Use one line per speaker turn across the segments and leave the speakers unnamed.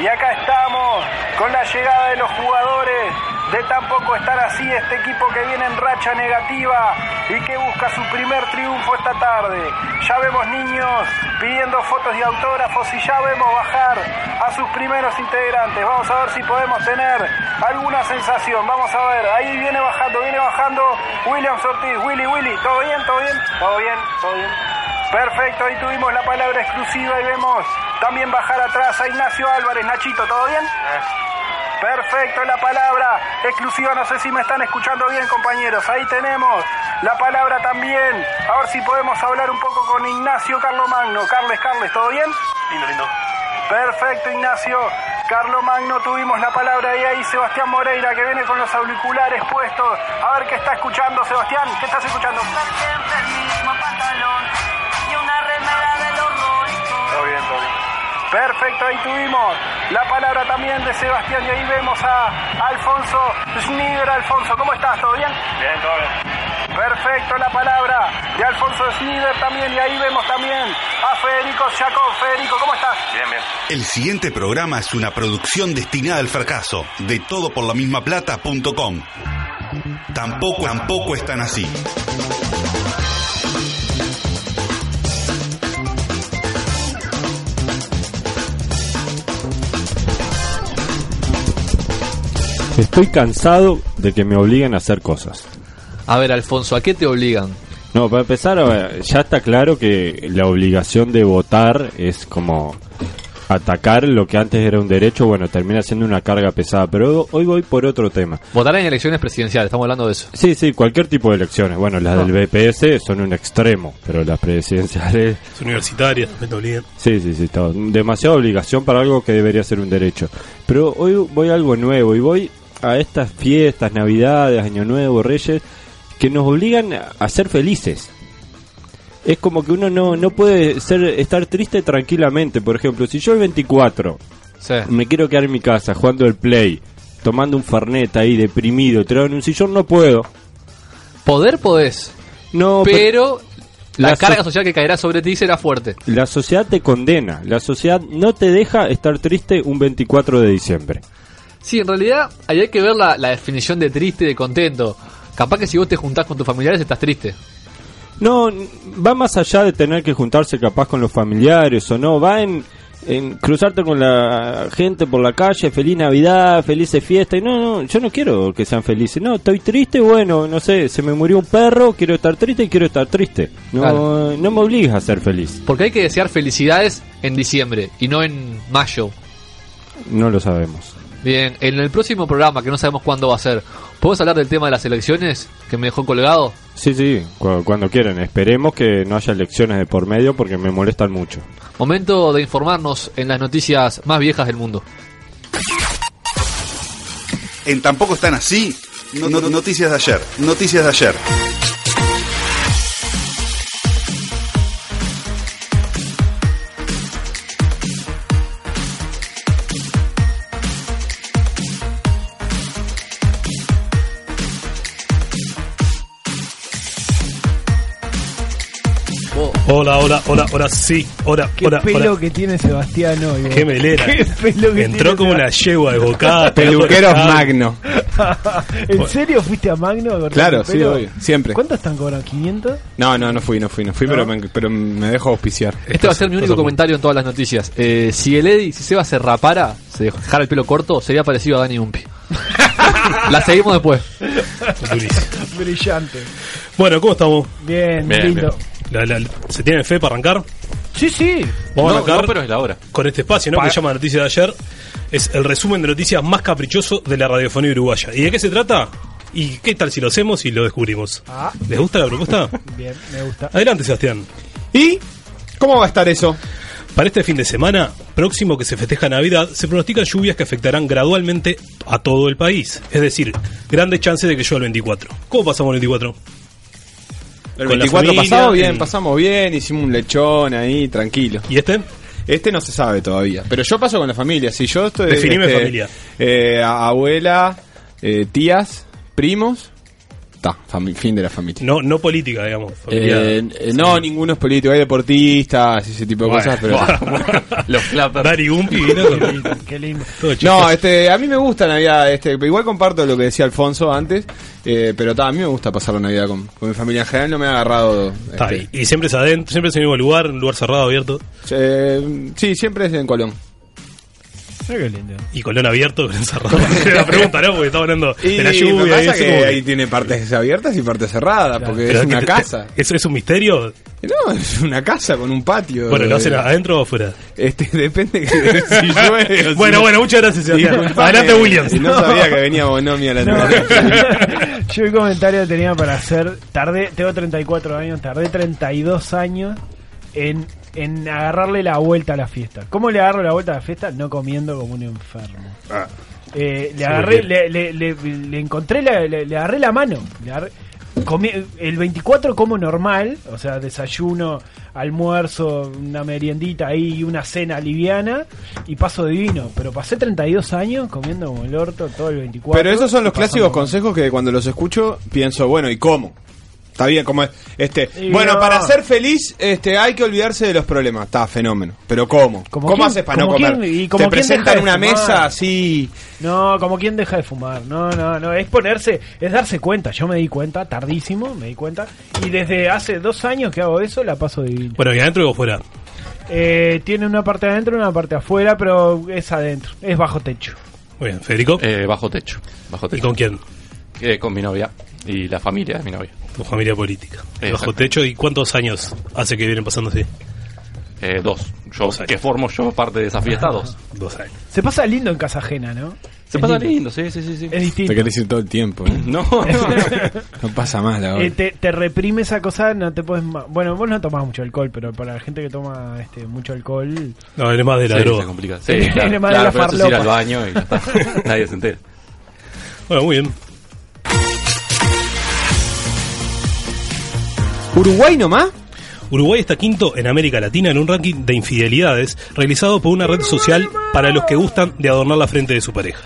Y acá estamos con la llegada de los jugadores de tampoco estar así este equipo que viene en racha negativa y que busca su primer triunfo esta tarde. Ya vemos niños pidiendo fotos y autógrafos y ya vemos bajar a sus primeros integrantes. Vamos a ver si podemos tener alguna sensación. Vamos a ver, ahí viene bajando, viene bajando William Ortiz. Willy, Willy, ¿todo bien? ¿Todo bien? ¿Todo bien? ¿Todo bien? Perfecto, ahí tuvimos la palabra exclusiva y vemos también bajar atrás a Ignacio Álvarez. Nachito, ¿todo bien? Perfecto, la palabra exclusiva, no sé si me están escuchando bien compañeros, ahí tenemos la palabra también, a ver si podemos hablar un poco con Ignacio Carlo Magno. Carles, Carles, ¿todo bien?
Lindo, lindo.
Perfecto, Ignacio. Carlo Magno, tuvimos la palabra y ahí Sebastián Moreira que viene con los auriculares puestos. A ver qué está escuchando, Sebastián. ¿Qué estás escuchando?
Todo bien, todo bien.
Perfecto, ahí tuvimos la palabra también de Sebastián y ahí vemos a Alfonso Schneider. Alfonso, ¿cómo estás? ¿Todo bien?
Bien, todo bien.
Perfecto, la palabra de Alfonso Schneider también y ahí vemos también a Federico Jacob. Federico, ¿cómo estás?
Bien, bien.
El siguiente programa es una producción destinada al fracaso de todo por la misma plata.com. Tampoco, tampoco están así.
Estoy cansado de que me obliguen a hacer cosas.
A ver, Alfonso, ¿a qué te obligan?
No, para empezar, a ver, ya está claro que la obligación de votar es como atacar lo que antes era un derecho, bueno, termina siendo una carga pesada, pero hoy voy por otro tema.
Votar en elecciones presidenciales, estamos hablando de eso.
Sí, sí, cualquier tipo de elecciones, bueno, las
No.
del BPS son un extremo, pero las presidenciales
Es universitaria, me te obligan.
Sí, sí, sí, está. demasiada obligación para algo que debería ser un derecho. Pero hoy voy a algo nuevo y voy a estas fiestas, navidades, año nuevo, reyes, que nos obligan a ser felices. Es como que uno no, no puede ser estar triste tranquilamente. Por ejemplo, si yo el 24
Sí.
me quiero quedar en mi casa jugando el play, tomando un fernet ahí deprimido, tirado en un sillón, no puedo.
Poder podés,
No, pero-
pero la,
La so-
carga social que caerá sobre ti será fuerte.
La sociedad te condena, la sociedad no te deja estar triste un 24 de diciembre.
Sí, en realidad ahí hay que ver la, la definición de triste y de contento. Capaz que si vos te juntás con tus familiares estás triste.
No, n- va más allá de tener que juntarse capaz con los familiares o no, va en, en cruzarte con la gente por la calle, feliz Navidad, felices fiestas, y no, no, yo no quiero que sean felices, no, estoy triste, bueno, no sé, se me murió un perro, quiero estar triste y quiero estar triste, no,
Claro.
no me obligas a ser feliz,
Porque hay que desear felicidades en diciembre y no en mayo.
no lo sabemos.
Bien, en el próximo programa, que no sabemos cuándo va a ser, ¿podemos hablar del tema de las elecciones que me dejó colgado?
Sí, sí, cu- cuando quieran, esperemos que no haya elecciones de por medio porque me molestan mucho.
Momento de informarnos en las noticias más viejas del mundo.
En Tampoco están así. No- no- noticias de ayer. Noticias de ayer.
Hola, hola, hola, hola, sí, hola,
Qué
hola,
pelo
hola.
que tiene Sebastián hoy. eh.
Qué melera.
Qué pelo que
Entró
tiene
como una yegua de bocada.
Peluqueros Magno.
¿En serio fuiste a Magno? a cortarte
Claro,
el
sí,
pelo?
obvio, siempre.
¿Cuánto están cobrando? ¿500?
No, no, no fui, no fui, no fui, pero, me, pero me dejo auspiciar.
Este va a ser mi único
estás a
comentario en todas las noticias. Eh, si el Eddy, si Seba se rapara, se dejara el pelo corto, sería parecido a Dani Umpi. la seguimos después.
Durísimo.
Brillante.
Bueno, ¿cómo estamos?
Bien,
Bien,
lindo.
La- la- ¿Se tienen fe para arrancar?
Sí, sí.
Vamos a
No,
arrancar
no, pero es la hora.
con este espacio, ¿no? Que se llama Noticias de ayer. Es el resumen de noticias más caprichoso de la radiofonía uruguaya. ¿Y de qué se trata? ¿Y qué tal si lo hacemos y lo descubrimos?
Ah.
¿Les gusta la propuesta?
Bien, me gusta.
Adelante, Sebastián.
¿Y cómo va a estar eso?
Para este fin de semana, próximo que se festeja Navidad, se pronostican lluvias que afectarán gradualmente a todo el país. Es decir, grandes chances de que llueva el 24. ¿Cómo pasamos el 24?
El
Con la
24
familia,
pasado, bien,
en-
pasamos bien, hicimos un lechón ahí, tranquilo.
¿Y este?
Este no se sabe todavía, pero yo paso con la familia. Si yo estoy.
Definime
este,
familia.
eh, a- abuela, eh, tías, primos está, fami- fin de la familia.
No, no política, digamos. familiar.
Eh, eh, no, ninguno es político, hay deportistas y ese tipo de
Bueno.
cosas, pero...
Los clappers.
Dari Gumpi vino con-
Qué lindo.
todo chico.
No, este, a mí me gusta Navidad, este, igual comparto lo que decía Alfonso antes, eh, pero ta, a mí me gusta pasar la Navidad con, con mi familia en general, no me ha agarrado...
Está,
este,
y, y siempre es adentro, siempre es en el mismo lugar, un lugar cerrado, abierto.
eh, sí, siempre es en Colón.
Mira qué lindo.
Y colón abierto, pero encerrado. la pregunta, ¿no? Porque estaba hablando de la lluvia.
me pasa
y eso,
que
como que-
ahí tiene partes abiertas y partes cerradas, porque
pero que
es una
te-
casa.
¿Eso es un misterio?
No, es una casa con un patio.
Bueno, ¿lo hacen
Eh,
adentro o afuera?
Este, depende que, si llueve o si-
Bueno, bueno, muchas gracias, Sebastián.
Disculpame,
Adelante, Williams.
No sabía que venía Bonomi a la
No,
entrevista.
yo el comentario tenía para hacer. Tardé, tengo 34 años, tardé 32 años en, en agarrarle la vuelta a la fiesta. ¿Cómo le agarro la vuelta a la fiesta? No comiendo como un enfermo. Eh, le agarré, le, le- le- le encontré, la, le, le agarré la mano. Le agarré- comí- el 24 como normal, o sea, desayuno, almuerzo, una meriendita ahí y una cena liviana y paso divino. Pero pasé 32 años comiendo como el orto todo el 24.
Pero esos son los
y pasando
clásicos
mal.
consejos que cuando los escucho pienso, bueno, ¿y cómo? Está bien, como es. Este,
Y
bueno,
no.
para ser feliz este, hay que olvidarse de los problemas. Está, fenómeno. Pero ¿cómo?
¿Como
¿Cómo
quién-
haces para no
como
comer?
quién- y como
Te
quién deja
presentan
de
una
fumar?
mesa así.
No, como quien deja de fumar. No, no, no. Es ponerse, es darse cuenta. Yo me di cuenta, tardísimo, me di cuenta. Y desde hace dos años que hago eso, la paso divino.
Bueno, ¿y adentro o afuera?
Eh, tiene una parte adentro y una parte afuera, pero es adentro. Es bajo techo.
Muy bien, Federico.
Eh, bajo techo. Bajo
¿Y
techo.
con quién?
Eh, con mi novia y la familia de mi novia.
Tu familia política.
Exacto.
Bajo techo, ¿y cuántos años hace que vienen pasando así?
Eh, dos. Yo, que formo yo parte de esa fiesta, dos.
Dos años.
Se pasa lindo en casa ajena, ¿no?
Se
Es
pasa
lindo.
lindo, sí, sí, sí. sí.
Es distinto.
decir todo el tiempo.
No, no.
No pasa más la
Eh, te, te reprime esa cosa, no te puedes... ma- Bueno, vos no tomás mucho alcohol, pero para la gente que toma este mucho alcohol...
No, es más de la
Sí,
droga.
se complica. Sí, claro,
Además de
claro,
la
pero eso es ir al
farlopa.
baño y ya está. Nadie se entera.
Bueno, muy bien.
¿Uruguay nomás?
Uruguay está quinto en América Latina en un ranking de infidelidades realizado por una red social para los que gustan de adornar la frente de su pareja.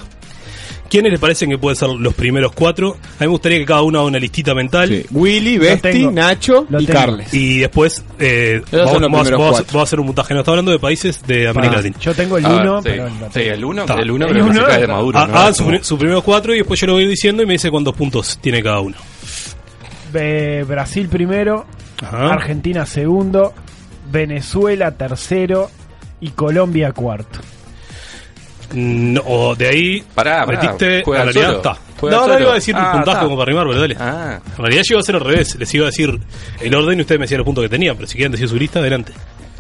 ¿Quiénes les parecen que pueden ser los primeros cuatro? A mí me gustaría que cada uno haga una listita mental.
Sí. Willy, Besti,
tengo.
Nacho
Lo
y
tengo.
Carles.
Y después eh,
son
vamos, vamos-
los primeros
vamos-
cuatro.
vamos a hacer un puntaje. No está hablando de países de América
Ah,
Latina.
yo tengo el
A ver,
uno,
sí.
pero... el-
Sí, el uno,
Está.
el uno,
El
pero
uno,
se cae de
está.
Maduro.
Ah,
¿no?
ah, sus pri- sus primeros cuatro y después yo lo voy a ir diciendo y me dice cuántos puntos tiene cada uno.
Be- Brasil primero,
Ajá.
Argentina segundo, Venezuela tercero y Colombia cuarto.
No, o de ahí
Pará, pará,
metiste
juega
en realidad
solo.
está.
Juega
no, no
solo.
iba a decir
Ah,
un puntaje
está.
como para rimar, pero dale.
Ah.
En realidad yo iba a hacer al revés, les iba a decir el orden y ustedes me decían los puntos que tenían, pero si quieren decir su lista, adelante.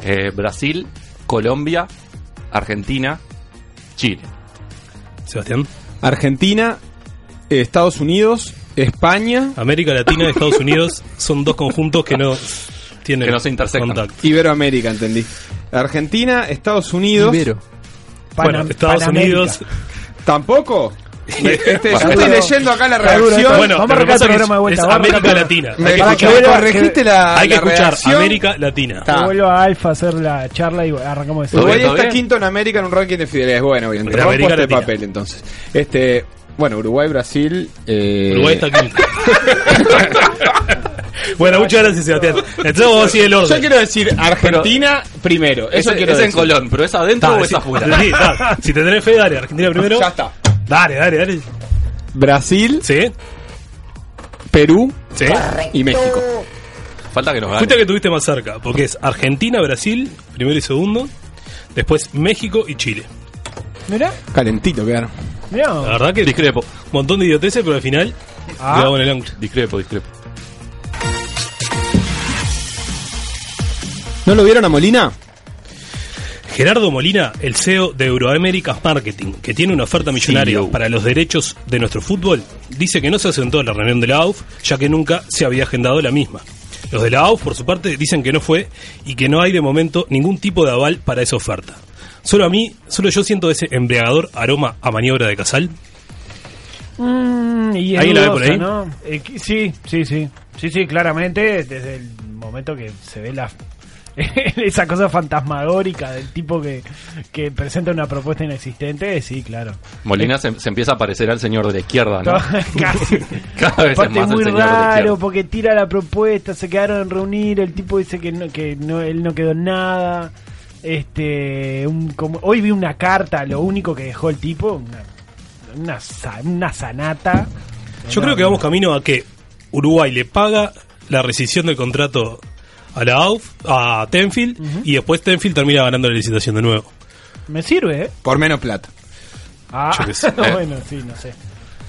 Eh, Brasil, Colombia, Argentina, Chile.
Sebastián.
Argentina, eh, Estados Unidos, España,
América Latina y Estados Unidos son dos conjuntos que no tienen
Que no se intersectan.
contacto.
Iberoamérica, entendí. Argentina, Estados Unidos.
Ibero.
Panam-
bueno, Estados
Panamérica.
Unidos.
¿Tampoco? Este, yo
Está
estoy
duro.
leyendo acá la
Está duro,
reacción.
está
Bueno,
Vamos
lo que
a arrancar el
pasa es que
programa de vuelta,
es
vamos a
América
arrancar-
Latina.
Me-
Hay que
para
escuchar,
que vea-
vuelva-
corregiste la-
hay que
la
escuchar
reacción.
América Latina.
Está.
Yo vuelvo a Alfa a hacer la charla y arrancamos de
¿Todo
Uruguay
bien, todo
está
bien?
quinto en América en un ranking de fidelidades. Bueno, bien,
Pero América
rompo este
Latina.
papel entonces. Este, bueno, Uruguay, Brasil. eh,
Uruguay está quinto. bueno, muchas gracias, Sebastián. Entonces vos decís el
Yo
orden.
quiero decir Argentina primero. Eso
Ese-
quiero
ese en
decir.
Colón, pero es adentro
Ta,
o es
decí-
afuera.
decí, ta, si te tenés fe, dale, Argentina primero.
Ya está.
Dale, dale, dale.
Brasil,
Sí,
Perú
sí.
y México.
Falta que nos gane.
Fuiste que tuviste más cerca, porque es Argentina, Brasil, primero y segundo. Después México y Chile.
Mirá,
Calentito quedaron.
mirá.
La verdad que
Discrepo,
un montón de idioteces, pero al final
Ah.
quedamos en el ángulo.
discrepo, discrepo.
¿No lo vieron a Molina?
Gerardo Molina, el CEO de Euroaméricas Marketing, que tiene una oferta millonaria
CEO.
para los derechos de nuestro fútbol, dice que no se asentó en la reunión de la AUF, ya que nunca se había agendado la misma. Los de la AUF, por su parte, dicen que no fue y que no hay de momento ningún tipo de aval para esa oferta. Solo a mí, solo yo siento ese embriagador aroma a maniobra de Casal.
Mm, y es
¿Ahí la ve por
dudosa,
ahí?
¿no? Eh, qui- sí, sí, sí. Sí, sí, claramente, desde el momento que se ve la, esa cosa fantasmagórica del tipo que, que presenta una propuesta inexistente, sí, claro.
Eh.
Molina se, se empieza a parecer al señor de la izquierda, Ah, ¿no?
Casi.
Cada vez es
Aparte
más el
muy
señor de la
raro
izquierda.
porque tira la propuesta, se quedaron en reunir, el tipo dice que no, que no, él no quedó en nada. Este, un- como, hoy vi una carta, lo único que dejó el tipo, una, una, sa- una sanata.
Yo creo que vamos camino a que Uruguay le paga la rescisión del contrato a la AUF, a Tenfield, y después Tenfield termina ganando la licitación de nuevo.
Me sirve, ¿eh?
Por menos plata.
Ah,
Yo qué sé.
bueno, sí, no sé.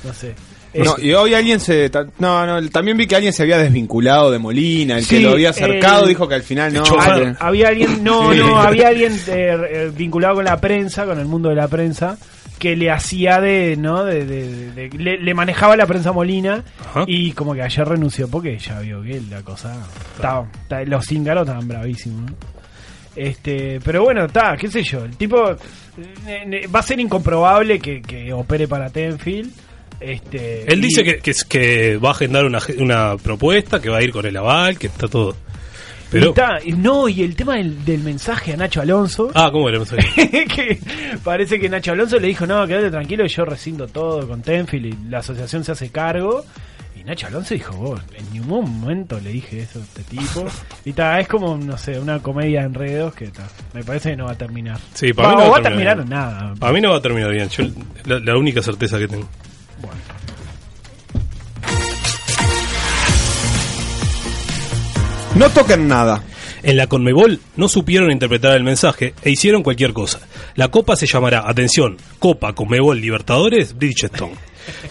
No sé. Este,
No,
Este-
y hoy alguien se. ta- No, no, también vi que alguien se había desvinculado de Molina, el que
Sí,
lo había acercado
el-
dijo que al final no. ah,
Chofer.
que-
Hab- había alguien, no,
Sí.
no, había alguien eh, eh, vinculado con la prensa, con el mundo de la prensa, que le hacía de, ¿no? De, de- de- de- le, le manejaba la prensa Molina
Ajá.
y como que ayer renunció porque ya vio que la cosa estaba, está- los cíngaros estaban bravísimos. ¿no? Este, pero bueno, está, qué sé yo, el tipo eh, eh, va a ser incomprobable que, que opere para Tenfield. Este,
Él
y-
dice que, que, es- que va a agendar una, ge- una propuesta, que va a ir con el aval, que está todo.
y
Pero.
está- y no, y el tema del, del mensaje a Nacho Alonso.
Ah, ¿cómo era? No sabía.
que
Ah.
parece que Nacho Alonso le dijo, no, quédate tranquilo, yo rescindo todo con Tenfield y la asociación se hace cargo. Y Nacho Alonso dijo, vos, en ningún momento le dije eso a este tipo. Y ta, es como, no sé, una comedia de enredos que ta, me parece que no va a terminar.
Sí, para mí
Va-
no va
o va
a
a
terminar
terminar en nada.
A mí no va a terminar bien. Yo, la, la única certeza que tengo.
Bueno.
No toquen nada.
En la Conmebol no supieron interpretar el mensaje e hicieron cualquier cosa. La copa se llamará, atención, Copa Conmebol Libertadores Bridgestone.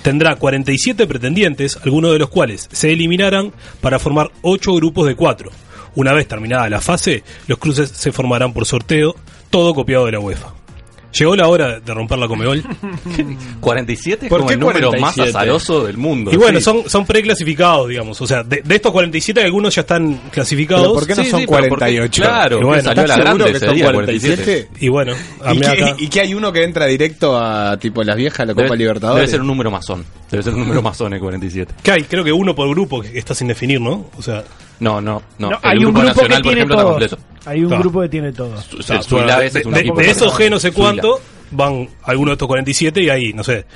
Tendrá 47 pretendientes, algunos de los cuales se eliminarán para formar 8 grupos de 4. Una vez terminada la fase, los cruces se formarán por sorteo, todo copiado de la UEFA. Llegó la hora de romper la Conmebol.
este
47 es
¿Por
como
qué
el número
47?
más azaroso del mundo.
Y bueno,
Sí.
son, son preclasificados, digamos. O sea, de, de estos 47, algunos ya están clasificados.
Pero ¿por qué no
Sí,
son
sí, pero ¿por qué?
48?
Claro,
Y bueno,
que salió
¿Estás
la
seguro
grande
que
ese
son
día,
47?
47.
Y bueno, a
¿Y
mí
que,
acá-
y que hay uno que entra directo a tipo las viejas, a la Copa
Debe- Debe
Libertadores.
ser un número masón. Debe ser un número masón el 47.
¿Qué hay? Creo que uno por grupo que está sin definir, ¿no? O sea,
No, no, no.
No,
El
hay un grupo que
nacional, por
tiene
ejemplo, está
todo.
completo.
Hay un
Ta.
grupo que tiene todo.
Su-
está,
el Suilá
bueno,
ese
de,
es un
de-
equipo
de
que-
esos G no sé
Suilá.
cuánto van algunos de estos 47 y hay, no sé,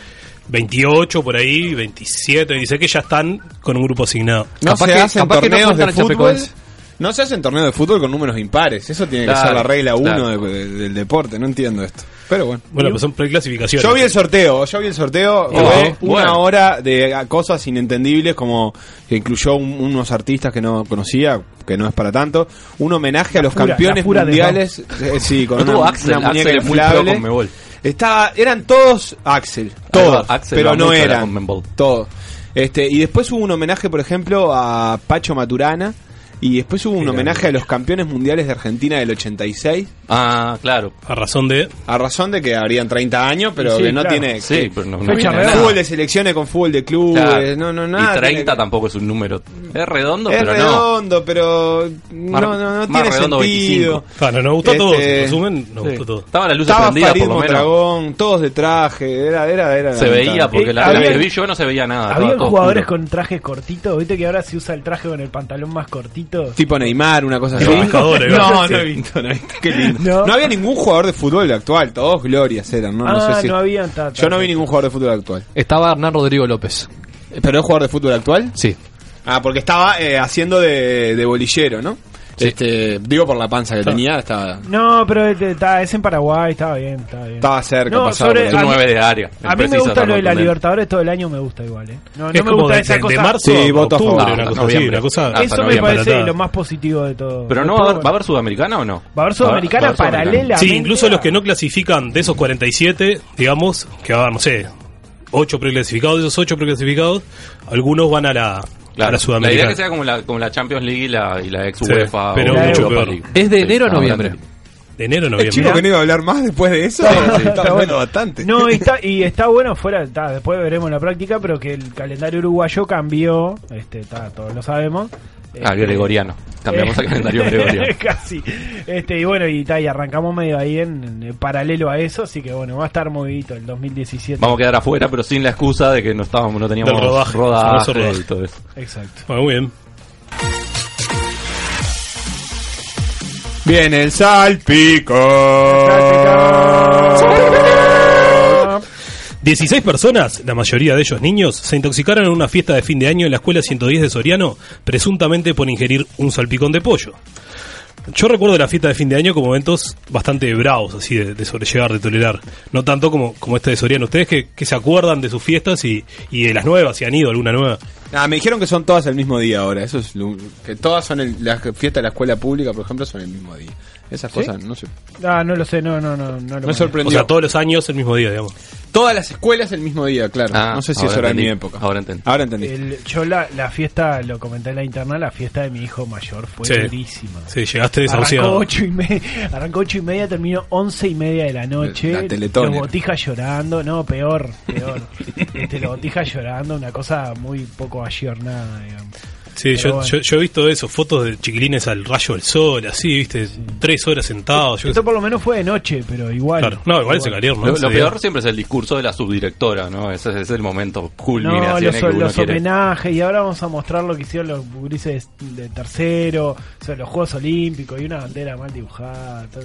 28 por ahí, 27, y dice que ya están con un grupo asignado.
No
Capaz
se
que-
hacen
capaz que no
torneos de
cuentan el
fútbol.
Chapecoense.
No se hacen torneos de fútbol con números impares. Eso tiene que
Claro,
ser la regla uno
claro.
de- de- del deporte. No entiendo esto. Pero bueno.
Bueno, pues son preclasificaciones.
Yo vi el sorteo, yo vi el sorteo,
Oh,
fue una
bueno.
hora de ah, cosas inentendibles como que incluyó un- unos artistas que no conocía, que no es para tanto, un homenaje a los
pura-
campeones
la pura de
mundiales, eh, sí, con
No
una,
tuvo Axel,
una muñeca
Axel es muy pro
inflable.
Conmebol.
Estaba, eran todos Axel,
Ahí
todos,
va, Axel
pero
va
no
mucho a la
eran
Conmebol.
todos. Este, y después hubo un homenaje, por ejemplo, a Pacho Maturana y después hubo un homenaje a los campeones mundiales de Argentina del 86.
Ah, claro.
A razón de...
A razón de que habrían 30 años, pero
Sí,
que no
claro.
tiene.
Sí, pero no, no
Fecha
viene
real.
nada.
Fútbol de selecciones con fútbol de clubes,
Claro.
no, no, nada.
Y 30
tiene que-
tampoco es un número. Es redondo,
Es
pero no.
redondo, pero no,
Más-
no, no
más
tiene
redondo
sentido.
25.
Bueno, nos gustó
Este,
todo. En resumen, nos
Sí.
gustó todo.
Estaba la luz
Estaba
prendida,
Farid
por lo menos.
Mondragón, todos de traje, era, era, era.
Se veía, porque
Eh,
la, la
había-
que vi yo no se veía nada.
Había
Ah, todo
jugadores
oscuro.
con trajes cortitos, viste que ahora se usa el traje con el pantalón más cortito.
Tipo Neymar, una cosa así.
Trabajadores,
No,
¿verdad?
no he visto, no he visto. Qué lindo. No.
No.
había ningún jugador de fútbol actual, todos glorias eran, ¿no? no
ah,
sé si-
no había ta, ta,
Yo no
ta.
vi ningún jugador de fútbol actual.
Estaba Hernán Rodrigo López.
Eh, ¿Pero es jugador de fútbol actual?
Sí.
Ah, porque estaba eh, haciendo de, de bolillero, ¿no? Este, digo por la panza que tenía, estaba,
No, pero este, ta, es en Paraguay, estaba bien, estaba bien.
estaba cerca,
No,
pasaba
sobre-
por ahí.
Es un 9 de área.
A mí me
Precisa
gusta lo de la
Ramón Tondela.
Libertadores todo el año, me gusta igual, ¿eh? No,
Es
no me
como
gusta
de,
esa
de- de
cosa.
marzo
Sí,
a
voto a
octubre,
favor.
una cosa así,
Noviembre.
una cosa...
Ah,
Eso me
noviembre,
parece
patada.
lo más positivo de todo.
Pero no va a, haber, va a haber sudamericana o no?
Va a haber Sudamericana
va a haber
paralela.
Sí, incluso los que no clasifican de esos 47, digamos, que va a haber, no sé, 8 preclasificados, de esos 8 preclasificados, algunos van a la, a
Claro.
la
La idea
Sudamericana.
es que sea como la, como la Champions League y la, y la ex
Sí,
UEFA.
pero
o la
mucho
Europa
peor.
League.
Es de
Sí,
enero a
no,
noviembre.
grande.
De enero a
El
noviembre.
chico que no iba a hablar más después de eso,
está
está hablando
bueno.
bastante.
No, y está, y está bueno fuera, ta, después veremos la práctica, pero que el calendario uruguayo cambió, este, ta, todos lo sabemos.
Ah,
Este,
gregoriano. Cambiamos
Eh,
al calendario gregoriano.
Casi. Este, y bueno, y, ta, y arrancamos medio ahí en, en paralelo a eso, así que bueno, va a estar movidito el 2017.
Vamos a quedar afuera, pero sin la excusa de que no estábamos, no teníamos
Del rodaje,
rodaje
famoso rodaje.
y todo eso.
Exacto.
Bueno, muy bien.
Viene el salpico.
16 personas, la mayoría de ellos niños, se intoxicaron en una fiesta de fin de año en la escuela 110 de Soriano, presuntamente por ingerir un salpicón de pollo. Yo recuerdo la fiesta de fin de año como eventos bastante bravos, así de, de sobrellevar, de tolerar. No tanto como, como este de Soriano. Ustedes que, que se acuerdan de sus fiestas y, y de las nuevas, si han ido a alguna nueva.
Ah, me dijeron que son todas el mismo día ahora. Eso es lo- que todas son el- las fiestas de la escuela pública, por ejemplo, son el mismo día. Esas cosas, no sé.
Ah, no lo sé, no, no, no. No, lo
Me
O
sorprendió.
sea, todos los años el mismo día, digamos.
todas las escuelas el mismo día, claro.
Ah,
no sé si
ahora
eso era en mi
entendí.
época.
Ahora entendí.
Ahora entendí.
El- yo la, la fiesta, lo comenté en la interna, la fiesta de mi hijo mayor fue
Sí.
durísima.
Sí, llegaste
Arrancó
desahuciado.
ocho, y media, arrancó ocho y media, terminó once y media de la noche.
La Teletón
Los
era.
botijas llorando, no, peor, peor. este, los botijas llorando, una cosa muy poco ayornada, digamos.
Sí,
Pero
yo,
bueno.
yo, yo he visto eso, fotos de chiquilines al rayo del sol, así, viste, tres horas sentados. Yo qué
Esto por lo menos fue de noche, pero igual.
Claro. No, igual se calieron, ¿no?
Lo, lo
Ese
peor
día.
siempre es el discurso de la subdirectora, ¿no? Ese es, es el momento
No,
culminación
los,
que uno
los
quiere.
homenajes, y ahora vamos a mostrar lo que hicieron los grises de tercero, o sea, los Juegos Olímpicos, y una bandera mal dibujada. todo.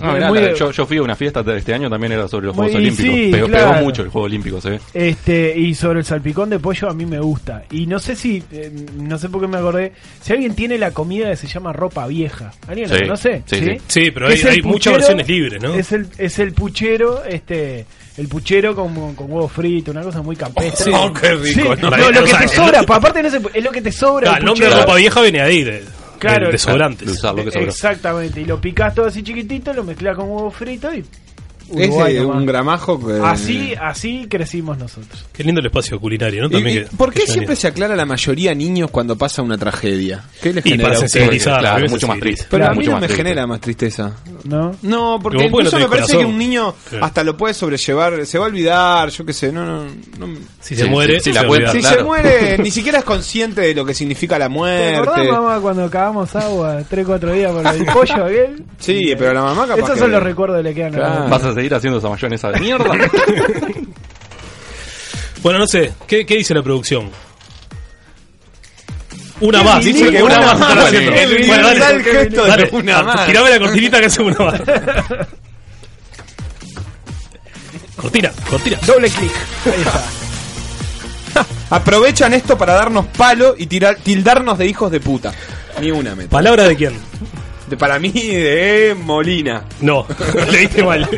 No,
Muy-
Ah, mirá,
muy-
la- yo, yo fui a una fiesta de este año, también era sobre los
Muy-
Juegos Olímpicos.
sí,
Pegó,
claro.
pegó mucho el Juego Olímpico, se ve.
Este, y sobre el salpicón de pollo a mí me gusta. Y no sé si, eh, no sé por qué me acordé, si alguien tiene la comida que se llama ropa vieja. ¿Alguien la
Sí,
conoce?
sí, sí.
Sí, pero
Que
hay,
es el
hay muchas
puchero-
versiones libres, ¿no?
Es el, es el puchero, este, el puchero con, con huevo frito, una cosa muy campestre.
Oh, sí. Oh, qué rico,
Sí,
¿no?
no,
La-
lo que
o
te
sea,
sobra,
el-
pa- aparte no se- es lo que te sobra.
Ah,
el
el nombre de
puchero.
ropa vieja viene ahí, de,
Claro.
de, de sobrantes.
De usar lo que sobró.
Exactamente, y lo picás todo así chiquitito, lo mezclas con huevo frito y... Uruguay
Ese es
nomás. Ah,
un gramajo. que-
Así, así crecimos nosotros.
Qué lindo el espacio culinario, ¿no?
¿Y-
También
y
que-
¿Por
que
qué
yo
siempre
digo.
se aclara la mayoría a niños cuando pasa una tragedia? ¿Qué les
Y
genera?
para
a ustedes?
sensibilizar, a
Claro,
mí me
mucho más
sensibiliza.
triste.
Pero a mí
mucho
no
más
me
triste.
genera más tristeza.
¿no?
No, porque
Pero vos
incluso
no tenés
me parece
corazón.
que un niño
Sí.
hasta lo puede sobrellevar, se va a olvidar, yo qué sé, no, no, no.
Si se
Sí,
muere,
sí, sí,
se
la cuenta.
olvida.
Si se
claro.
muere, ni siquiera es consciente de lo que significa la
¿Te acordás,
muerte.
mamá, cuando cagamos agua 3-4 días por el pollo aquel?
Sí, pero la mamá capaz
Esos
que-
son los recuerdos que le quedan a la
Claro.
mamá.
Vas a seguir haciendo esa mayonesa de mierda.
Bueno, no sé, ¿qué, qué dice la producción? Una
Qué
más,
vinil,
dice que una
una
más.
más.
están haciendo.
Qué vinil,
Bueno,
da
dale,
el gesto de
dale,
una
ah,
más.
tirame la cortinita que hacemos una más. Cortina, cortina.
Doble clic. Aprovechan esto para darnos palo y tirar, tildarnos de hijos de puta. Ni una meta.
¿Palabra de quién?
De- para mí, de Molina.
No, leíste mal.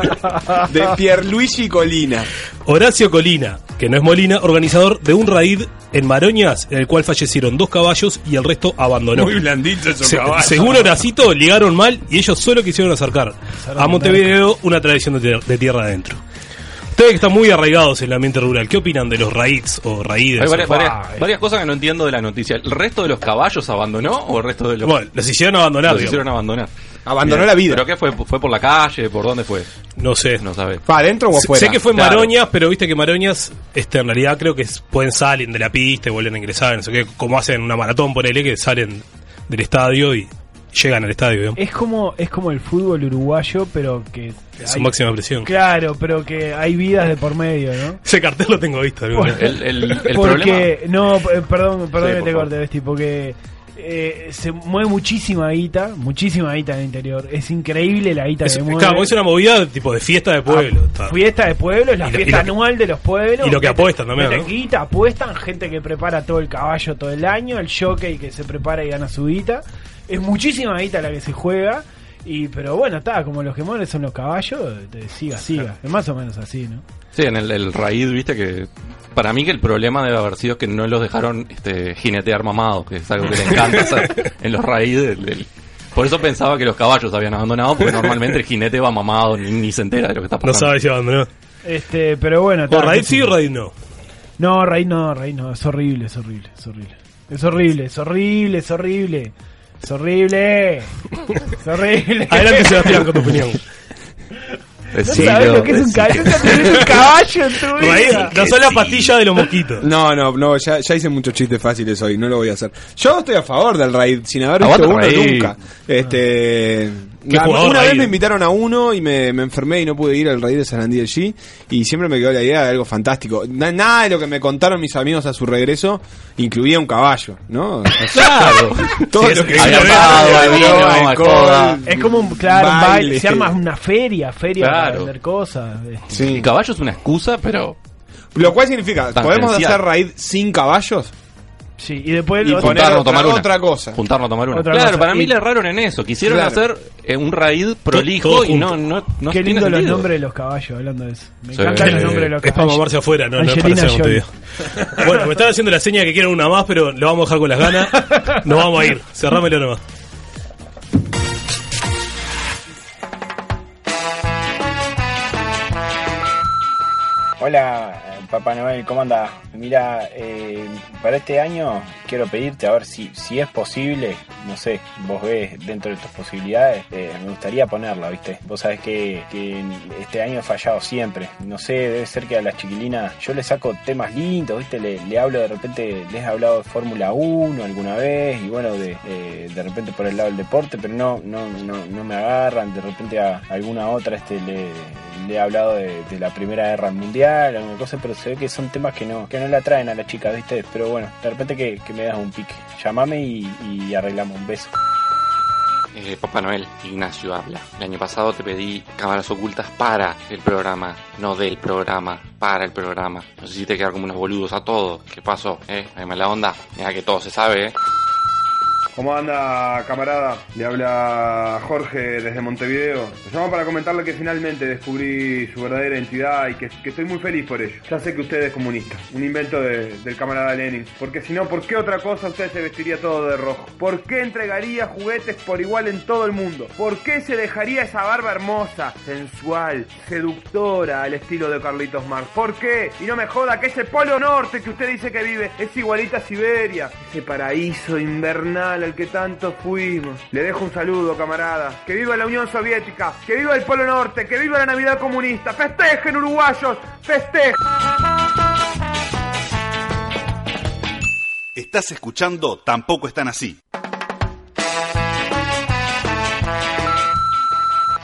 De Pierluigi Colina.
Horacio Colina, que no es Molina, organizador de un raid en Maroñas, en el cual fallecieron dos caballos y el resto abandonó.
blandito
Se- según Horacito, ligaron mal y ellos solo quisieron acercar a Montevideo una tradición de, tier- de tierra adentro. Ustedes que están muy arraigados en el ambiente rural, ¿qué opinan de los raids o raídes?
Hay varias,
O-
varias- varias cosas que no entiendo de la noticia. ¿El resto de los caballos abandonó o el resto de los,
Bueno, los hicieron abandonar,
los
digamos.
hicieron abandonar?
Abandonó la vida.
¿Pero qué fue? ¿Fue por la calle? ¿Por dónde fue?
No sé.
No sabes.
¿Para adentro o
Sé-
afuera?
Sé que fue en
Claro.
Maroñas, pero viste que Maroñas, este, en realidad creo que s- pueden salen de la pista y vuelven a ingresar, no sé qué, como hacen una maratón, ponele, que salen del estadio y llegan al estadio, digamos.
Es como, es como el fútbol uruguayo, pero que...
En su
hay-
máxima presión.
Claro, pero que hay vidas de por medio, ¿no?
Ese cartel lo tengo visto. alguna vez.
El, el, el problema.
porque, no, p- eh, perdón, perdón que
Sí, por
te
favor.
corte, Besti, porque eh, se mueve muchísima guita, muchísima guita en el interior. Es increíble la guita
Es,
que mueve.
claro, es una movida tipo de fiesta de pueblo. está.
Fiesta de pueblos, la
Ah. Y lo- y
fiesta
lo que-
anual de los pueblos.
y lo que apuestan también,
Meten
¿no?
guita, apuestan, gente que prepara todo el caballo todo el año, el jockey que se prepara y gana su guita. Es muchísima guita la que se juega. Y, pero bueno, está, como los que mueren son los caballos, te- siga, siga. Es más o menos así, ¿no?
Sí, en el, el raíz, viste que. Para mí que el problema debe haber sido que no los dejaron este, jinetear mamados, que es algo que le encanta hacer en los raíces. el- el- Por eso pensaba que los caballos habían abandonado, porque normalmente el jinete va mamado, ni, ni se entera de lo que está
No
pasando.
sabes si abandonó.
Este, pero bueno,
O
ta,
raid
qué sé
sí
yo.
o raid no.
No, Raid no, Raid no, es horrible, es horrible, es horrible. Es horrible, es horrible, es horrible. Es horrible. Es horrible.
Adelante, Sebastián, con tu opinión.
El
No
siglo,
sabes lo que es
el
un caballo.
siglo.
Nunca tenés un caballo en tu
Raíz,
vida.
no son las pastillas de los mosquitos.
No, no, no, ya, ya hice muchos chistes fáciles hoy, no lo voy a hacer. Yo estoy a favor del raid, sin haber
Aguante
visto uno
raid.
nunca. Este.
Qué
na-
jugador
una
raid.
vez me invitaron a uno y me, me enfermé y no pude ir al raid de San Andrés allí. Y siempre me quedó la idea de algo fantástico. Na- nada de lo que me contaron mis amigos a su regreso incluía un caballo, ¿no? O sea,
Claro.
Todo
Sí,
lo que
hay
hizo-
asado, hay vino,
droga,
hay
alcohol.
coda.
Es como un, claro, un
Baile.
baile. Se arma una feria, feria para
Claro.
vender cosas. eh.
Sí.
El caballo es una excusa, pero
Lo cual significa, ¿podemos
Tangencial.
hacer raid sin caballos?
Sí, y después
Y
lo otro-
poner
juntarnos a
otra-
tomar una.
otra cosa.
Juntarnos a tomar una.
Otra
claro,
cosa.
para mí
Y-
le erraron en eso. Quisieron
Claro.
hacer eh, un raid
todo
prolijo y
junto.
no, no, no
Qué
tiene
lindo los
sentido.
nombres de los caballos, hablando de eso. Me
Sí.
encantan los
Eh,
Eh,
nombres de los
es para
caballos.
mamarse afuera, no, no es para
Angelina
hacer
Jolie.
montevideo. Bueno, me están haciendo la seña que quieren una más, pero lo vamos a dejar con las ganas. Nos vamos a ir. Cerrámelo nomás.
Hola, eh, Papá Noel, ¿cómo andás? Mira, eh, para este año quiero pedirte, a ver si, si es posible, no sé, vos ves dentro de tus posibilidades, eh, me gustaría ponerla, ¿viste? Vos sabés que, que este año he fallado siempre, no sé, debe ser que a las chiquilinas yo les saco temas lindos, ¿viste? Le, le hablo de repente, les he hablado de Fórmula 1 alguna vez y bueno, de, eh, de repente por el lado del deporte, pero no, no, no, no me agarran, de repente a alguna otra este le le he hablado de, de la Primera Guerra Mundial, alguna cosa, pero se ve que son temas que no, que no la traen a la chica, ¿viste? Pero bueno, de repente que, que me das un pique. Llámame y, y arreglamos un beso.
Eh, Papá Noel, Ignacio habla. El año pasado te pedí cámaras ocultas para el programa, no del programa, para el programa. Nos hiciste quedar como unos boludos a todos. ¿Qué pasó? ¿Eh? Hay mala onda. Mira que todo se sabe, ¿eh?
¿Cómo anda, camarada? Le habla Jorge desde Montevideo. Lo llamo para comentarle que finalmente descubrí su verdadera identidad y que, que estoy muy feliz por ello. Ya sé que usted es comunista, un invento de- del camarada Lenin. Porque si no, ¿por qué otra cosa usted se vestiría todo de rojo? ¿Por qué entregaría juguetes por igual en todo el mundo? ¿Por qué se dejaría esa barba hermosa, sensual, seductora al estilo de Carlitos Marx? ¿Por qué? Y no me joda que ese polo norte que usted dice que vive es igualita a Siberia, ese paraíso invernal al que tanto fuimos. Le dejo un saludo, camarada. Que viva la Unión Soviética, que viva el polo norte, que viva la Navidad comunista. Festejen, uruguayos, festejen.
Estás escuchando Tampoco están así.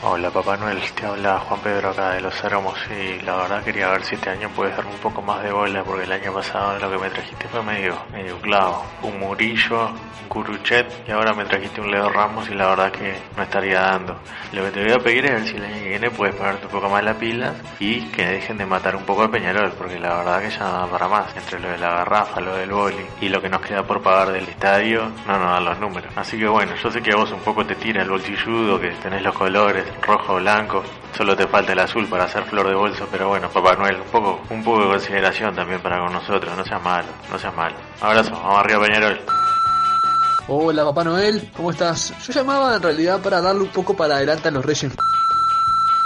Hola Papá Noel, te habla Juan Pedro acá de Los Aromos y la verdad quería ver si este año puedes darme un poco más de bola porque el año pasado lo que me trajiste fue medio, medio clavo, un murillo, un curuchet y ahora me trajiste un Leo Ramos y la verdad que no estaría dando. Lo que te voy a pedir es ver si el año que viene puedes ponerte un poco más las pilas y que dejen de matar un poco a Peñarol porque la verdad que ya no da para más entre lo de la garrafa, lo del boli y lo que nos queda por pagar del estadio no nos dan los números. Así que bueno, yo sé que a vos un poco te tira el bolsilludo, que tenés los colores, rojo, blanco, solo te falta el azul para hacer flor de bolso, pero bueno, Papá Noel, un poco, un poco de consideración también para con nosotros, no seas malo, no seas malo. Abrazo, vamos arriba Peñarol.
Hola Papá Noel, ¿cómo estás? Yo llamaba en realidad para darle un poco para adelante a los Reyes.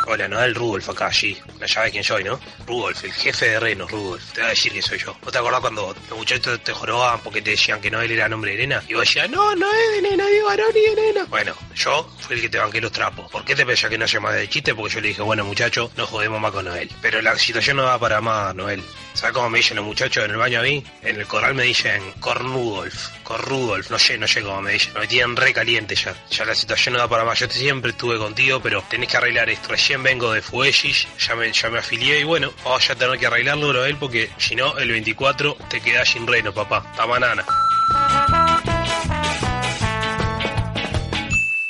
Hola, Noel Rudolf acá, allí. Ya ves quién soy, ¿no? Rudolf, el jefe de renos, Rudolf. Te va a decir que soy yo. ¿Vos te acordás cuando los muchachos te jorobaban porque te decían que Noel era nombre de nena? Y vos decías, no, no es de nena, es de varón y de nena. Bueno, yo fui el que te banqué los trapos. ¿Por qué te pensás que no llamaba de chiste? Porque yo le dije, bueno, muchacho, no jodemos más con Noel. Pero la situación no va para más, Noel. ¿Sabes cómo me dicen los muchachos en el baño a mí? En el corral me dicen Cornudolf, Corrudolf, no sé, no sé cómo me dicen. Me tienen re caliente ya. Ya la situación no da para más. Yo siempre estuve contigo, pero tenés que arreglar esto. Recién vengo de Fuegis, ya me, ya me afilié y bueno, vamos ya a tener que arreglarlo, Noel, porque si no, el 24 te quedás sin reno, papá. Ta banana.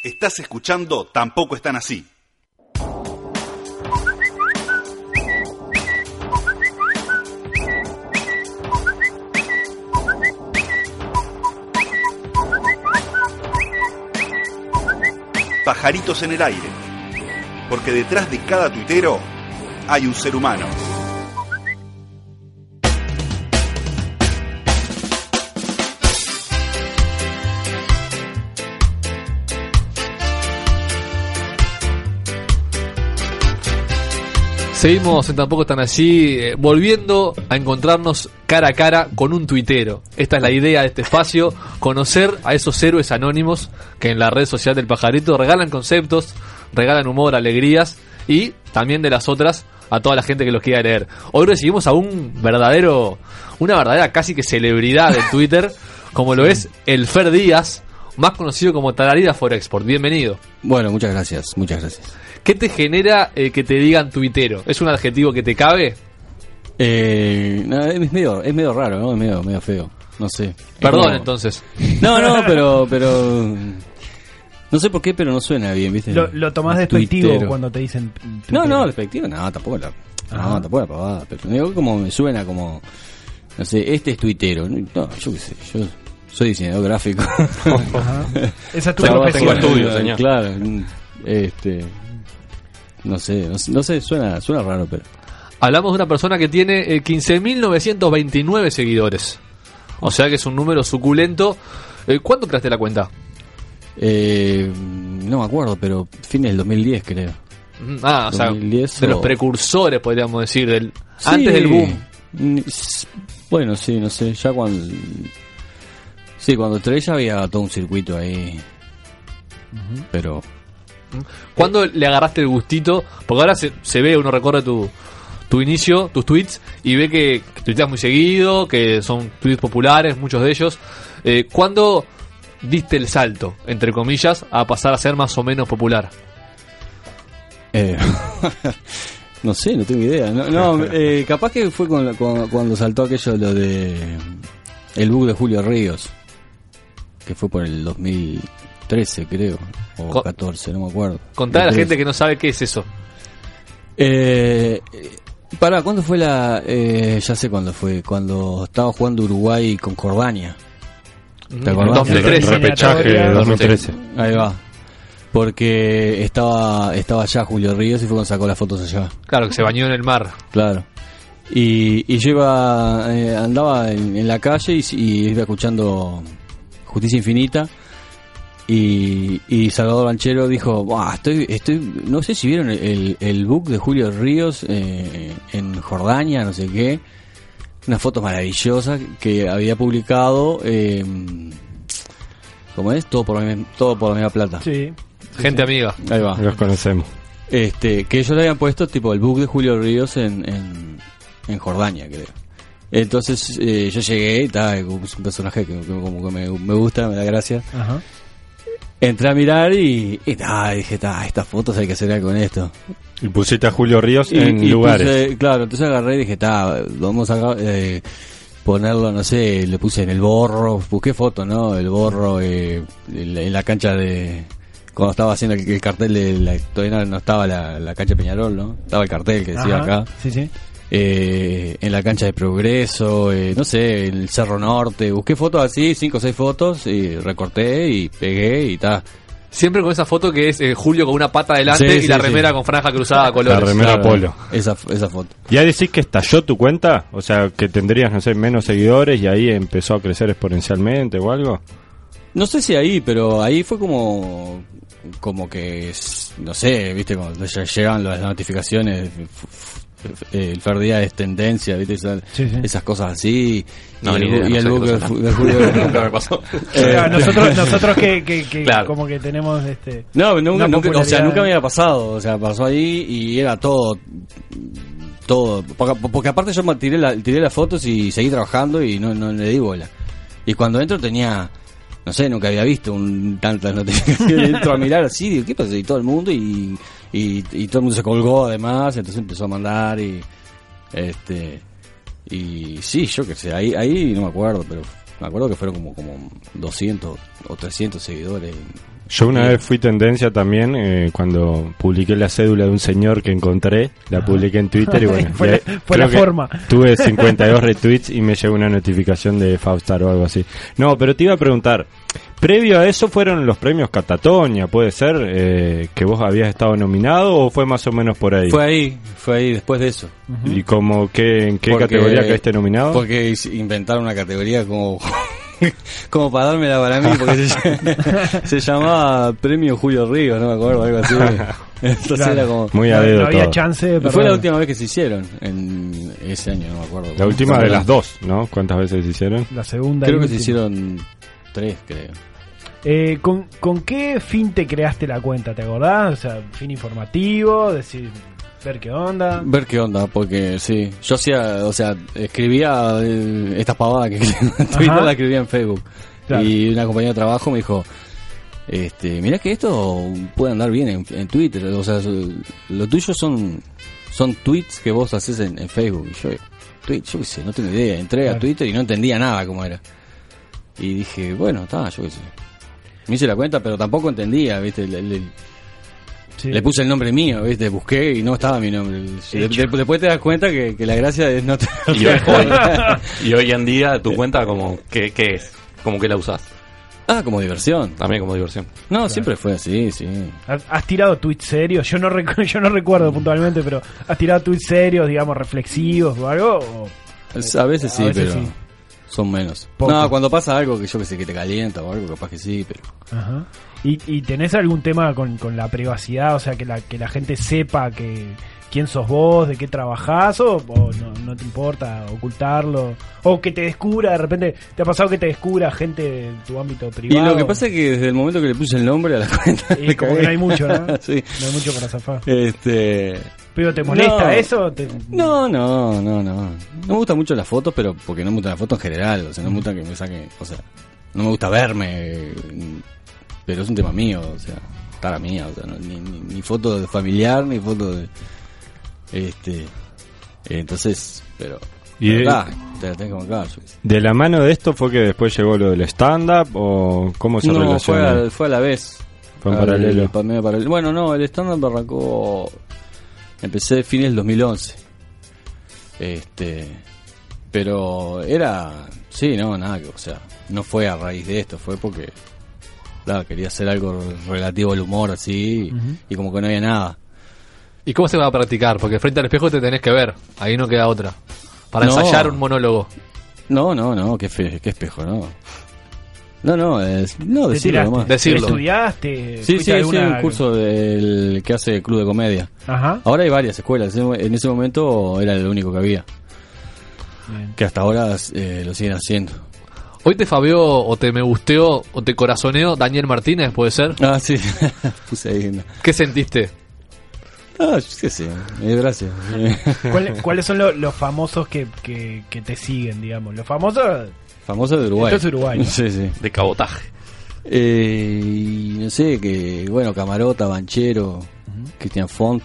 Estás escuchando Tampoco están así. Pajaritos en el aire. Porque detrás de cada tuitero hay un ser humano.
Seguimos en Tampoco Están Así, eh, volviendo a encontrarnos cara a cara con un tuitero. Esta es la idea de este espacio, conocer a esos héroes anónimos que en la red social del pajarito regalan conceptos, regalan humor, alegrías y también de las otras a toda la gente que los quiera leer. Hoy recibimos a un verdadero, una verdadera casi que celebridad de Twitter, como lo es el Fer Díaz, más conocido como Tararida for Export. Bienvenido.
Bueno, muchas gracias, muchas gracias.
¿Qué te genera eh, que te digan tuitero? ¿Es un adjetivo que te cabe?
Eh, no, es, medio, es medio raro, ¿no? Es medio, medio feo. No sé.
Perdón,
Es como-
entonces.
No, no, pero, pero. No sé por qué, pero no suena bien, ¿viste?
Lo, lo tomás despectivo
Tuitero.
cuando Ah. te dicen.
No, no, despectivo, no, tampoco la. No,
Ajá.
tampoco la pavada. Pero digo, como me suena como. No sé, este es tuitero. No, yo qué sé, yo soy diseñador gráfico.
Esa es tu
Trabajo
profesión.
en-
Tengo estudios, señor.
Claro, mm, este. No sé, no sé, no sé, suena, suena raro, pero.
Hablamos de una persona que tiene eh, 15.929 seguidores. O sea que es un número suculento. Eh, ¿Cuánto creaste la cuenta?
Eh, no me acuerdo, pero fines del 2010, creo.
Mm, Ah, o sea,
2010
de los
o-
precursores, podríamos decir, del
Sí.
antes del boom.
Mm, s- Bueno, sí, no sé, ya cuando... Sí, cuando entré ya había todo un circuito ahí. Pero...
¿Cuándo le agarraste el gustito? Porque ahora se, se ve, uno recorre tu, tu inicio, tus tweets, y ve que, que tuiteas muy seguido, que son tweets populares, muchos de ellos. Eh, ¿Cuándo diste el salto, entre comillas, a pasar a ser más o menos popular?
eh, no sé, no tengo idea. No, no, eh, capaz que fue con la- con- cuando saltó aquello lo de... El bug de Julio Ríos. Que fue por el 2013, creo. O
Co-
14, no me acuerdo.
Contá a la
Entonces-
gente que no sabe qué es eso.
Eh, pará, ¿cuándo fue la...? eh, ya sé cuándo fue. Cuando estaba jugando Uruguay con Jordania.
Mm,
¿Te acordás?
2013. Repechaje 2013.
Ahí va. Porque estaba estaba allá Julio Ríos y fue cuando sacó las fotos allá.
Claro, que se bañó en el mar.
Claro. Y, y yo iba, eh, andaba en, en la calle y, s- y iba escuchando Justicia Infinita. Y, y Salvador Banchero dijo, "Buah, estoy, estoy, no sé si vieron el, el, el book de Julio Ríos eh, en Jordania, no sé qué. Unas fotos maravillosas que había publicado, eh, ¿cómo es? Todo por, la misma- todo por la misma plata.
Sí.
Gente amiga.
Ahí va.
Los conocemos.
Este, que ellos le habían puesto tipo el book de Julio Ríos en, en, en Jordania, creo. Entonces eh, yo llegué, y ta, es un personaje que, que como que me, me gusta, me da gracia.
Ajá.
Entré a mirar y, y ta, dije, ta, estas fotos hay que hacer algo con esto.
Y pusiste a Julio Ríos
Y-
en
y
lugares.
puse- claro, entonces agarré y dije, ta, vamos a eh, ponerlo, no sé, le puse en el borro, busqué foto, ¿no? El borro eh, en, la, en la cancha de... Cuando estaba haciendo el, el cartel de la... Todavía no, no estaba la, la cancha de Peñarol, ¿no? Estaba el cartel que decía
Ajá,
acá.
Sí, sí.
Eh, en la cancha de Progreso, eh, no sé, el Cerro Norte. Busqué fotos así, cinco o seis fotos, y recorté y pegué y ta.
Siempre con esa foto que es eh, Julio con una pata adelante
Sí,
y
sí,
la
sí.
remera con franja cruzada a colores.
La remera polo.
Esa, esa foto.
¿Ya decís que estalló tu cuenta? O sea, que tendrías, no sé, menos seguidores y ahí empezó a crecer exponencialmente o algo.
No sé si ahí, pero ahí fue como como que es- no sé, viste cuando lle- llegan las notificaciones f- f- f- el Fer Díaz es tendencia, viste Esa-
Sí, sí.
esas cosas así
No,
y
ni
el,
idea,
y
no
el
sé
book
qué
de,
cosa
fu-
son.
de Julio
Nunca me pasó.
Eh,
Claro, nosotros, nosotros que, que- que
Claro.
como que tenemos este.
No, nunca,
una
nunca- o sea,
popularidad-
nunca me había pasado. O sea, pasó ahí y era todo. Todo. Porque, porque aparte yo me tiré, la- tiré las fotos y seguí trabajando y no, no le di bola. Y cuando entro tenía. No sé, nunca había visto un, tantas noticias. entro a mirar así, digo, ¿qué pasa? Y todo el mundo y, y, y todo el mundo se colgó además. Entonces empezó a mandar y. Este. Y sí, yo qué sé, ahí, ahí no me acuerdo, pero me acuerdo que fueron como, como 200 o 300 seguidores.
Yo una vez fui tendencia también eh, cuando publiqué la cédula de un señor que encontré, la publiqué en Twitter y bueno,
Fue
y
la-
ahí
fue
creo
la
que
forma.
Tuve 52 retweets y me llegó una notificación de Faustar o algo así. No, pero te iba a preguntar, previo a eso fueron los premios Catatonia, ¿puede ser eh, que vos habías estado nominado o fue más o menos por ahí?
Fue ahí, fue ahí después de eso.
¿Y como qué, en qué
Porque-
categoría quedaste nominado?
Porque is- inventaron una categoría como como para dármela para mí, porque se, ll- se llamaba Premio Julio Ríos, no me acuerdo, algo así. Entonces
Claro.
era como...
Muy a
No-
dedo
no había
todo.
chance de
Fue
perder.
la última vez que se hicieron, en ese año, no me acuerdo.
La última de las dos, ¿no? ¿Cuántas veces se hicieron?
La segunda. y
Creo que se
última.
hicieron tres, creo.
Eh, ¿con, con qué fin te creaste la cuenta? ¿Te acordás? O sea, fin informativo, decir, ver qué onda.
Ver qué onda, porque sí. Yo hacía, o sea, escribía eh, estas pavadas que en Twitter
Ajá.
las escribía en Facebook.
Claro.
Y una compañera de trabajo me dijo, este, mirá que esto puede andar bien en, en Twitter. O sea, su- lo tuyo son, son tweets que vos haces en, en Facebook. Y yo, tweets, yo qué sé, no tengo idea. Entré a
Claro.
Twitter y no entendía nada cómo era. Y dije, bueno, está, yo qué sé. Me hice la cuenta, pero tampoco entendía, viste, el- el- el,
Sí.
le puse el nombre mío, ¿viste? Busqué y no estaba mi nombre. De- de- después te das cuenta que, que la gracia es no tener-
Y hoy, y hoy en día tu cuenta como que, que es, como que la usás.
Ah, como diversión.
También como diversión.
No, siempre fue así, sí.
¿Has has tirado tweets serios? Yo no, recu- yo no recuerdo puntualmente, pero ¿has tirado tweets serios, digamos, reflexivos o algo? O-
Es- A veces sí,
A veces
pero
sí.
son menos.
Poco.
No, cuando pasa algo que yo que sé que te calienta o algo, capaz que sí, pero...
Ajá. ¿Y, y tenés algún tema con, con la privacidad? O sea, que la, que la gente sepa que quién sos vos, de qué trabajás, o, o no, no te importa ocultarlo, o que te descubra de repente, ¿te ha pasado que te descubra gente de tu ámbito
Y
privado?
lo que pasa es que desde el momento que le puse el nombre a la cuenta...
Y
le
como que
cagué.
no hay mucho, ¿no?
sí.
No hay mucho para zafar.
Este...
¿Pero te molesta
No.
eso? ¿Te-
No, no, no, no. No me gustan mucho las fotos, pero porque no me gustan las fotos en general. O sea, no me gusta que me saquen. O sea, no me gusta verme. Pero es un tema mío, o sea, cara mía. O sea, no- ni, ni, ni foto de familiar, ni foto de. Este. Entonces, pero.
Y
pero
de-
está, te la tenés que bancar, yo qué sé.
¿De la mano de esto fue que después llegó lo del stand-up o cómo se
No, fue
relaciona?
a, fue a la vez.
eh. Fue en
Al-
paralelo.
pa- medio paralelo. Bueno, no, el stand-up arrancó. Empecé fines del 2011. Este. Pero era. Sí, no, nada, que- o sea, no fue a raíz de esto, fue porque. Nada, quería hacer algo relativo al humor así. Y como que no había nada.
¿Y cómo se va a practicar? Porque frente al espejo te tenés que ver. Ahí no queda otra. Para
No.
ensayar un monólogo.
No, no, no, qué, fe- qué espejo, no. No, no, es, no,
¿Te
decirlo
tiraste?
nomás.
¿Estudiaste?
Sí,
Eh, ¿Fuiste
sí,
a
sí,
alguna-
un curso del que hace Club de Comedia.
Ajá.
Ahora hay varias escuelas. En en ese momento era lo único que había.
Bien.
Que hasta ahora eh, lo siguen haciendo.
Hoy te fabeó o te me gusteó o te corazoneó Daniel Martínez, puede ser.
Ah, sí. Puse ahí. una-
¿Qué sentiste?
Ah, yo qué sé. eh, gracias.
¿Cuál- ¿Cuáles son lo- los famosos que, que- que te siguen, digamos? Los famosos...
Famoso de Uruguay.
Esto es uruguayo.
Sí, sí.
De cabotaje.
Eh, y no sé, que bueno, Camarota, Banchero, Cristian Font,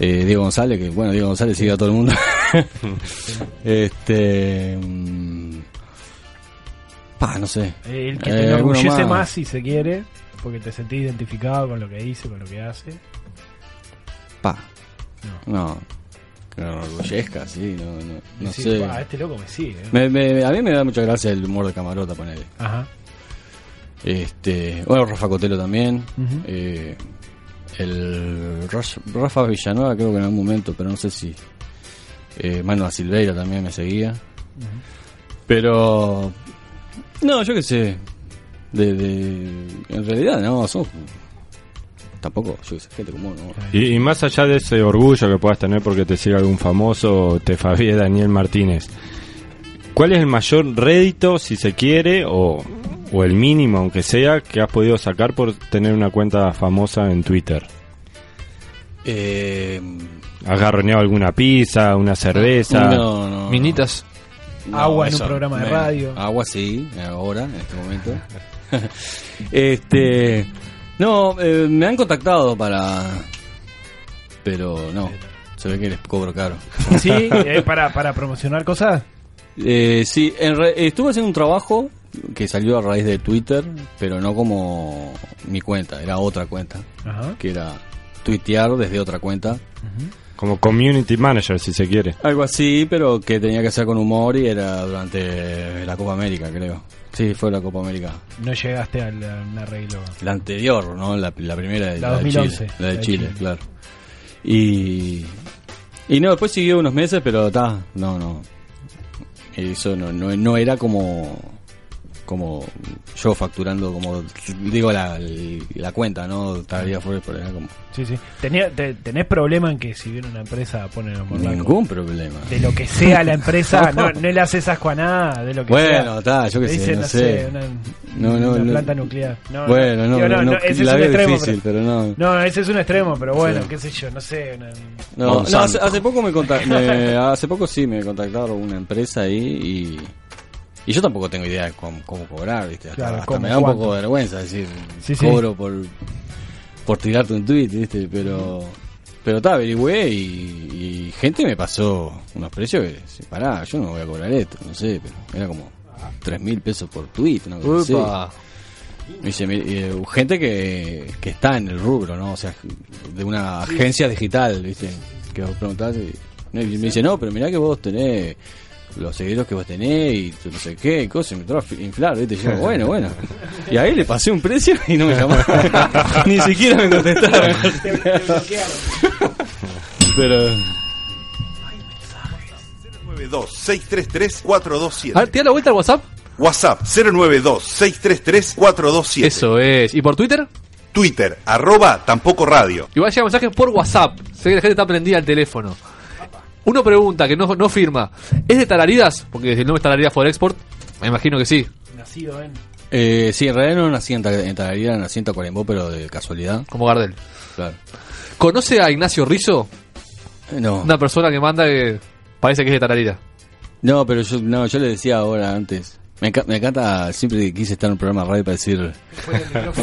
eh, Diego González, que bueno, Diego González sigue a todo el mundo. este. mm, pa, no sé.
El que
Eh,
te
alguno
enorgullece más.
más.
si se quiere, porque te sentís identificado con lo que dice, con lo que hace.
Pa. No. Que no enorgullezca, sí, no, no, no
Decís,
sé.
"Pa, este loco me sigue.
Me- me- a mí me da mucha gracia el humor de Camarota, ponele.
Ajá.
Este, bueno, Rafa Cotelo también.
Ujú.
Eh, el Ras- Rafa Villanueva creo que en algún momento, pero no sé si. Eh, Manuel Silveira también me seguía. Pero... No, yo qué sé. De, de- en realidad, no, somos... Tampoco, yo qué sé, gente común. ¿no?
Y, y más allá de ese orgullo que puedas tener porque te siga algún famoso, o te favie Daniel Martínez, ¿cuál es el mayor rédito, si se quiere, o, o el mínimo, aunque sea, que has podido sacar por tener una cuenta famosa en Twitter?
Eh,
¿Has garroneado alguna pizza, una cerveza?
No, no.
Minitas.
Agua en un
eso,
programa de
me-
radio.
Agua sí, ahora, en este momento. este. No, eh, me han contactado para. Pero no. Se ve que les cobro caro.
Sí, eh, para, para promocionar cosas.
Eh, sí, en re- estuve haciendo un trabajo que salió a raíz de Twitter, pero no como mi cuenta, era otra cuenta.
Ajá.
Que era tuitear desde otra cuenta.
Como community manager, si se quiere.
Algo así, pero que tenía que hacer con humor y era durante la Copa América, creo. Sí, fue la Copa América.
No llegaste al a un arreglo.
La anterior, ¿no? La, la primera,
La
la, de
2011,
Chile. La de Chile, claro. Y. Y no, después siguió unos meses, pero está. No, no. Eso no, no, no era como. como yo facturando, como digo, la, la cuenta, ¿no? Todavía fuera por allá, como.
Sí, sí. Tenía- te- ¿Tenés problema en que si viene una empresa ponen a por banco?
Ningún problema.
De lo que sea la empresa, no, no le haces asco a nada, de lo que sea.
Bueno, está, yo qué
Le
sé,
dicen,
no sé.
una,
No, no,
una
no.
planta nuclear. No,
Bueno, no,
digo,
no, no,
ese
la
es un
veo
extremo.
difícil, pero no.
No, ese es un extremo, pero bueno,
Sí.
qué sé yo, no sé. una-
No, no, hace, hace poco me, contac- me- hace poco sí me contactaron una empresa ahí y, y yo tampoco tengo idea de cómo, cómo cobrar, ¿viste? Hasta,
Claro,
hasta
cómo,
me da un poco
cuánto.
de vergüenza decir,
Sí, sí.
cobro por por tirarte un tweet, ¿viste? Pero pero está, averigüé y, y gente me pasó unos precios que, sí, pará, yo no voy a cobrar esto, no sé, pero era como tres mil pesos por tweet, una cosa así.
Upa.
Y se me- eh, gente que, que está en el rubro, ¿no? O sea, de una
Sí.
agencia digital, ¿viste? Que vos preguntás y, no, y me dice, no, pero mirá que vos tenés los seguidores que vos tenés y tú no sé qué, y cosas, y me entró a fi- inflar, ¿viste? Y yo, bueno, bueno. Y ahí le pasé un precio y no me llamó. Ni siquiera me contestaron. pero...
092-633-427.
A ver, tira la vuelta al WhatsApp.
WhatsApp 092-633-427. Eso
es. ¿Y por Twitter?
Twitter, arroba tampoco radio.
Igual llega mensajes por WhatsApp. Sé que la gente está prendida al teléfono. Uno pregunta que no, no firma. ¿Es de Tararidas? Porque el nombre es Tararidas for Export. Me imagino que sí.
Nacido en.
Eh, sí, en realidad no nací en, Tar- en Tarariras, nací en Tacuarembó, pero de casualidad.
Como Gardel.
Claro. Eh,
¿Conoce a Ignacio Rizzo?
No.
Una persona que manda que parece que es de Tararidas.
No, pero yo, no, yo le decía ahora antes. Me, enca- me encanta, siempre quise estar en un programa de radio para decir.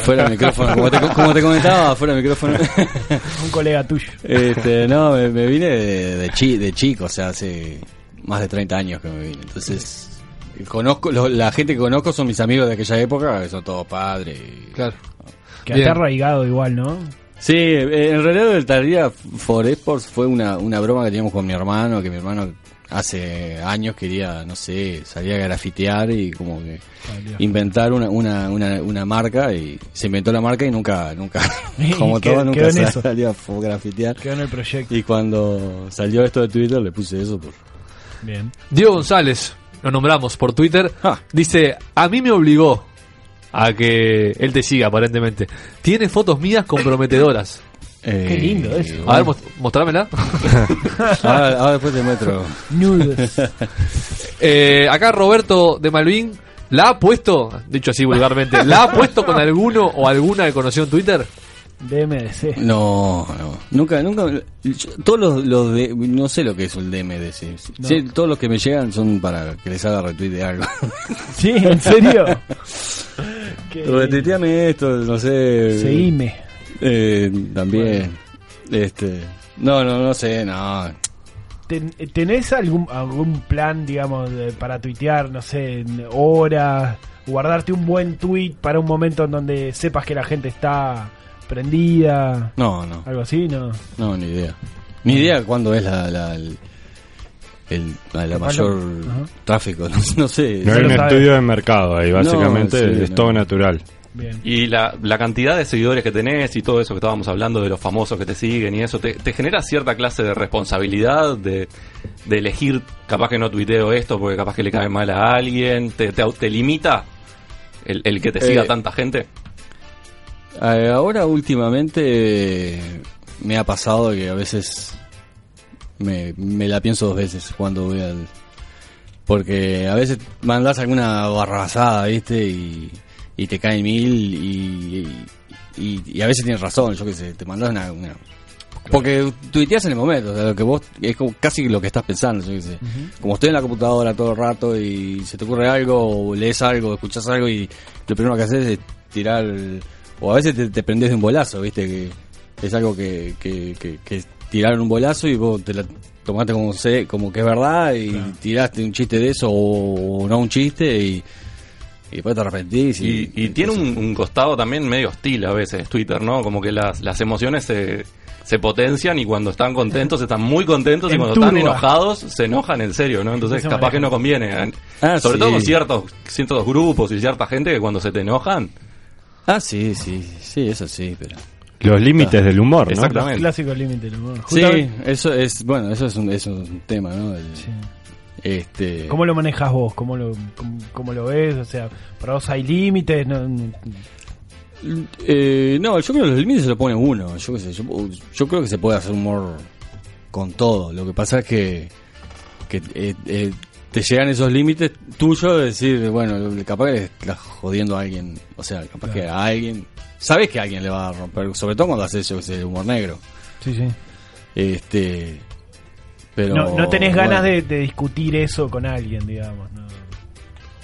Fuera del micrófono. como, te, como te comentaba, fuera del micrófono.
Un colega tuyo.
Este, no, me, me vine de, de, chi- de chico, o sea, hace más de 30 años que me vine. Entonces, conozco lo- la gente que conozco son mis amigos de aquella época, que son todos padres.
Claro.
Que está arraigado igual, ¿no?
Sí, eh, en realidad el Tardia for Sports fue una, una broma que teníamos con mi hermano, que mi hermano hace años quería, no sé, salir a grafitear y como que inventar una, una, una, una marca y se inventó la marca y nunca, nunca,
Y
como
quedó-
todo,
quedó
nunca
en
sa-
eso.
salió a fo- grafitear.
Quedó en el proyecto.
Y cuando salió esto de Twitter le puse eso por...
Bien.
Diego González, lo nombramos por Twitter,
Ah.
dice, a mí me obligó a que él te siga, aparentemente. Tiene fotos mías comprometedoras.
Qué lindo eso.
A ver, mos- mostrámela.
ahora, ahora después te muestro.
Nudes.
Eh, acá Roberto de Malvin la ha puesto, dicho así vulgarmente, ¿la ha puesto con alguno o alguna que conoció en Twitter?
DMDC.
No, no. Nunca, nunca. yo- todos los, los de. No sé lo que es el DMD. Sí, Sí,
No.
sí, todos los que me llegan son para que les haga retweet de algo.
Sí, ¿en serio? Qué
Retuiteame esto, no sé.
Seguime.
Eh, también. Este. No, no, no sé, no.
Ten- ¿Tenés algún, algún plan, digamos, de- para tuitear, no sé, en horas? Guardarte un buen tweet para un momento en donde sepas que la gente está prendida.
No, no.
Algo así, ¿no?
No, ni idea. Ni idea cuándo es la. la el, el- la- la
Capaz lo-
mayor
Ajá.
tráfico, no, no sé.
No hay un estudio de mercado ahí,
No,
básicamente
sí,
es
no.
todo natural.
Y la, la cantidad de seguidores que tenés y todo eso que estábamos hablando de los famosos que te siguen y eso, te, te genera cierta clase de responsabilidad de, de elegir, capaz que no tuiteo esto porque capaz que le cae mal a alguien, te, te, au- te limita el, el que te siga
Eh,
tanta gente.
Eh, Ahora últimamente eh, me ha pasado que a veces me, me la pienso dos veces cuando voy al... Porque a veces mandás alguna barrasada, ¿viste? Y, y te caen mil y, y, y a veces tienes razón, yo qué sé, te mandás una... una- porque tuiteas en el momento, o sea, lo que vos es como casi lo que estás pensando, yo qué sé. Como estoy en la computadora todo el rato y se te ocurre algo, o lees algo, escuchas algo y lo primero que haces es tirar. O a veces te, te prendés de un bolazo, ¿viste? Que es algo que, que, que- que tiraron un bolazo y vos te la tomaste como, se- como que es verdad y tiraste un chiste de eso o, o no un chiste y, y después te arrepentís. Y,
Y, y tiene un, un costado también medio hostil a veces Twitter, ¿no? Como que las, las emociones se, se potencian y cuando están contentos están muy contentos y cuando están
Enturba.
enojados se enojan en serio, ¿no? Entonces
Empieza a
capaz que
manejar.
no conviene. ¿eh?
Ah,
Sobre
sí.
todo con ciertos, ciertos grupos y cierta gente que cuando se te enojan...
Ah, sí, sí, sí, eso sí, pero...
Los límites del humor, ¿no?
Los clásicos límites del humor.
Sí,
Justamente-
eso es, bueno, eso es un, eso es un tema, ¿no? El, Este,
¿Cómo lo manejas vos? ¿Cómo lo, cómo, cómo lo ves? O sea, ¿para vos hay límites? No, no-
Eh, no, yo creo que los límites se los pone uno. Yo, qué sé, yo, yo creo que se puede hacer humor con todo. Lo que pasa es que, que eh, eh, te llegan esos límites tuyos de decir, bueno, capaz que le estás jodiendo a alguien. O sea, capaz que a alguien. Sabes que a alguien le va a romper, sobre todo cuando haces yo qué sé, humor negro.
sí, sí.
Este. Pero,
no, no tenés
bueno.
ganas de, de discutir eso con alguien, digamos. ¿no?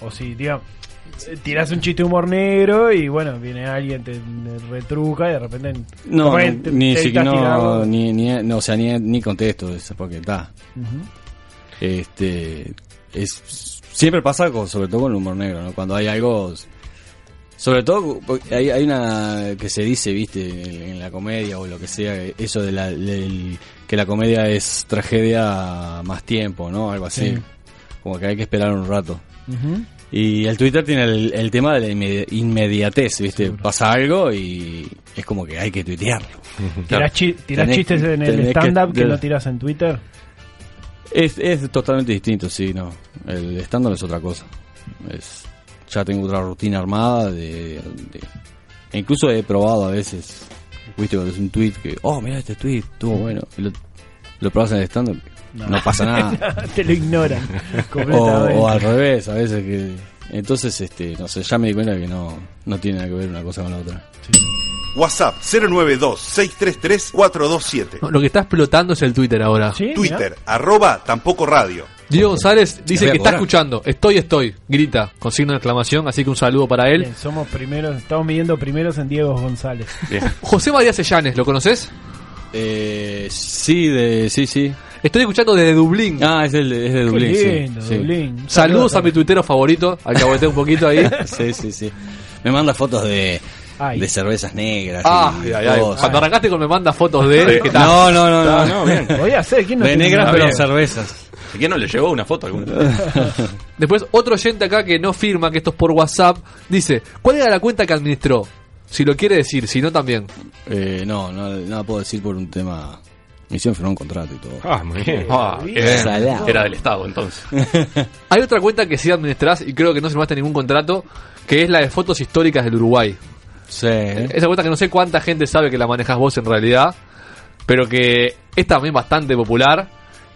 O si, digamos, eh, tirás un chiste de humor negro y bueno, viene alguien, te te retruca y de repente.
No,
capaz que
no,
te-
ni
te
siquiera,
evitas
no,
tirarlo.
ni, ni- no, o sea, ni, ni contesto eso, porque está.
Uhum.
Ujú.
Este, es, siempre pasa, con- sobre todo con el humor negro, ¿no? Cuando hay algo, sobre todo, porque hay, hay una que se dice, viste, en, en la comedia o lo que sea, eso de la, del- que la comedia es tragedia más tiempo, ¿no? Algo así.
Sí.
Como que hay que esperar un rato.
Ujú.
Y el Twitter tiene el, el tema de la inmedi- inmediatez, ¿viste? Pasa algo y es como que hay que tuitearlo.
Tirás, chi- tirás
Tenés-
chistes en el
tenés
stand-up que, no tiras en Twitter.
es, es totalmente distinto, sí, no. El estándar es otra cosa. Es, ya tengo otra rutina armada de, de- e incluso he probado a veces, viste, cuando es un tweet que, oh, mira este tweet, estuvo bueno. Y lo, lo probas en el stand-up, no. pasa nada.
te lo ignoran.
o,
completamente.
o al revés, a veces que... Entonces, este, no sé, ya me di cuenta que no, no tiene nada que ver una cosa con la otra.
WhatsApp 092-633-427.
No, lo que está explotando es el Twitter ahora.
Twitter, arroba tampoco radio.
Diego González dice
voy a
que está
cobrar.
escuchando. Estoy, estoy. Grita, con signo de exclamación, así que un saludo para él.
Bien, somos primeros, estamos midiendo primeros en Diego González.
José María Sellanes, ¿lo conoces?
Eh, sí, de, sí, sí.
Estoy escuchando desde Dublín.
Ah, es, el de- es de
Qué
Dublín, sí,
lindo,
sí.
Dublín. Un saludo Saludos a mi tuitero favorito, alcahueteo un poquito ahí.
sí, sí, sí. Me manda fotos de, de cervezas negras.
Ah,
y
ay, ay.
cosas.
Cuando arrancaste con me manda fotos de él. ¿qué tal?
No, no, no, no, no, bien.
Voy a hacer, ¿quién no
de
tiene
negras,
nada?
pero
Bien.
cervezas.
¿Y quién no le llegó una foto alguna?
Después, otro oyente acá que no firma, que esto es por WhatsApp, dice: ¿Cuál era la cuenta que administró? Si lo quiere decir, si no también.
Eh, no, no, nada puedo decir por un tema. Me hicieron firmar un contrato y todo.
Ah, muy bien. Ah, bien.
Salado.
Era del
Estado, entonces.
Hay otra cuenta que sí administrás y creo que no firmaste ningún contrato, que es la de fotos históricas del Uruguay.
Sí.
Esa cuenta que no sé cuánta gente sabe que la manejas vos en realidad, pero que es también bastante popular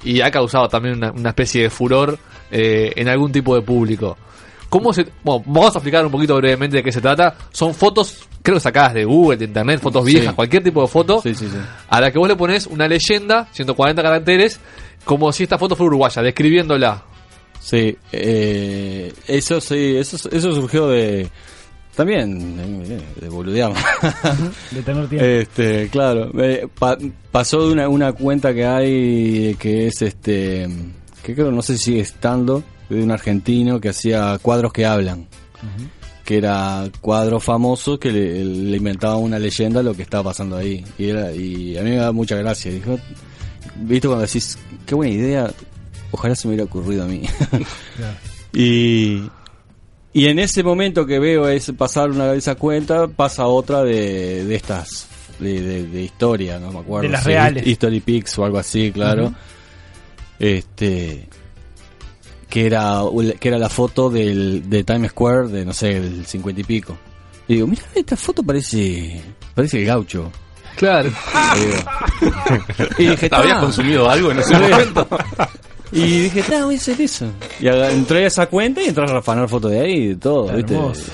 y ha causado también una, una especie de furor eh, en algún tipo de público. ¿Cómo se.? Bueno, vamos a explicar un poquito brevemente de qué se trata. Son fotos, creo que sacadas de Google, de internet, fotos viejas,
Sí.
cualquier tipo de foto,
sí, sí.
a la que vos le pones una leyenda, 140 caracteres, como si esta foto fuera uruguaya, describiéndola.
Sí, eh, eso sí, eso, eso surgió de. También, eh, de boludear.
De tener tiempo.
Este, claro. Eh, pa- pasó de una, una cuenta que hay que es este. que creo, no sé si sigue estando, de un argentino que hacía cuadros que hablan. Que era cuadro famoso que le, le inventaba una leyenda a lo que estaba pasando ahí. Y, era, y a mí me da mucha gracia. Dijo, ¿viste cuando decís, qué buena idea? Ojalá se me hubiera ocurrido a mí. Y, y en ese momento que veo es pasar una de esa cuenta, pasa otra de, de estas, de, de- de historia, no me acuerdo.
De las
si
reales.
History Picks o algo así, claro.
Ujú.
Este que era que era la foto del, de Times Square de no sé el 50 y pico y digo mira esta foto parece parece el gaucho
claro
y dije
¿Habías
"Ta".
consumido algo en ese
Sí.
momento?
y dije "Ta, voy a hacer eso y aga- entré a esa cuenta y entré a rafanar fotos de ahí y de todo, ¿viste?
Hermoso.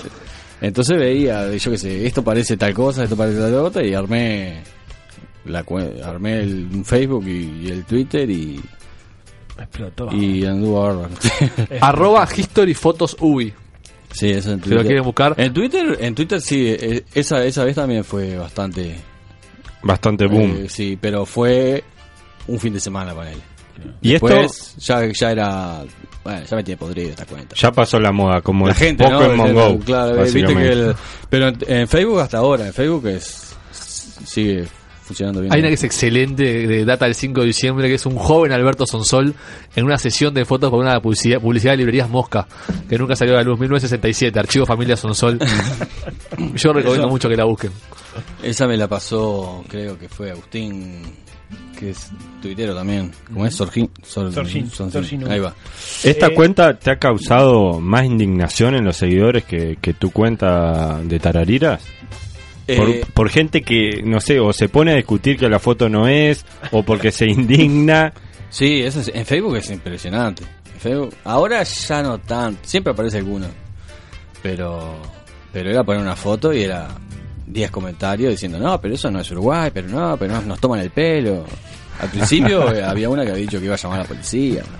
Entonces veía, yo qué sé, esto parece tal cosa, esto parece tal otra, y armé la cue- armé el un Facebook y, y el Twitter y,
É,
Explotó.
y anduvo bárbaro.
Arroba History Fotos Ubi.
sí, eso en
Si lo quieren buscar.
En Twitter, en Twitter sí, eh, esa, esa vez también fue bastante
Bastante boom.
eh, sí, pero fue un fin de semana con él.
Y esto-
Después, ya, ya era. Bueno, ya me tiene podrido esta cuenta.
Ya pasó la moda, como
la
el
gente, ¿no?
Pokémon
El-
Go.
el- claro, eh, viste
básicamente.
que el- pero en, en Facebook hasta ahora, en Facebook es sigue funcionando bien.
Hay una que es excelente, de data del 5 de diciembre, que es un joven Alberto Sonsol en una sesión de fotos con una publicidad, publicidad de librerías Mosca, que nunca salió a la luz, 1967, Archivo Familia Sonsol. Yo recomiendo
Eso-
mucho que la busquen.
Esa me la pasó, creo que fue Agustín que es tuitero también. Como es Sorgin. Sor-
Sorgin, Sorgin.
Ahí va.
¿Esta
Eh,
cuenta te ha causado más indignación en los seguidores que, que tu cuenta de Tarariras? Por,
Eh,
por gente que, no sé, o se pone a discutir que la foto no es, o porque se indigna.
Sí, eso es- en Facebook es impresionante. En Facebook- ahora ya no tanto, siempre aparece alguno. Pero pero era poner una foto y era 10 comentarios diciendo, "No, pero eso no es Uruguay, pero no, pero no- nos toman el pelo." Al principio eh, había una que había dicho que iba a llamar a la policía.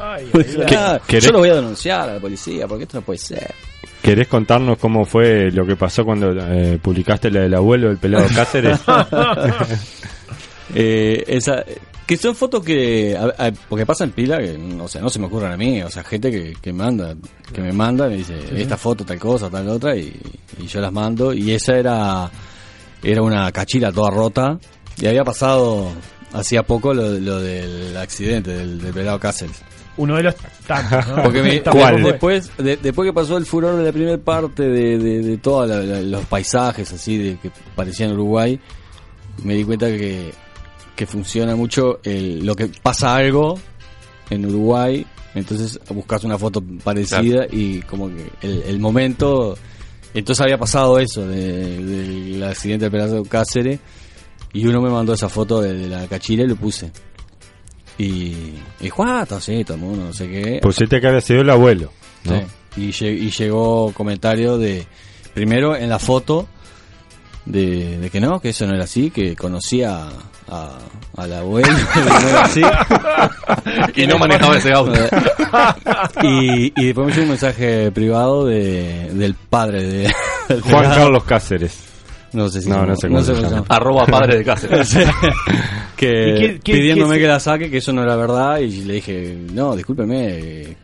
Ah,
¿Qué-
yo
querés-
lo voy a denunciar a la policía porque esto no puede ser.
¿Querés contarnos cómo fue lo que pasó cuando eh, publicaste la del abuelo del pelado Cáceres?
Eh, esa, que son fotos que. a- a- porque pasan pila, que o sea, no se me ocurren a mí. O sea, gente que, que manda, que me manda, me dice,
sí.
esta foto, tal cosa, tal otra, y, y yo las mando. Y esa era. Era una cachila toda rota. Y había pasado hacía poco lo, lo del accidente del, del pelado Cáceres.
Uno de los tantos. ¿no?
Porque me-
Tampoco Ah, fue.
después, de- después que pasó el furor de la primera parte de, de, de todos los paisajes así de que parecían Uruguay, me di cuenta que, que funciona mucho el- lo que pasa algo en Uruguay, entonces buscas una foto parecida y como que el, el momento... Entonces había pasado eso de- del accidente del pedazo Cáceres y uno me mandó esa foto de, de la cachila y lo puse. Y, y Juan, sí, todo el mundo, no sé qué.
Pusiste que había sido el abuelo. ¿no?
Sí. Y, lle- y llegó comentario de, primero en la foto, de, de que no, que eso no era así, que conocía a, a, al abuelo, que no era así.
Y no manejaba ese auto.
y, y después me llegó un mensaje privado de, del padre de del
Juan
pelado.
Carlos Cáceres.
No sé si
No,
se llama-
no sé cómo se
cómo
llama.
Arroba padre de Cáceres.
Sí. que
¿Y quién- quién-
pidiéndome
quién se-
que la saque, que eso no era verdad, y le dije, no, discúlpeme. eh,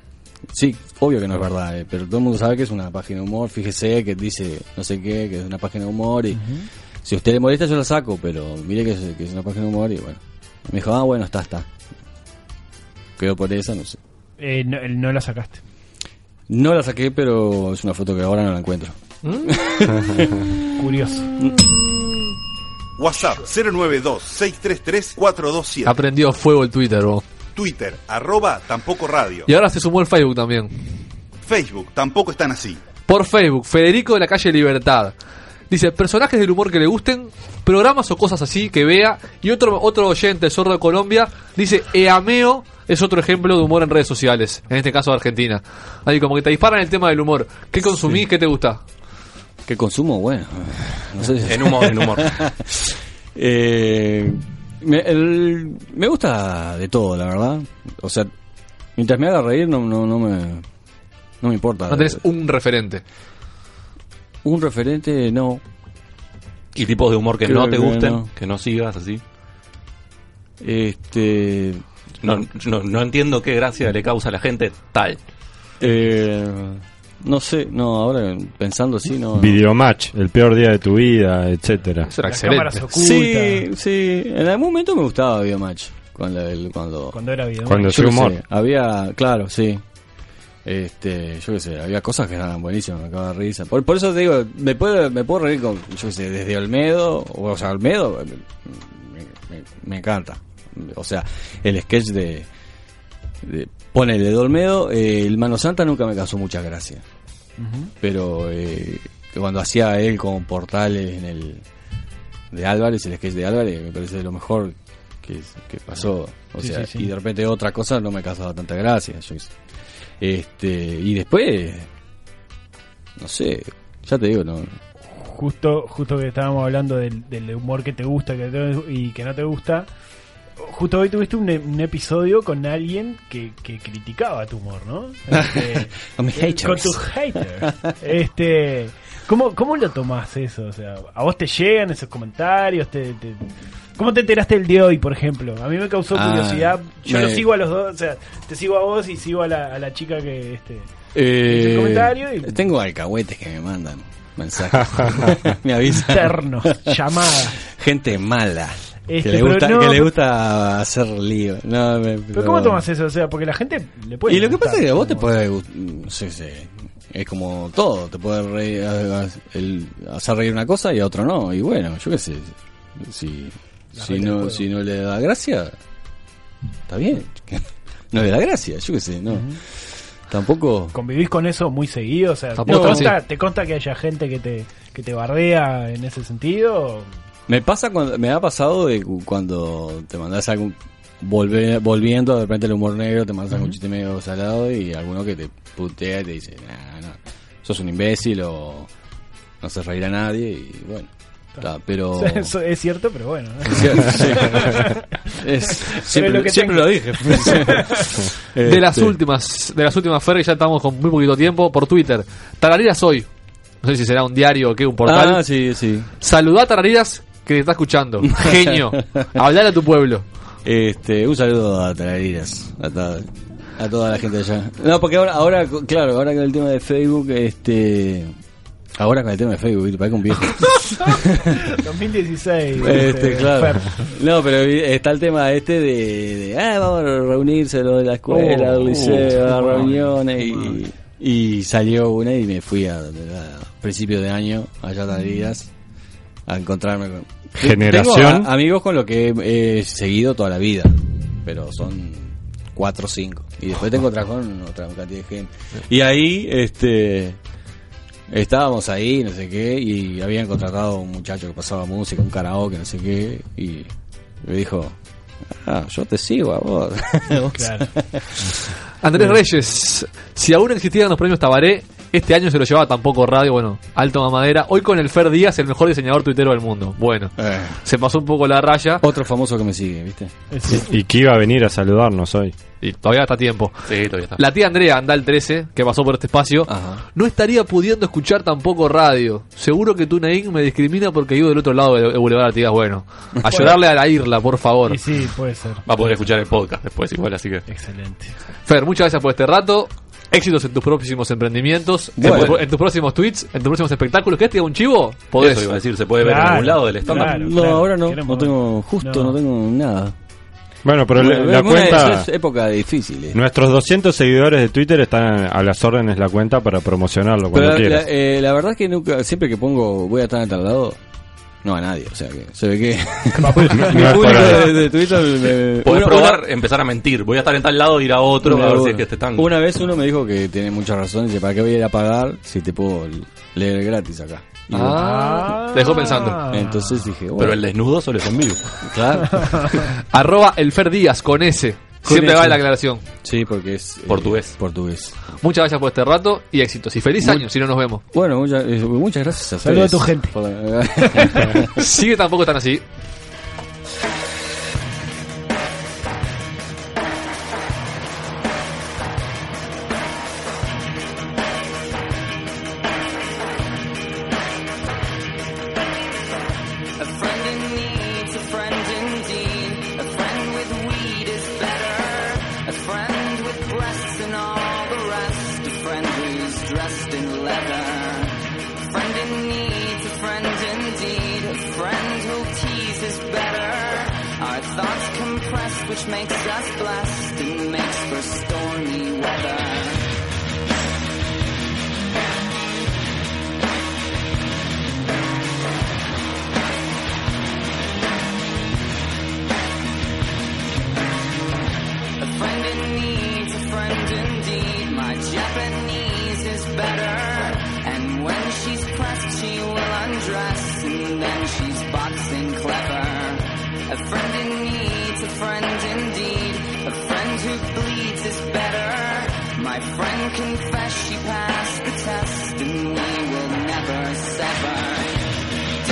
Sí, obvio que no es verdad, eh, pero todo el mundo sabe que es una página de humor. Fíjese que dice no sé qué, que es una página de humor. Y si a usted le molesta, yo la saco, pero mire que es, que es una página de humor. Y bueno, me dijo, ah, bueno, está, está. Quedó por esa, no sé.
Eh, no, no la sacaste.
No la saqué, pero es una foto que ahora no la encuentro.
Curioso.
WhatsApp 092-633-427.
Aprendió fuego el Twitter, vos.
Twitter, arroba tampoco radio.
Y ahora se sumó el Facebook también.
Facebook, tampoco están así.
Por Facebook, Federico de la calle Libertad. Dice, personajes del humor que le gusten, programas o cosas así que vea. Y otro, otro oyente, sordo de Colombia, dice, Eameo es otro ejemplo de humor en redes sociales. En este caso de Argentina. Ahí como que te disparan el tema del humor. ¿Qué consumís? ¿Qué te gusta?
¿Qué consumo? Bueno, no sé.
En humor, en humor.
Eh, me, el- me gusta de todo, la verdad. O sea, mientras me haga reír, no, no, no me. No me importa.
No tenés un referente.
Un referente, no.
Y tipos de humor que
Creo
no te
que
gusten,
no.
que no sigas así.
Este.
No, no, no entiendo qué gracia le causa a la gente tal.
Eh, no sé, no, ahora pensando así, no.
Videomatch, el peor día de tu vida, etcétera.
Sí, sí. En algún momento me gustaba Videomatch. Cuando, el- cuando,
Cuando era Videomatch.
Yo
Cuando hacía
qué
humor.
sé, había, claro, sí. Este, yo qué sé, había cosas que eran buenísimas, me acaba de risa. Por, por eso te digo, me puedo, me puedo reír con, yo qué sé, desde Olmedo, o, o sea, Olmedo me, me- me encanta. O sea, el sketch de, de ponele de Olmedo, eh, el Mano Santa nunca me causó mucha gracia. Pero eh, que cuando hacía él con Portales en el de Álvarez, el sketch de Álvarez, me parece lo mejor que, que pasó. O
Sí,
sea,
sí, sí.
y de repente otra cosa no me causaba tanta gracia. yo qué sé. este, y después, no sé, ya te digo, no.
justo, justo que estábamos hablando del, del humor que te gusta que te- y que no te gusta. Justo hoy tuviste un, e- un episodio con alguien que, que criticaba tu humor, ¿no? Este,
Con mis haters.
Con tus haters. Este, ¿cómo, ¿Cómo lo tomás eso? O sea, ¿a vos te llegan esos comentarios? Te, te- ¿Cómo te enteraste el de hoy, por ejemplo? A mí me causó
Ah,
curiosidad. Yo
me-
lo sigo a los dos, o sea, te sigo a vos y sigo a la, a la chica que... Este,
Eh,
el comentario y-
Tengo alcahuetes que me mandan mensajes, me avisan.
Ternos, llamadas.
Gente mala.
Este,
que le
pero
gusta,
no,
que le
pero-
gusta hacer lío. No, me-
¿Pero cómo tomas eso? O sea, porque la gente le puede...
Y lo que
gustar.
pasa es que a vos te puede gust- no sé, sé, es como todo, te puede reír, eh, el- hacer reír una cosa y a otro no, y bueno, yo qué sé, si Si no, si no le da gracia, está bien. No le da gracia, yo qué sé, no. Tampoco.
¿Convivís con eso muy seguido? O sea, ¿te
Tampoco
consta,
así.
te consta que haya gente que te, que te bardea en ese sentido?
Me pasa cuando, me ha pasado de cu- cuando te mandás algún volve- volviendo de repente el humor negro, te mandas algún chiste medio salado y alguno que te putea y te dice, nah, no, sos un imbécil o no haces reír a nadie y bueno. está, pero
Eso es cierto, pero bueno.
Sí, sí. Es- siempre-
Pero que
siempre
tengo.
lo dije.
De las
Este.
últimas, de las últimas Ferry, ya estamos con muy poquito tiempo, por Twitter. Tarariras hoy. No sé si será un diario o qué, un portal.
Ah, sí, sí.
Saludá a Tarariras que te está escuchando. Genio. Hablar a tu pueblo.
Este, un saludo a Tarariras, a, ta- a toda la gente de allá. No, porque ahora, ahora, claro, ahora con el tema de Facebook, este, ahora con el tema de Facebook, ¿viste? parece un viejo.
2016.
este, claro.
Fer.
No, pero está el tema este de, de, ah, vamos a reunirse lo de la escuela,
Oh,
del liceo,
oh,
las
oh,
reuniones y, y salió una y me fui a, a principio de año allá a Tarariras a encontrarme con
Generación.
Tengo a- amigos con los que he, he seguido toda la vida, pero son cuatro o cinco y después te encontrás con otra cantidad de gente. Y ahí este Estábamos ahí, no sé qué, y habían contratado a un muchacho que pasaba música, un karaoke, no sé qué, y me dijo, ah, yo te sigo a vos.
Claro. Andrés Reyes, si aún existieran los premios Tabaré, este año se lo llevaba tampoco radio, bueno, alto mamadera. Hoy con el Fer Díaz, el mejor diseñador tuitero del mundo. Bueno, se pasó un poco la raya.
Eh. Otro famoso que me sigue, ¿viste?
Y que iba a venir a saludarnos hoy.
Y todavía está a tiempo.
Sí, todavía está.
La tía Andrea Andal 13, que pasó por este espacio, no estaría pudiendo escuchar tampoco radio. Seguro que Tunein me discrimina porque vivo del otro lado de de Boulevard Artigas Bueno. A llorarle a la irla, por favor.
Y sí, puede ser.
Va a poder escuchar el podcast después igual, así que...
Excelente.
Fer, muchas gracias por este rato. Éxitos en tus próximos emprendimientos, en
Bueno.
tu- en, tus próximos tweets, en tus próximos espectáculos. ¿Querés que te diga un chivo? Podés.
Eso iba a decir, se puede ver en algún lado del estándar.
no, ahora no, no tengo, justo no,
No.
tengo nada.
Bueno, pero la-
Bueno,
la
bueno,
cuenta-
Es, es época difícil. eh.
Nuestros 200 seguidores de Twitter están a las órdenes la cuenta para
Pero
promocionarlo cuando
la,
quieras.
la- eh, la verdad es que nunca, siempre que pongo voy a estar tardado, no a nadie, o sea que se ve que mi
no es por
público
ahí.
de, de Twitter me-
Podés
uno-
probar, empezar a mentir. Voy a estar en tal lado, ir a otro, a ver si es que este están...
Una vez uno me dijo que tiene mucha razón, dice, ¿para qué voy a ir a pagar si te puedo leer gratis acá? Y
Ah, te dejó pensando.
Entonces dije, bueno.
Pero el desnudo solo es en vivo.
Claro.
Arroba el Fer Díaz con S. Siempre
Con
va
S.
la aclaración.
Sí, porque es... eh,
Portugués.
portugués.
Muchas gracias por este rato y éxitos. Y feliz
Muy-
año, si no nos vemos.
Bueno, muchas, eh, muchas gracias a
Saludo a
ustedes.
tu gente.
por la-
Sigue tampoco están así.
A friend in need's a friend indeed. A friend with weed is better. A friend with breasts and all the rest. A friend who's dressed in leather. A friend in need's a friend indeed. A friend who'll tease is better. Our thoughts compressed, which makes us blessed and makes for stormy weather. A friend in need's a friend indeed. My Japanese is better. And when she's pressed, she will undress. And then she's boxing clever. A friend in need's a friend indeed. A friend who bleeds is better. My friend confessed she passed the test. And we will never sever.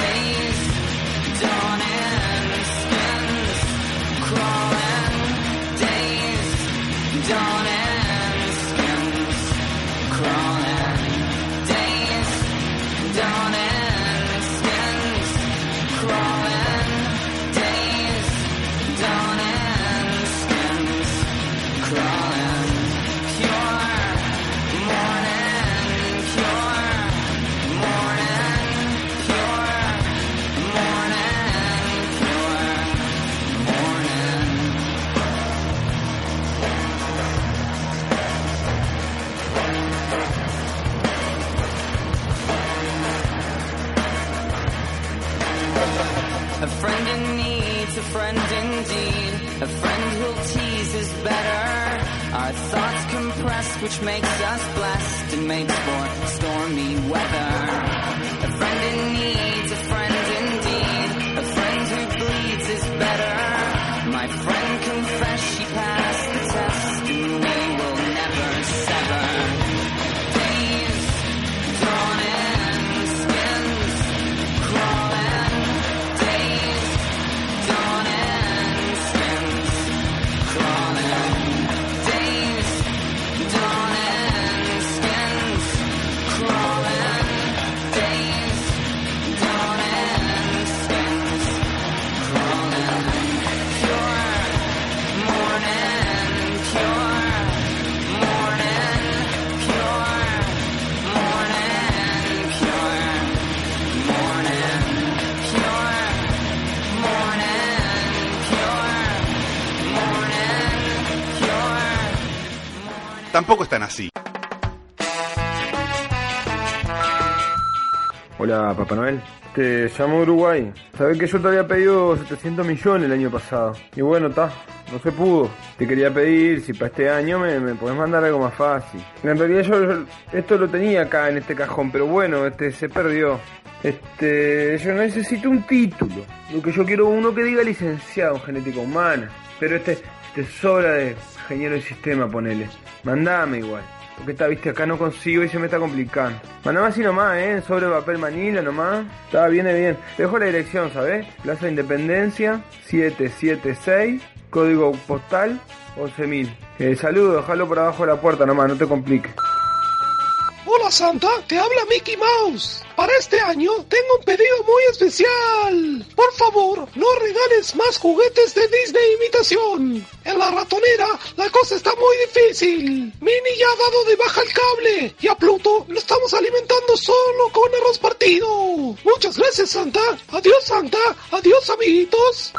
Days dawning, skins crawling. Days dawning, skins crawling. Days dawning, skins crawling. Days
A friend in need's a friend indeed. A friend who'll tease is better. Our thoughts compressed, which makes us blessed and makes for stormy weather. A friend in need's a friend indeed. A friend who bleeds is better. My friend confessed she passed the test and we will never sever. Days dawning, skins crawling. Days dawning, skins crawling. Days dawning, skins crawling. Days dawning, skins crawling. Pure morning, pure morning, pure morning, pure morning, pure morning, pure morning, pure.
Tampoco están así.
Hola, Papá Noel. Te llamo Uruguay. Sabés que yo te había pedido 700 millones el año pasado. Y bueno, está, no se pudo. Te quería pedir si para este año me, me podés mandar algo más fácil. En realidad yo, yo esto lo tenía acá en este cajón, pero bueno, este se perdió. Este, yo necesito un título. Lo que yo quiero uno que diga licenciado en genética humana. Pero este, este sobra de ingeniero de sistema, ponele. Mandame igual. Porque está, viste, acá no consigo y se me está complicando. Mandame así nomás, ¿eh? Sobre papel manila nomás. Está, viene bien. Te dejo la dirección, ¿sabes? Plaza Independencia, 776, código postal, 11.000. Eh, saludos, déjalo por abajo de la puerta nomás, no te compliques.
Hola Santa, te habla Mickey Mouse. Para este año tengo un pedido muy especial. Por favor, no regales más juguetes de Disney imitación. En la ratonera la cosa está muy difícil. Minnie ya ha dado de baja el cable y a Pluto lo estamos alimentando solo con arroz partido. Muchas gracias Santa. Adiós Santa. Adiós amiguitos.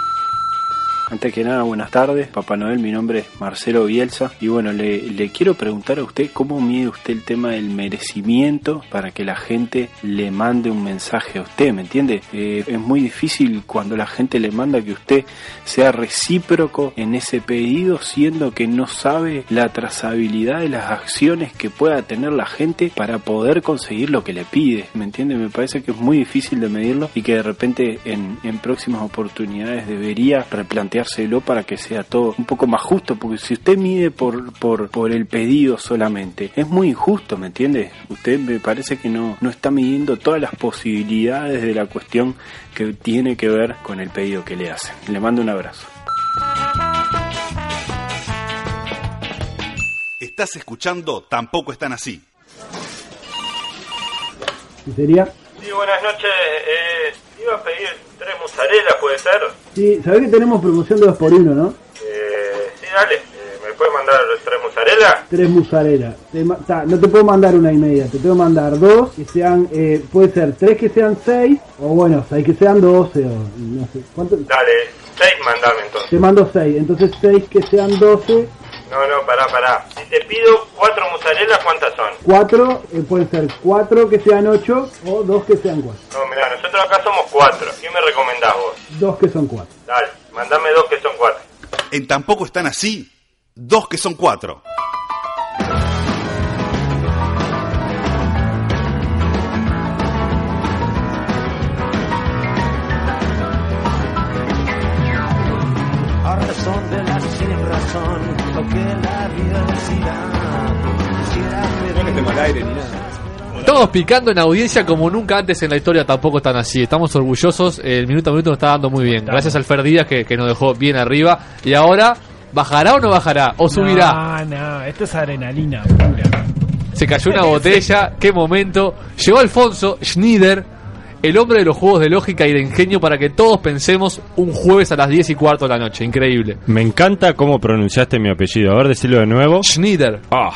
Antes que nada, buenas tardes, Papá Noel, mi nombre es Marcelo Bielsa y bueno, le, le quiero preguntar a usted cómo mide usted el tema del merecimiento para que la gente le mande un mensaje a usted, ¿me entiende? Eh, es muy difícil cuando la gente le manda que usted sea recíproco en ese pedido, siendo que no sabe la trazabilidad de las acciones que pueda tener la gente para poder conseguir lo que le pide, ¿me entiende? Me parece que es muy difícil de medirlo y que de repente en, en próximas oportunidades debería replantear planteárselo para que sea todo un poco más justo, porque si usted mide por, por, por el pedido solamente, es muy injusto, ¿me entiende? Usted me parece que no, no está midiendo todas las posibilidades de la cuestión que tiene que ver con el pedido que le hacen. Le mando un abrazo.
Estás escuchando Tampoco están así.
sería?
Sí, buenas noches. Eh, iba a pedir tres mozzarella, ¿puede ser?
Sí, sabés que tenemos promoción de 2 por 1 ¿no?
Eh, sí, dale. Eh, ¿Me puede mandar tres mozzarella?
Tres musarela. Te ma- ta, no te puedo mandar una y media, te puedo mandar dos que sean, eh, puede ser tres que sean seis, o bueno, seis que sean doce, o no sé. ¿Cuánto?
Dale, seis mandame entonces.
Te mando seis, entonces seis que sean doce,
No, no, pará, pará. Si te pido cuatro mozzarella, ¿cuántas son?
cuatro, eh, pueden ser cuatro que sean ocho, o dos que sean cuatro.
No, mirá, nosotros acá somos cuatro. ¿Qué me recomendás vos?
Dos que son cuatro.
Dale, mandame dos que son cuatro.
En Tampoco están así, dos que son cuatro.
Ahora son de la sin razón, lo que la vida
Estamos picando en audiencia como nunca antes en la historia, tampoco están así. Estamos orgullosos, el minuto a minuto nos está dando muy bien. Gracias al Fer Díaz que, que nos dejó bien arriba. Y ahora, ¿bajará o no bajará? ¿O subirá?
Ah, no, esto es adrenalina pura.
Se cayó una botella, qué momento. Llegó Alfonso Schneider, el hombre de los juegos de lógica y de ingenio para que todos pensemos un jueves a las 10 y cuarto de la noche. Increíble.
Me encanta cómo pronunciaste mi apellido. A ver, decilo de nuevo.
Schneider.
Ah.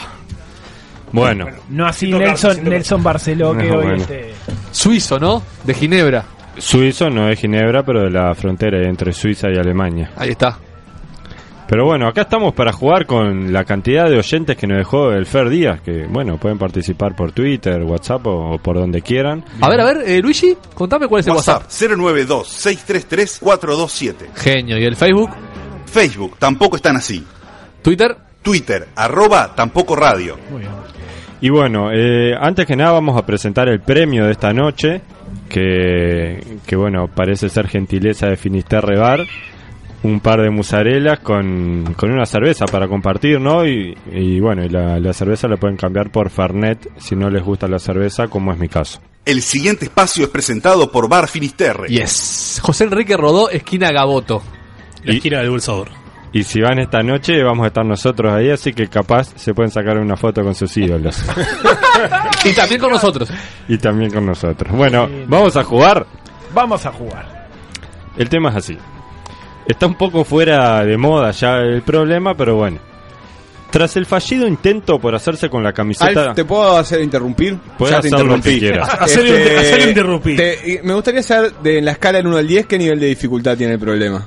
Bueno.
No así Nelson, Nelson Barceló que
No,
hoy
bueno.
este,
Suizo, ¿no? De Ginebra.
Suizo no es Ginebra, pero de la frontera entre Suiza y Alemania.
Ahí está.
Pero bueno, acá estamos para jugar con la cantidad de oyentes que nos dejó el Fer Díaz, que bueno, pueden participar por Twitter, WhatsApp o, o por donde quieran.
A ver, a ver, eh, Luigi, contame cuál es el WhatsApp.
092-633-427.
Genio, ¿y el Facebook?
Facebook, tampoco están así.
¿Twitter?
Twitter, arroba tampoco radio.
Y bueno, eh, antes que nada vamos a presentar el premio de esta noche, que, que bueno, parece ser gentileza de Finisterre Bar. Un par de musarelas con, con una cerveza para compartir, ¿no? Y, y bueno, y la, la cerveza la pueden cambiar por Fernet si no les gusta la cerveza, como es mi caso.
El siguiente espacio es presentado por Bar Finisterre.
Yes. José Enrique Rodó, esquina Gaboto.
La esquina del bolsador. Y si van esta noche, vamos a estar nosotros ahí, así que capaz se pueden sacar una foto con sus ídolos.
y también con nosotros.
y también con nosotros. Bueno, vamos a jugar.
Vamos a jugar.
El tema es así. Está un poco fuera de moda ya el problema, pero bueno. Tras el fallido intento por hacerse con la camiseta...
Alf, ¿te puedo hacer interrumpir?
Puedes
Ya te
hacer lo
interrumpí. Este,
que quieras.
Hacer inter- hacer interrumpir.
te- y me gustaría saber, de, en la escala del 1 al 10, qué nivel de dificultad tiene el problema.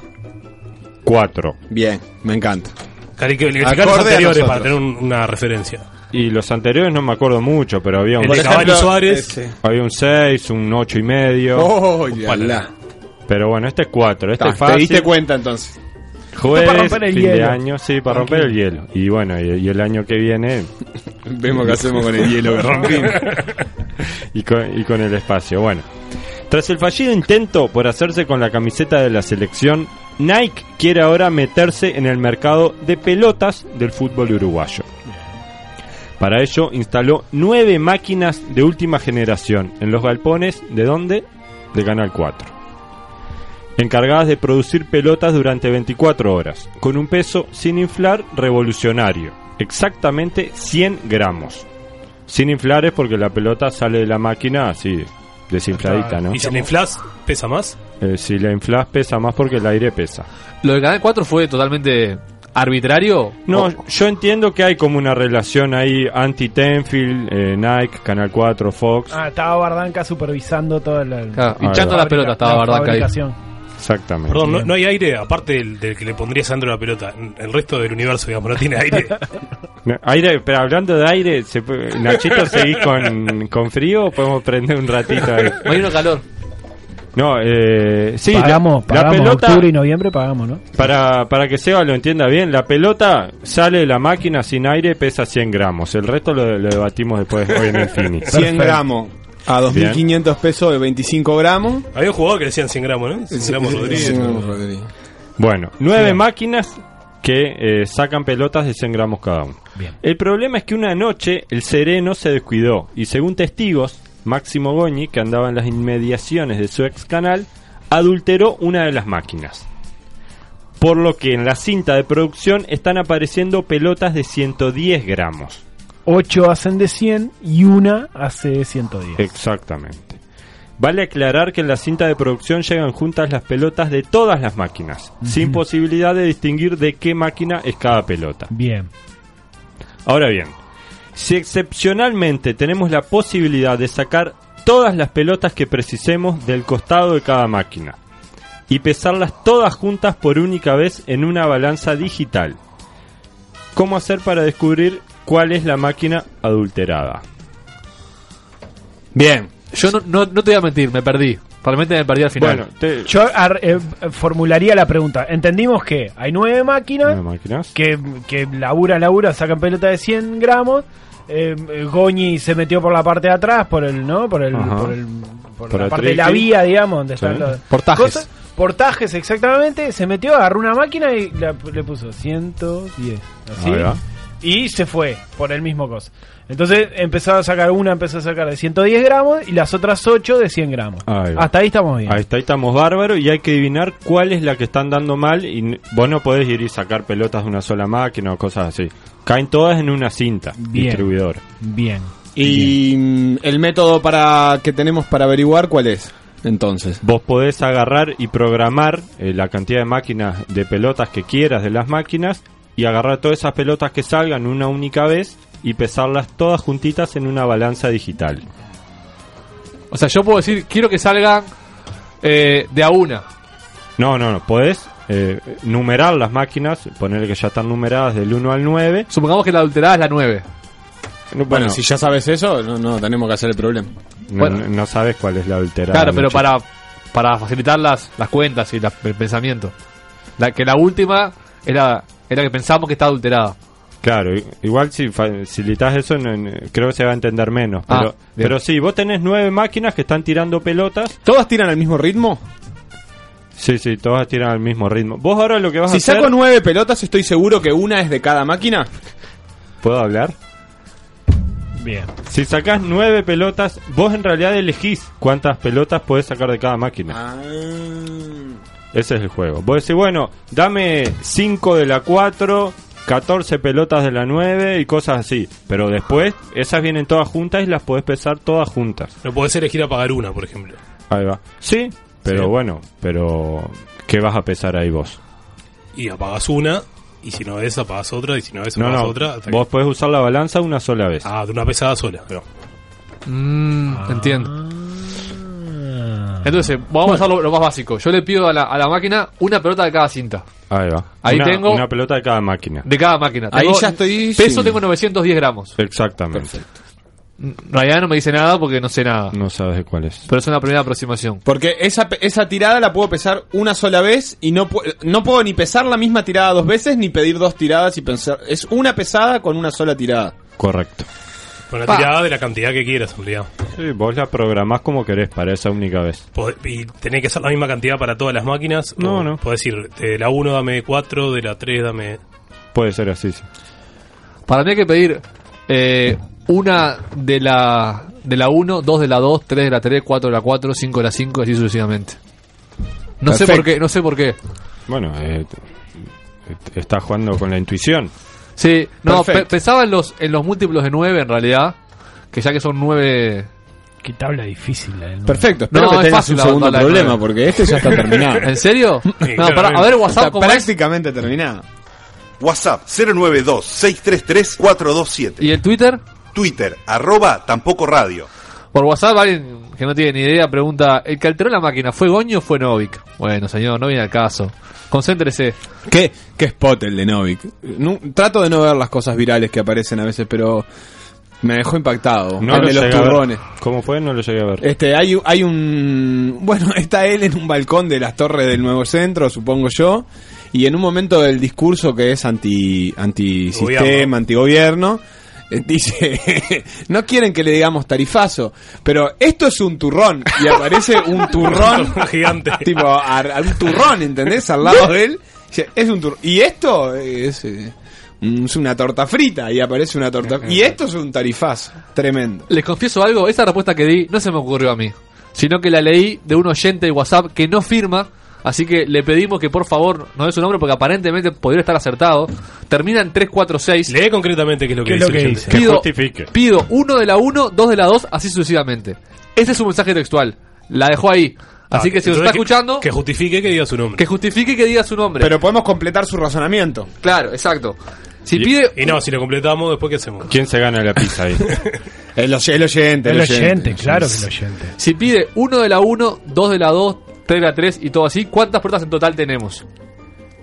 4.
Bien, me encanta.
Hay que verificar
Acorde
los
a
anteriores
nosotros.
para tener un- una referencia.
Y los anteriores no me acuerdo mucho, pero había un...
El de Caballo Suárez.
Había un 6, un 8 y medio.
Oh,
Un
ya
palo.
la.
Pero bueno, este es 4. Este
Ta,
es fácil.
Te diste cuenta entonces.
Jueves,
Esto para romper el
fin de
hielo.
año, sí, para
Tranquilo.
romper el hielo. Y bueno, y, y el año que viene...
Vemos qué hacemos con el hielo que rompimos.
y, con, y con el espacio, bueno. Tras el fallido intento por hacerse con la camiseta de la selección, Nike quiere ahora meterse en el mercado de pelotas del fútbol uruguayo. Para ello instaló nueve máquinas de última generación en los galpones de donde? De Canal 4. Encargadas de producir pelotas durante 24 horas, con un peso sin inflar revolucionario, exactamente 100 gramos. Sin inflar es porque la pelota sale de la máquina así, desinfladita, ¿no?
Y si le inflas, pesa más.
Eh, si la inflas pesa más porque el aire pesa.
Lo de Canal 4 fue totalmente arbitrario.
No, yo entiendo que hay como una relación ahí anti-Tenfield, eh, Nike, Canal 4, Fox.
Ah, estaba Bardanca supervisando toda la.
Claro, hinchando la pelota estaba Bardanca ahí.
fabricación.
Exactamente.
Perdón, no, no hay aire, aparte del, del que le pondrías dentro de la pelota. El resto del universo, digamos, no tiene aire.
No, Aire, pero hablando de aire, se puede- Nachito, ¿seguís con, con frío o podemos prender un ratito ahí?
Marino calor.
No, eh, sí, la-
pagamos,
la,
pagamos.
pelota,
Octubre y noviembre pagamos, ¿no?
para, para que Seba lo entienda bien, la pelota sale de la máquina sin aire, pesa 100 gramos. El resto lo, lo debatimos después hoy en el Fini.
100 gramos a 2.500 pesos de 25 gramos.
Había un jugador que decían 100 gramos, ¿no? 100 gramos
sí,
Rodríguez.
sí,
¿no?
Rodríguez.
Bueno, nueve máquinas que eh, sacan pelotas de 100 gramos cada uno. El problema es que una noche el sereno se descuidó y según testigos, Máximo Goñi, que andaba en las inmediaciones de su ex canal, adulteró una de las máquinas. Por lo que en la cinta de producción están apareciendo pelotas de 110 gramos.
8 hacen de 100 y una hace de 110.
Exactamente. Vale aclarar que en la cinta de producción llegan juntas las pelotas de todas las máquinas, sin posibilidad de distinguir de qué máquina es cada pelota.
Bien.
Ahora bien, si excepcionalmente tenemos la posibilidad de sacar todas las pelotas que precisemos del costado de cada máquina y pesarlas todas juntas por única vez en una balanza digital, ¿cómo hacer para descubrir cuál es la máquina adulterada?
Bien.
Yo no, no, no te voy a mentir, me perdí. Realmente me perdí al final.
Bueno, te-
Yo ar- eh, formularía la pregunta. Entendimos que hay nueve máquinas,
Nueve máquinas.
que, que labura, labura, sacan pelota de 100 gramos. Eh, eh, Goñi se metió por la parte de atrás, por el, ¿no? Por el,
Ajá.
por el- por
Por
la
el
parte de la
triqui.
vía, digamos, donde
Sí.
están los
Portajes.
cosas. Portajes, exactamente. Se metió, agarró una máquina y la- le puso 110. Así.
Ahí va.
Y se fue por el mismo coso. Entonces empezó a sacar una, empezó a sacar de 110 gramos y las otras 8 de 100 gramos.
Ahí va.
Hasta ahí estamos Ah, bien.
Ahí está, ahí estamos bárbaro y hay que adivinar cuál es la que están dando mal y n- vos no podés ir y sacar pelotas de una sola máquina o cosas así. Caen todas en una cinta
Bien.
distribuidora.
Bien.
Y mm, el método para que tenemos para averiguar cuál es. Entonces.
Vos podés agarrar y programar eh, la cantidad de máquinas de pelotas que quieras de las máquinas y agarrar todas esas pelotas que salgan una única vez y pesarlas todas juntitas en una balanza digital.
O sea, yo puedo decir, quiero que salgan eh, de a una.
No, no, no, podés eh, numerar las máquinas, ponerle que ya están numeradas del 1 al 9.
Supongamos que la adulterada es la 9.
Bueno,
Bueno, si ya sabes eso, no, no tenemos que hacer el problema.
no,
bueno.
no sabes cuál es la adulterada.
Claro, pero
Lucho.
para, para facilitar las, las cuentas y la- el pensamiento. La, que la última era, era que pensamos que está adulterada.
Claro, i- igual si facilitas eso, no- no- creo que se va a entender menos.
Ah,
Pero,
bien.
pero sí, vos tenés nueve máquinas que están tirando pelotas.
¿Todas tiran al mismo ritmo?
Sí, sí, todas tiran al mismo ritmo. Vos ahora lo que vas a
Si
hacer.
saco nueve pelotas, estoy seguro que una es de cada máquina.
¿Puedo hablar?
Bien.
Si sacás nueve pelotas, vos en realidad elegís cuántas pelotas podés sacar de cada máquina.
Ah.
Ese es el juego. Vos decís, bueno, dame 5 de la 4, 14 pelotas de la 9 y cosas así. Pero después, esas vienen todas juntas y las podés pesar todas juntas.
No podés elegir apagar una, por ejemplo.
Ahí va. Sí, pero bueno, pero ¿qué vas a pesar ahí vos?
Y apagas una, y si no es, apagas otra, y si no es,
No,
apagas
no,
otra. hasta que-
vos podés usar la balanza una sola vez.
Ah, de una pesada sola. Pero...
Mm, Entiendo.
Ah.
Entonces, eh, vamos a hacer lo, lo más básico. Yo le pido a la, a la máquina una pelota de cada cinta.
Ahí va.
Ahí
Una-
tengo-
Una pelota de cada máquina.
De cada máquina.
Ahí
Tengo-
ya estoy
Peso
sin-
tengo 910 gramos.
Exactamente.
Ryan no me dice nada porque no sé nada.
No sabes de cuál es.
Pero es una primera aproximación.
Porque esa, pe- esa tirada la puedo pesar una sola vez y no, pu- no puedo ni pesar la misma tirada dos veces ni pedir dos tiradas y pensar. Es una pesada con una sola tirada.
Correcto.
Con la
Pa.
tirada de la cantidad que quieras, en realidad.
Sí, vos la programás como querés para esa única vez.
Pod- ¿Y tenés que hacer la misma cantidad para todas las máquinas? No, no. Podés decir, de la 1 dame 4, de la 3 dame...
Puede ser así, sí.
Para mí hay que pedir eh, una de la de la 1, dos de la 2, tres de la 3, cuatro de la 4, cinco de la 5, así sucesivamente. No sé
Perfecto.
por qué, no sé por qué.
Bueno, eh, t- t- estás jugando con la intuición.
Sí, no,
Perfecto.
pe- pensaba en los en los múltiplos de 9 en realidad, que ya que son 9
Qué tabla difícil la del
Perfecto,
No,
espero que
es
tengas
fácil
un
la-
segundo
la- la-
problema porque este ya está terminado.
¿En serio? No, pará, a ver WhatsApp
Está
cómo es.
prácticamente terminado.
WhatsApp 092-633-427.
¿Y el Twitter?
Twitter, arroba tampoco radio.
Por WhatsApp alguien que no tiene ni idea pregunta, ¿el que alteró la máquina fue Goño o fue Novik? Bueno, señor, no viene al caso. Concéntrese.
¿Qué, qué spot el de Novik? Nu- trato de no ver las cosas virales que aparecen a veces, pero me dejó impactado.
No
el
lo
de los
llegué a ver.
turrones.
¿Cómo fue? No lo llegué a ver.
Este, hay, un- hay un. Bueno, está él en un balcón de las torres del nuevo centro, supongo yo. Y en un momento del discurso que es anti antisistema, antigobierno, eh, dice: No quieren que le digamos tarifazo, pero esto es un turrón. Y aparece un turrón
gigante.
Tipo, ar- ar- un turrón, ¿entendés? Al lado de él. Dice, Es un turrón. Y esto es, eh, un- es una torta frita. Y aparece una torta. Y esto es un tarifazo. Tremendo.
Les confieso algo, esa respuesta que di no se me ocurrió a mí, sino que la leí de un oyente de WhatsApp que no firma, así que le pedimos que por favor nos dé su nombre porque aparentemente podría estar acertado. Termina en 346.
Lee concretamente qué es lo que
¿Qué es
dice.
lo que
el
dice?
oyente.
Pido- Pido uno de la 1, dos de la 2, así sucesivamente. Este es su mensaje textual. La dejó ahí. Así
Ah,
que si nos
entonces
está
que-
escuchando,
Que justifique que diga su nombre.
que justifique que diga su nombre.
Pero podemos completar su razonamiento.
Claro, exacto. Si
y,
pide.
Y no, si lo completamos, después ¿qué hacemos?
¿Quién se gana la pizza ahí?
el, oy- el oyente.
El oyente, claro que el oyente.
Si pide uno de la 1, dos de la 2, tres de la 3 y todo así, ¿cuántas puertas en total tenemos?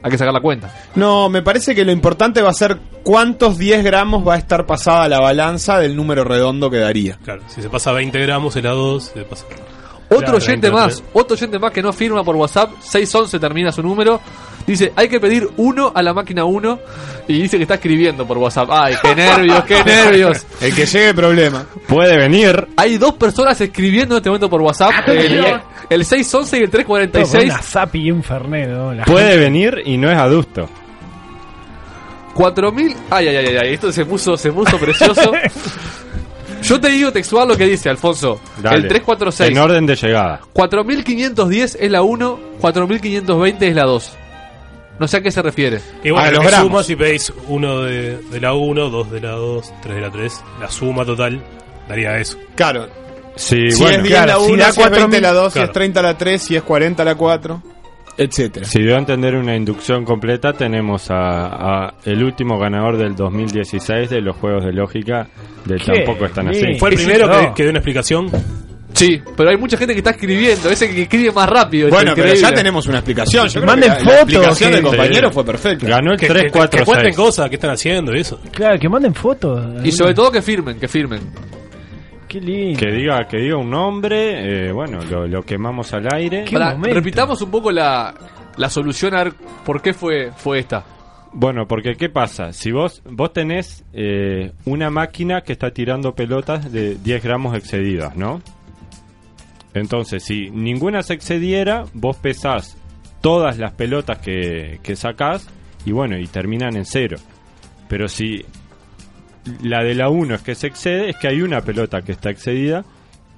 Hay que sacar la cuenta.
No, me parece que lo importante va a ser cuántos 10 gramos va a estar pasada la balanza del número redondo que daría.
Claro, si se pasa 20 gramos, el A2 se pasa...
Otro
Claro,
oyente
20,
más, otro oyente más que no firma por WhatsApp, 611 termina su número. Dice, hay que pedir uno a la máquina 1 y dice que está escribiendo por WhatsApp. Ay, qué nervios, qué nervios.
El que llegue, problema.
Puede venir.
Hay dos personas escribiendo en este momento por WhatsApp, el, el 611 y el
Todo con
346.
Una Zapi y un Fernet, ¿no? La
Puede
gente-
venir y no es adusto.
4000. Ay, ay, ay, ay, ay, esto se puso, se puso precioso. Yo te digo textual lo que dice Alfonso.
Dale.
El 346.
En orden de llegada.
4510 es la 1, 4520 es la 2. No sé a qué se refiere.
Y
Ah,
bueno, lo que sumo si pedís uno de, de la 1, dos de la 2, tres de la 3, la suma total daría eso.
Claro.
Sí,
si
bueno,
es 10 la 1, si,
da
es
4.000,
20 la 2, si
claro.
es 30 la 3, si es 40 la 4. etcétera.
Si dio a entender una inducción completa, tenemos a, a el último ganador del 2016 de los juegos de lógica de
¿Qué?
Tampoco Están Así.
¿Fue el primero que, que dio una explicación?
Sí, pero hay mucha gente que está escribiendo, ese que escribe más rápido. es
Bueno, pero
increíble.
ya tenemos una explicación. Yo creo que la- La explicación del compañero fue perfecta.
Que- que- Que cuenten cosas, que están haciendo y eso.
Claro, que manden fotos.
Y sobre todo que firmen, que firmen.
Qué lindo.
Que diga, que diga un nombre, eh, bueno, lo, lo quemamos al aire.
Pará, repitamos un poco la, la solución a ver por qué fue, fue esta.
Bueno, porque ¿qué pasa? Si vos vos tenés eh, una máquina que está tirando pelotas de 10 gramos excedidas, ¿no? Entonces, si ninguna se excediera, vos pesás todas las pelotas que, que sacás y bueno, y terminan en cero. Pero si la de la 1 es que se excede, es que hay una pelota que está excedida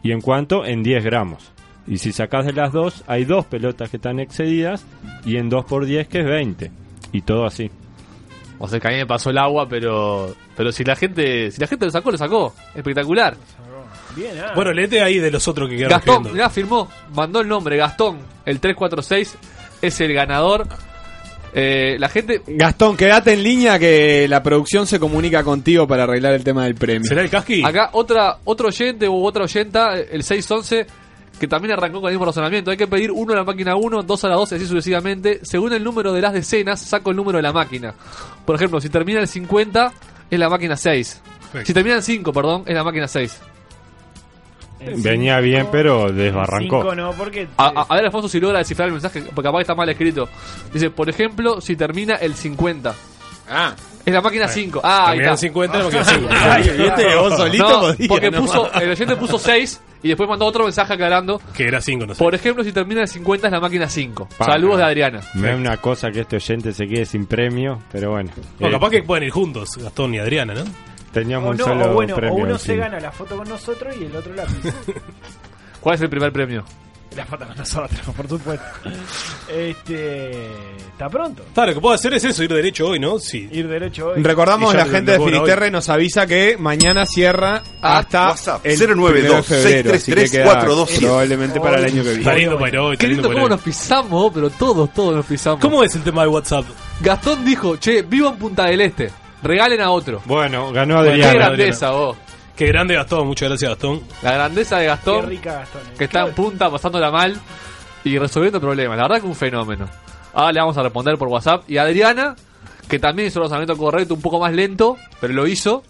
y en cuanto en 10 gramos. Y si sacás de las dos, hay dos pelotas que están excedidas y en 2 por 10 que es 20. Y todo así.
O sea, que a mí me pasó el agua, pero pero si la gente si la gente lo sacó, lo sacó. Espectacular.
ah.
Bueno, leete ahí de los otros que quedaron.
Gastón, mirá, firmó, mandó el nombre, Gastón, el 346, es el ganador. Eh, la gente...
Gastón, quédate en línea que la producción se comunica contigo para arreglar el tema del premio.
¿Será el casqui?
Acá otra, otro oyente u otra oyenta, el 611, que también arrancó con el mismo razonamiento. Hay que pedir uno a la máquina 1, dos a la 2 y así sucesivamente. Según el número de las decenas, saco el número de la máquina. Por ejemplo, si termina en 50, es la máquina 6. Si termina en 5, perdón, es la máquina 6.
Venía bien, pero desbarrancó.
Cinco no, porque
A, a- a ver, Alfonso, si logra descifrar el mensaje, porque capaz que está mal escrito. Dice, por ejemplo, si termina el 50.
Ah.
Es la máquina 5. Ah, ahí
Termina
está.
en 50, la máquina 5. Ay, ¿viste? Vos solito
No,
podías,
porque
no
puso,
más.
el oyente puso 6 y después mandó otro mensaje aclarando.
Que era 5, no sé.
Por ejemplo, si termina el 50 es la máquina 5.
Pa.
Saludos de Adriana.
Me da una cosa que este oyente se quede sin premio, pero bueno.
No,
Eh,
capaz que pueden ir juntos, Gastón y Adriana, ¿no?
Teníamos
O,
un
no,
solo
o bueno, o
premio.
uno
sí.
se gana la foto con nosotros y el otro la
¿Cuál es el primer premio?
La foto con nosotros, por supuesto. Este. Está pronto.
Claro, lo que puedo hacer es eso, ir derecho hoy, ¿no? Sí.
Ir derecho hoy.
Recordamos,
Y ya
la
lo- lo
gente de
cobro hoy.
Finisterre nos avisa que mañana cierra
Ah,
hasta
WhatsApp,
el
092
primero de febrero, así que queda
427.
Probablemente para el año que viene.
Está lindo para ir hoy, está
Qué
lindo
lindo
para ir
cómo
hoy.
nos pisamos, pero todos, todos nos pisamos.
¿Cómo es el tema de WhatsApp?
Gastón dijo, che, vivo en Punta del Este. Regalen a otro.
Bueno, ganó
Qué grandeza, vos.
Qué grande Gastón, muchas gracias Gastón.
La grandeza de Gastón.
Qué
¿eh?
Que está en punta, pasándola mal y resolviendo problemas. La verdad que un fenómeno. Ahora le vamos a responder por WhatsApp. Y Adriana, que también hizo el razonamiento correcto, un poco más lento, pero lo hizo.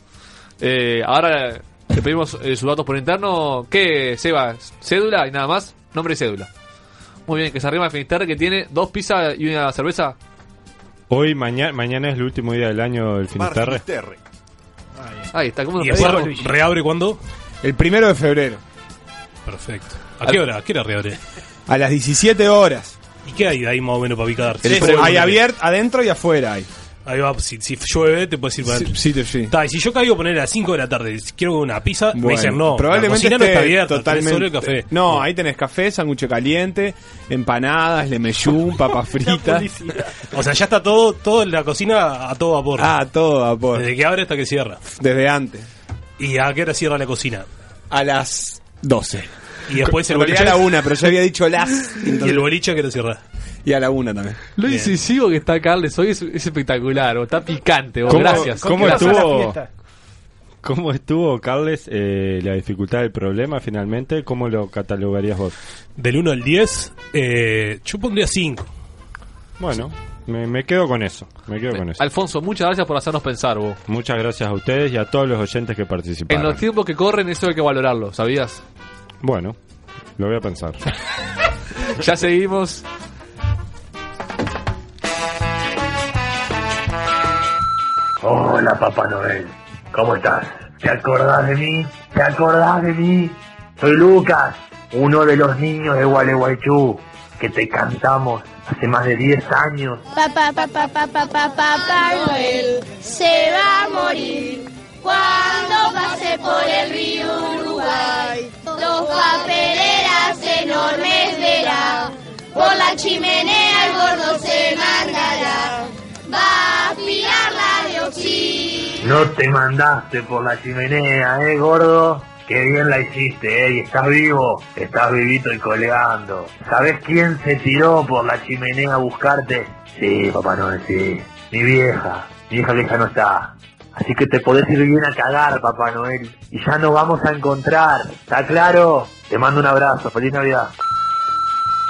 Eh, ahora le pedimos eh, sus datos por interno. ¿Qué, Seba? ¿Cédula y nada más? Nombre y cédula. Muy bien, que se arriba a Finisterre, que tiene dos pizzas y una cerveza.
Hoy, mañana, mañana es el último día del año del Finisterre.
Ahí está, ¿cómo nos
¿Y después
pedimos?
re- reabre cuándo?
El primero de febrero.
Perfecto. ¿A qué hora? ¿A qué hora reabre?
A las 17 horas.
¿Y qué hay de ahí más o menos para picar?
Sí, hay abierto, adentro y afuera hay.
Ahí va, si, si llueve te puedes ir para
Sí,
adentro.
sí, sí.
Ta, y si yo caigo a poner a las 5 de la tarde, si quiero una pizza, me
Bueno,
dicen no.
Probablemente
la cocina no
esté
está abierta,
totalmente.
tenés solo el café.
No, ahí tenés café, sándwich caliente, empanadas, lemeyún, papas fritas.
O sea, ya está todo, todo en la cocina a todo vapor. Eh.
Ah, todo vapor.
Desde que abre hasta que cierra.
Desde antes.
¿Y a qué hora cierra la cocina?
A las 12.
Y después el
En realidad
boliche.
a la una, pero ya había dicho las.
Y el boliche que lo cierra.
Y a la una también.
Lo incisivo que está Carles hoy es, es espectacular, vos, está picante, vos.
¿Cómo-
gracias.
cómo
Gracias.
estuvo? ¿Cómo estuvo, Carles, eh, la dificultad del problema finalmente? ¿Cómo lo catalogarías vos?
Del 1 al 10, eh, yo pondría 5.
Bueno, me, me quedo con eso. Me quedo con eso.
Alfonso, muchas gracias por hacernos pensar, vos.
Muchas gracias a ustedes y a todos los oyentes que
En
participaron.
los tiempos que corren, eso hay que valorarlo, ¿sabías?
Bueno, lo voy a pensar.
Ya seguimos.
Hola, Papá Noel. ¿Cómo estás? ¿Te acordás de mí? ¿Te acordás de mí? Soy Lucas, uno de los niños de Gualeguaychú, que te cantamos hace más de 10 años.
Papá, papá, papá, papá, papá Noel se va a morir cuando pase por el río Uruguay. Dos papeleras enormes verá, por la chimenea el gordo se mandará. Va a aspirar la de oxígeno.
No te mandaste por la chimenea, ¿eh, gordo? Qué bien la hiciste, ¿eh? Y estás vivo, estás vivito y coleando. ¿Sabés quién se tiró por la chimenea a buscarte? Sí, Papá Noel, sí. Mi vieja, mi vieja que ya no está. Así que te podés ir bien a cagar, Papá Noel. Y ya nos vamos a encontrar. ¿Está claro? Te mando un abrazo. Feliz Navidad.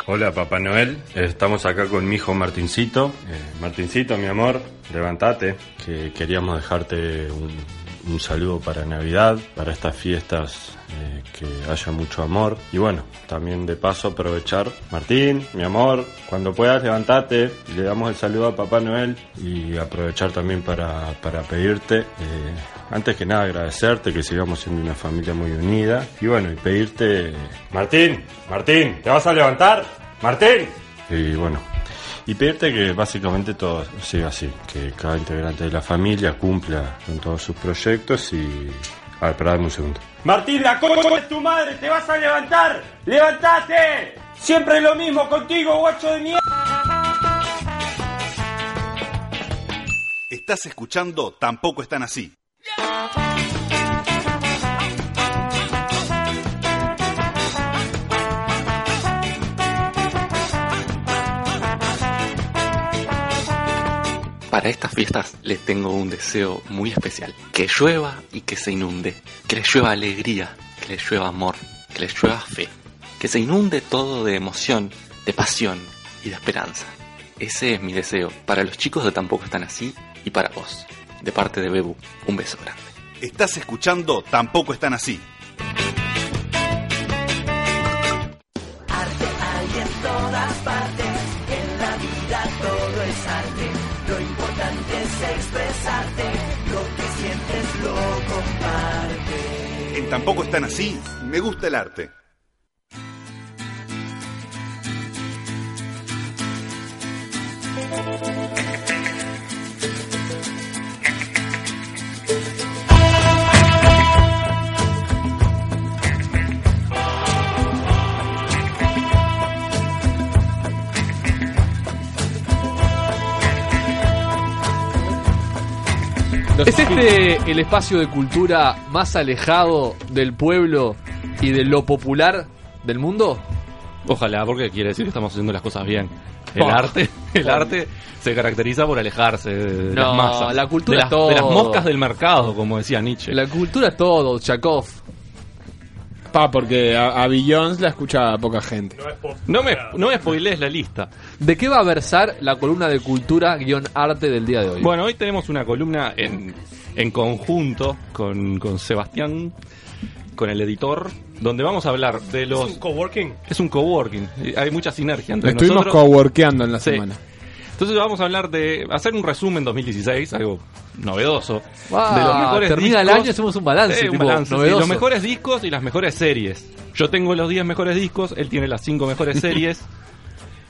Hola Papá Noel, Eh, estamos acá con mi hijo Martincito. Eh, Martincito, mi amor, levantate, que queríamos dejarte un, un saludo para Navidad, para estas fiestas, eh, que haya mucho amor. Y bueno, también de paso aprovechar, Martín, mi amor, cuando puedas levantate, le damos el saludo a Papá Noel y aprovechar también para, para pedirte... eh, antes que nada agradecerte que sigamos siendo una familia muy unida y bueno, y pedirte... Martín, Martín, ¿te vas a levantar? Martín. Y bueno, y pedirte que básicamente todo siga así, que cada integrante de la familia cumpla con todos sus proyectos y... A ver, pará, dame un segundo.
Martín, la coco de tu madre, te vas a levantar. ¡Levantate! Siempre lo mismo contigo, guacho de mierda.
Estás escuchando Tampoco están así.
Para estas fiestas les tengo un deseo muy especial. Que llueva y que se inunde. Que les llueva alegría, que les llueva amor, que les llueva fe. Que se inunde todo de emoción, de pasión y de esperanza. Ese es mi deseo para los chicos de Tampoco Están Así y para vos. De parte de Bebu, un beso grande.
Estás escuchando Tampoco están así.
Arte hay en todas partes, en la vida todo es arte. Lo importante es expresarte, lo que sientes lo compartes.
En Tampoco están así, me gusta el arte.
¿Es este el espacio de cultura más alejado del pueblo y de lo popular del mundo?
Ojalá, porque quiere decir que estamos haciendo las cosas bien. El
Oh.
arte, el arte se caracteriza por alejarse de, de
No,
las masas.
la cultura es
de las,
todo.
de las moscas del mercado, como decía Nietzsche.
La cultura es todo, Chakov.
Pa, porque a, a Beyoncé la escucha poca gente.
No me, no me spoilees la lista.
¿De qué va a versar la columna de cultura-arte del día de hoy?
Bueno, hoy tenemos una columna en, en conjunto con, con Sebastián, con el editor, donde vamos a hablar de los...
Coworking.
Es un coworking, y hay mucha sinergia entre
Estuvimos
nosotros.
coworkeando en la
Sí.
semana.
Entonces vamos a hablar de hacer un resumen 2016, algo novedoso.
Ah,
de los mejores
termina el
discos.
año, hacemos un balance,
un
tipo,
balance, sí,
novedoso.
los mejores discos y las mejores series. Yo tengo los 10 mejores discos, él tiene las 5 mejores series.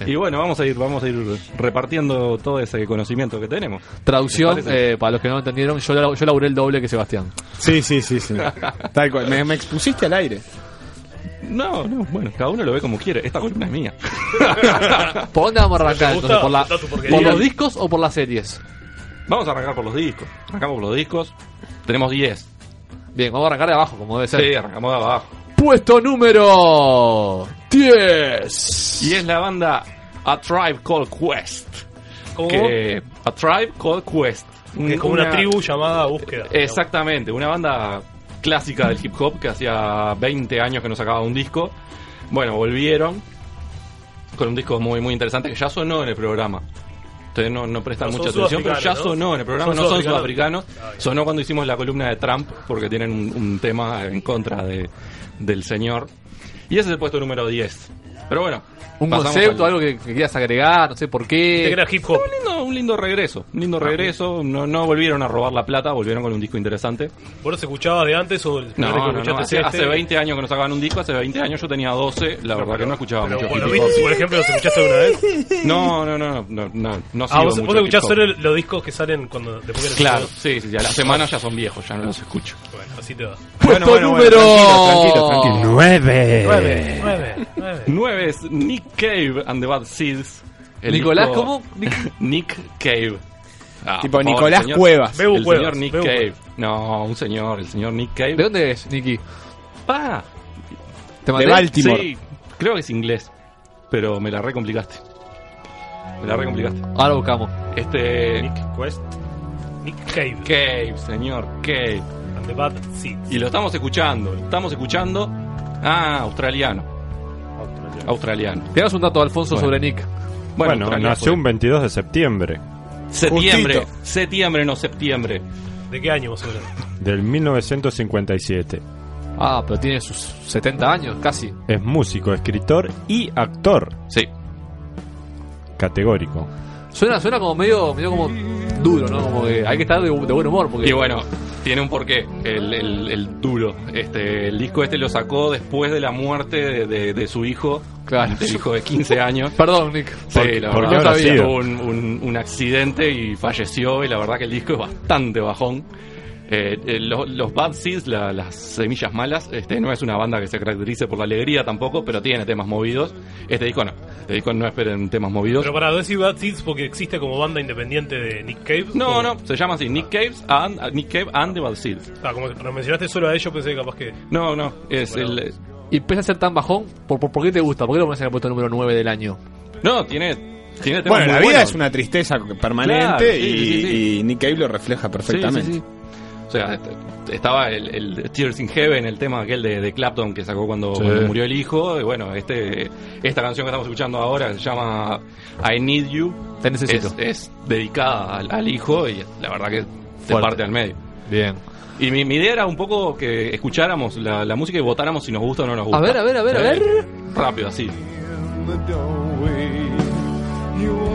y bueno, vamos a ir vamos a ir repartiendo todo ese conocimiento que tenemos.
Traducción,
¿Les parece?
eh, para los que no entendieron, yo, la- yo laburé el doble que Sebastián.
Sí, sí, sí, sí. Tal cual. Me, me expusiste al aire.
No, no, bueno, cada uno lo ve como quiere. Esta columna es mía.
¿Por dónde vamos a arrancar?
¿Te
Entonces,
gusta?
¿Por, la-
Contá tu porquería.
¿Por los discos o por las series?
Vamos a arrancar por los discos. Arrancamos por los discos. Tenemos 10.
Bien, vamos a arrancar de abajo, como debe ser.
Sí, arrancamos de abajo.
Puesto número 10.
Y es la banda A Tribe Called Quest.
¿Cómo?
Que, a Tribe Called Quest.
Que es como una Eh, tribu llamada Búsqueda.
Exactamente, una banda clásica del hip hop que hacía 20 años que no sacaba un disco. Bueno, volvieron con un disco muy muy interesante que ya sonó en el programa. Ustedes no, no prestan
No, son
mucha atención, pero ya
sudafricanos, ¿no?
sonó en el programa.
Son
no son
sudafricanos. Ah,
sudafricanos. Sonó cuando hicimos la columna de Trump, porque tienen un, un tema en contra de, del señor. Y ese es el puesto número 10. Pero bueno.
Un
pasamos
concepto,
al- Este,
algo que, que quieras agregar, no sé por qué.
Te creas hip hop. Un lindo, un lindo regreso. Un
Ah,
lindo regreso. No, no volvieron a robar la plata, volvieron con un disco interesante.
¿Vos los escuchabas de antes o el
No,
primero que
no, no,
escuchaste
Hace,
es
hace
este?
20 años que no sacaban un disco, hace 20 años yo tenía 12, la verdad que no escuchaba
pero
mucho.
por lo
hip
menos,
hop.
por ejemplo, ¿los escuchaste alguna vez?
No, no, no, no, no, no, no
ah,
sigo
vos, vos
mucho
escuchás
hip hop.
solo los discos que salen cuando después que los
Claro,
escuchás.
sí, sí, ya las semanas ya son viejos, ya no los escucho.
Bueno, así te va.
Bueno, bueno, bueno, tranquilo, tranquilo, tranquilo.
Nueve, nueve, nueve.
Nueve es Nick Cave and the Bad Seeds.
Nicolás, ¿cómo?
Nick, Cave. Ah,
Tipo
por favor,
Nicolás
el señor-
Cuevas. Bebu
el
Cuevas,
señor Nick
Bebu
Cave. No, un señor, el señor Nick Cave.
¿De dónde es, Nicky?
Pa.
¿Te maté?
Sí, creo que es inglés. Pero me la recomplicaste. Me la recomplicaste.
Ahora buscamos.
Este.
Quest.
Nick Cave.
Cave, señor, Cave.
The Bad Seeds.
Y lo estamos escuchando, lo estamos escuchando. Ah, australiano. Australiano.
Tengas un dato, Alfonso,
Bueno.
sobre Nick.
Bueno,
Bueno, pues.
Bueno,
australiano
nació
fue.
un 22 de septiembre
Septiembre,
Justito.
septiembre, no septiembre.
¿De qué año vos hablas?
del 1957.
Ah, pero tiene sus 70 años, casi.
Es músico, escritor y actor.
Sí.
Categórico.
Suena, suena como medio, medio como duro, ¿no? Como que hay que estar de, de buen humor. Porque
Y bueno, tiene un porqué, el, el- el duro. Este, el disco este lo sacó después de la muerte de, de- de su hijo,
Claro.
del hijo de 15 años.
Perdón, Nick.
Sí,
Porque-
la
porque
verdad,
no sabía.
tuvo un, un- un accidente y falleció, y la verdad que el disco es bastante bajón. Eh, eh, lo- los, Bad Seeds, la- las semillas malas, este, no es una banda que se caracterice por la alegría tampoco, pero tiene temas movidos. Este disco no, este disco no esperen temas movidos.
Pero para decir Bad Seeds porque existe como banda independiente de Nick Cave.
No, no, se llama así, Nick Caves and, Nick Cave and the Bad Seeds.
Ah, como nos mencionaste solo a ellos, pensé que capaz que.
No, no, es
Bueno.
el... eh,
Y pese a ser tan bajón, ¿por, por, por qué te gusta? ¿Por qué lo pones en el puesto número 9 del año?
No, tiene... tiene
Bueno, la vida es una tristeza permanente
Claro, sí,
y,
sí, sí.
y Nick Cave lo refleja perfectamente.
Sí, sí, sí. O sea, est- estaba el, el Tears in Heaven, el tema aquel de, de Clapton que sacó cuando,
Sí.
cuando murió el hijo. Y bueno, este, esta canción que estamos escuchando ahora se llama I Need You.
Te necesito.
Es, es dedicada al, al hijo y la verdad que se
Fuerte.
parte al medio.
Bien.
Y mi, mi idea era un poco que escucháramos la, la música y votáramos si nos gusta o no nos gusta.
A ver, a ver, a ver, a
Eh,
ver.
Rápido, así.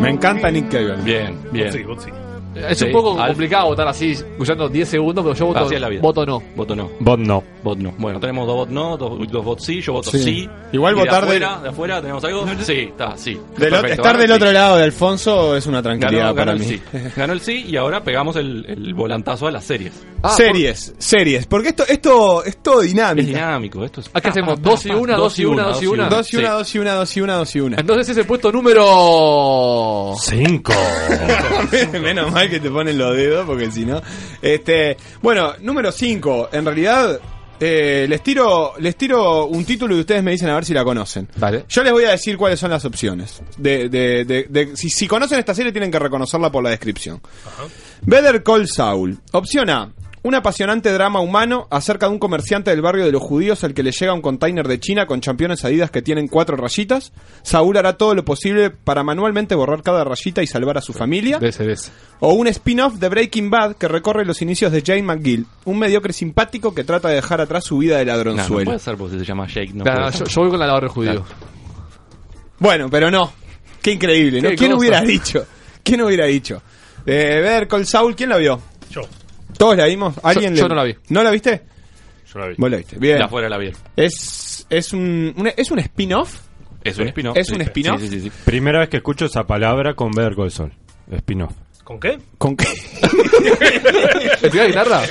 Me encanta Nick Cave.
Bien, bien.
Sí, vos sí.
Es un poco complicado votar así, escuchando 10 segundos, pero yo voto,
Así es la vida.
voto no.
Voto no.
Bot no.
Bot no. Bueno, tenemos dos bot no, dos, dos bot sí, yo voto sí.
Sí. Igual
Y
votar
de
de-
afuera, de... afuera tenemos algo. Sí, está, sí.
Del o-
Perfecto,
estar
ganó
del
el
otro
sí.
lado de Alfonso es una
Ganó,
tranquilidad
ganó
para
el
mí.
sí. Ganó el sí y ahora pegamos el, el volantazo a las series.
Ah, series, series, porque esto esto es todo dinámico.
Es dinámico, esto es.
¿A qué hacemos? ¿Dos y una, dos y una, dos y una?
Dos y una,
Sí.
dos y una, dos y una, dos y una.
Entonces ese puesto número...
5.
Menos mal que te ponen los dedos, porque si no. Este, bueno, número 5. En realidad, eh, les, tiro, les tiro un título y ustedes me dicen a ver si la conocen. Yo les voy a decir cuáles son las opciones. De, de- de- de- si, si conocen esta serie, tienen que reconocerla por la descripción. Better Call Saul. Opción A. Un apasionante drama humano acerca de un comerciante del barrio de los judíos al que le llega un container de China con championes adidas que tienen cuatro rayitas. Saúl hará todo lo posible para manualmente borrar cada rayita y salvar a su familia. O un spin-off de Breaking Bad que recorre los inicios de Jane McGill, un mediocre simpático que trata de dejar atrás su vida de
No, no
ladronzuelo.
puede ser porque se llama Jake. No
Claro,
puede
yo,
ser.
yo voy con la labor del judío.
Bueno, pero no. Qué increíble, ¿no?
Qué
¿Quién
cosa.
hubiera dicho? ¿Quién hubiera dicho? Eh, ver Col Saul, ¿quién la vio?
Yo.
¿Todos la vimos? ¿Alguien
Yo- yo
le-
no la vi.
¿No la viste?
Yo la vi.
Vos la viste, bien.
De afuera la vi.
Es, es un, una- es un spin-off.
Es un spin-off.
Es un
Sí,
spin-off.
Sí, sí, sí.
Primera vez que escucho esa palabra con Better Call Saul. Spin-off.
¿Con qué?
¿Con qué?
¿Te pica guitarra?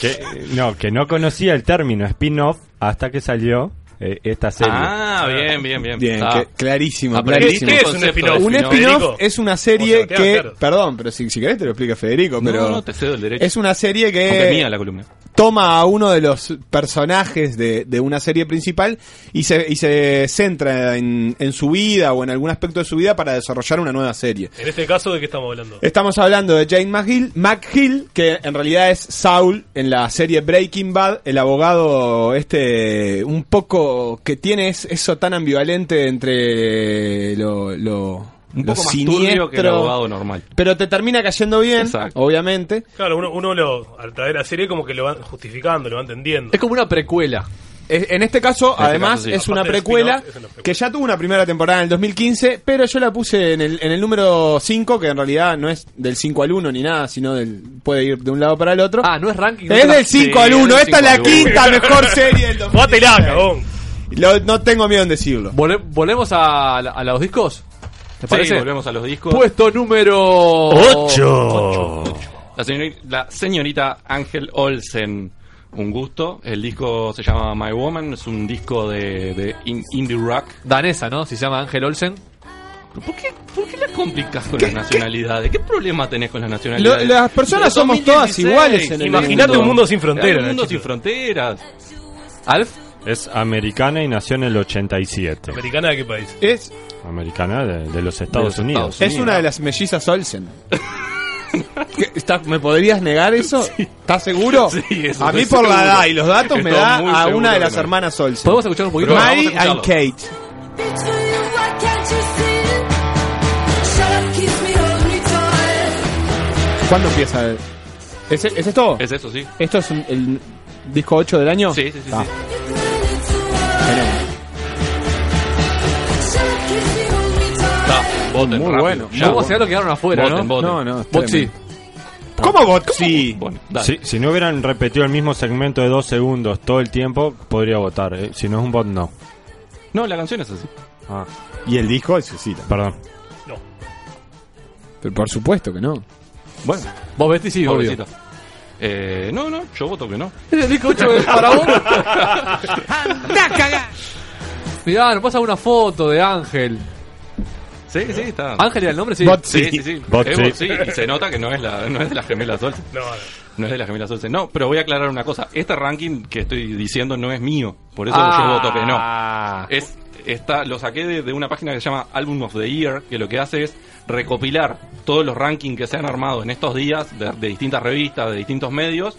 Que- eh, no, que no conocía el término spin-off hasta que salió eh, esta serie.
Ah, bien, bien, bien.
Bien,
Está.
que- clarísimo,
Aprendiste
clarísimo.
el concepto de
Un spin-off
Federico.
es una serie
O sea,
que...
claro.
Perdón, pero si, si querés te lo explica Federico,
No,
pero...
no, te cedo el derecho.
Es una serie que...
Aunque es mía la columna.
toma a uno de los personajes de, de una serie principal y se, y se centra en, en su vida o en algún aspecto de su vida para desarrollar una nueva serie.
En este caso, ¿de qué estamos hablando?
Estamos hablando de Jane McGill, McGill, que en realidad es Saul en la serie Breaking Bad, el abogado este un poco que tiene es- eso tan ambivalente entre lo, lo,
Un
lo
poco más turbio
siniestro,
que el abogado normal.
pero te termina cayendo bien, obviamente.
Claro, uno, uno lo, al traer la serie, como que lo van justificando, lo van entendiendo.
Es como una precuela.
En este caso,
este
además,
caso, sí.
es, una
Aparte del
precuela
spin-off, es una precuela.
que ya tuvo una primera temporada en el 2015, pero yo la puse en el, en el número 5, que en realidad no es del 5 al 1 ni nada, sino del, puede ir de un lado para el otro. Ah,
no es ranking.
Es del 5 al 1, esta es la quinta mejor serie del 2015.
Jugátela, cagón.
Lo- no tengo miedo en decirlo.
Vole- ¿Volvemos a, la- a los discos? ¿Te
Sí,
parece?
volvemos a los discos.
Puesto número... 8.
La señorita, la señorita Ángel Olsen. Un gusto. El disco se llama My Woman. Es un disco de, de in- indie rock.
Danesa, ¿no? Si se llama Ángel Olsen.
¿Por qué la complicas con las nacionalidades? ¿Qué? problema tenés con las
Lo-
nacionalidades?
las personas
Pero
somos todas
2016,
iguales en el
imagínate
mundo.
un mundo sin fronteras,
Un mundo sin
fronteras.
¿Alf?
Es americana y nació en el 87.
¿Americana de qué país?
Es,
Americana de, de los Estados
es
Unidos.
una de las mellizas Olsen. ¿Qué? ¿Está- ¿Me podrías negar eso? ¿Estás seguro?
eso
a mí
estoy
por la
seguro.
edad y los datos me
Estoy
da
muy
a
seguro
una de
que
las
no.
hermanas Olsen.
¿Podemos escuchar un poquito?
Mary
Vamos a
and Kate.
Why can't you see? Shut up, kiss me, hold me tight.
¿Cuándo empieza? el- ¿Es, ¿Es esto?
Es eso, sí.
¿Esto es un- el disco 8 del año? Ah.
Sí, sí, sí, sí.
Shut up, kiss me, hold me tight.
voten,
Muy
rápido.
bueno.
Ya,
Muy
vos
bueno.
lo quedaron afuera,
Voten,
¿no?
voten.
No, no,
Vot sí.
¿Cómo vot sí?
Si, si no hubieran repetido el mismo segmento de dos segundos todo el tiempo, podría votar. eh. Si no es un bot, no. Ah.
No, la canción es así.
Y el disco es sí.
Perdón.
Pero por supuesto que no.
Bueno, vos vestís sí,
obvio.
Eh, no, no, yo voto que no.
El disco 8 es para vos. Mirá, nos pasa una foto de Ángel.
Sí, sí, está.
¿Ángel era el nombre? Sí.
sí, sí. sí.
Bot
Es
sí.
Bot sí, Y se nota que no es, la, no es de las gemelas Olsen. No, no. es de las gemelas Olsen. No, pero voy a aclarar una cosa. Este ranking que estoy diciendo no es mío. Por eso yo
Ah.
voto que no. Es, está, lo saqué de, de una página que se llama Album of the Year, que lo que hace es recopilar todos los rankings que se han armado en estos días de, de distintas revistas, de distintos medios.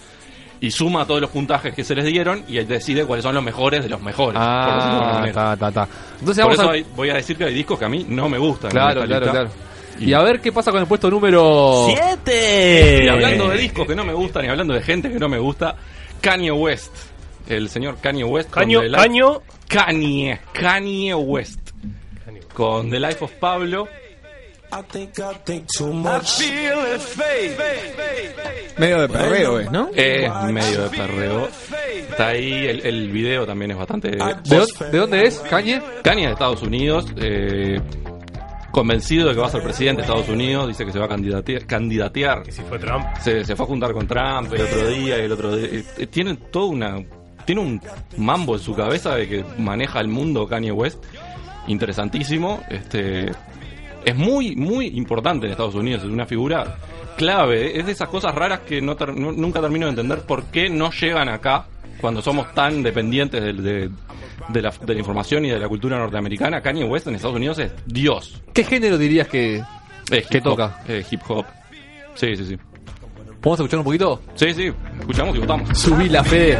Y suma todos los puntajes que se les dieron y ahí decide cuáles son los mejores de los mejores. por decirlo de alguna
Ah,
manera.
está, está, está. Entonces
Por
vamos
eso
a...
hay- voy a decir que hay discos que a mí no me gustan.
Claro,
en esta
claro,
lista.
claro. Y a ver qué pasa con el puesto número...
Y hablando de discos que no me gustan y hablando de gente que no me gusta, Kanye West. El señor Kanye West. con
Caño,
The Life-
caño.
Kanye. Kanye West. Con The Life of Pablo.
Medio de perreo eh. es, ¿no?
Es medio de perreo. Está ahí, el, el video también es bastante... ¿De,
dó- Ah, de dónde es? ¿Kanye?
Kanye de Estados Unidos. eh, convencido de que va a ser presidente de Estados Unidos. Dice que se va a candidatear. candidatear.
Si fue Trump.
se, se fue a juntar con Trump el otro día y el otro día. Eh, eh, Tiene todo una. Tiene un mambo en su cabeza de que maneja el mundo Kanye West. Interesantísimo. Este. Es muy, muy importante en Estados Unidos. Es una figura clave. Es de esas cosas raras que no ter- no- nunca termino de entender por qué no llegan acá cuando somos tan dependientes del- de, de la, de la información y de la cultura norteamericana. Kanye West en Estados Unidos es Dios.
¿Qué género dirías que, que toca?
hip hop. Sí, sí, sí.
¿Podemos escuchar un poquito?
Sí, sí. Escuchamos y votamos.
Subí la fe.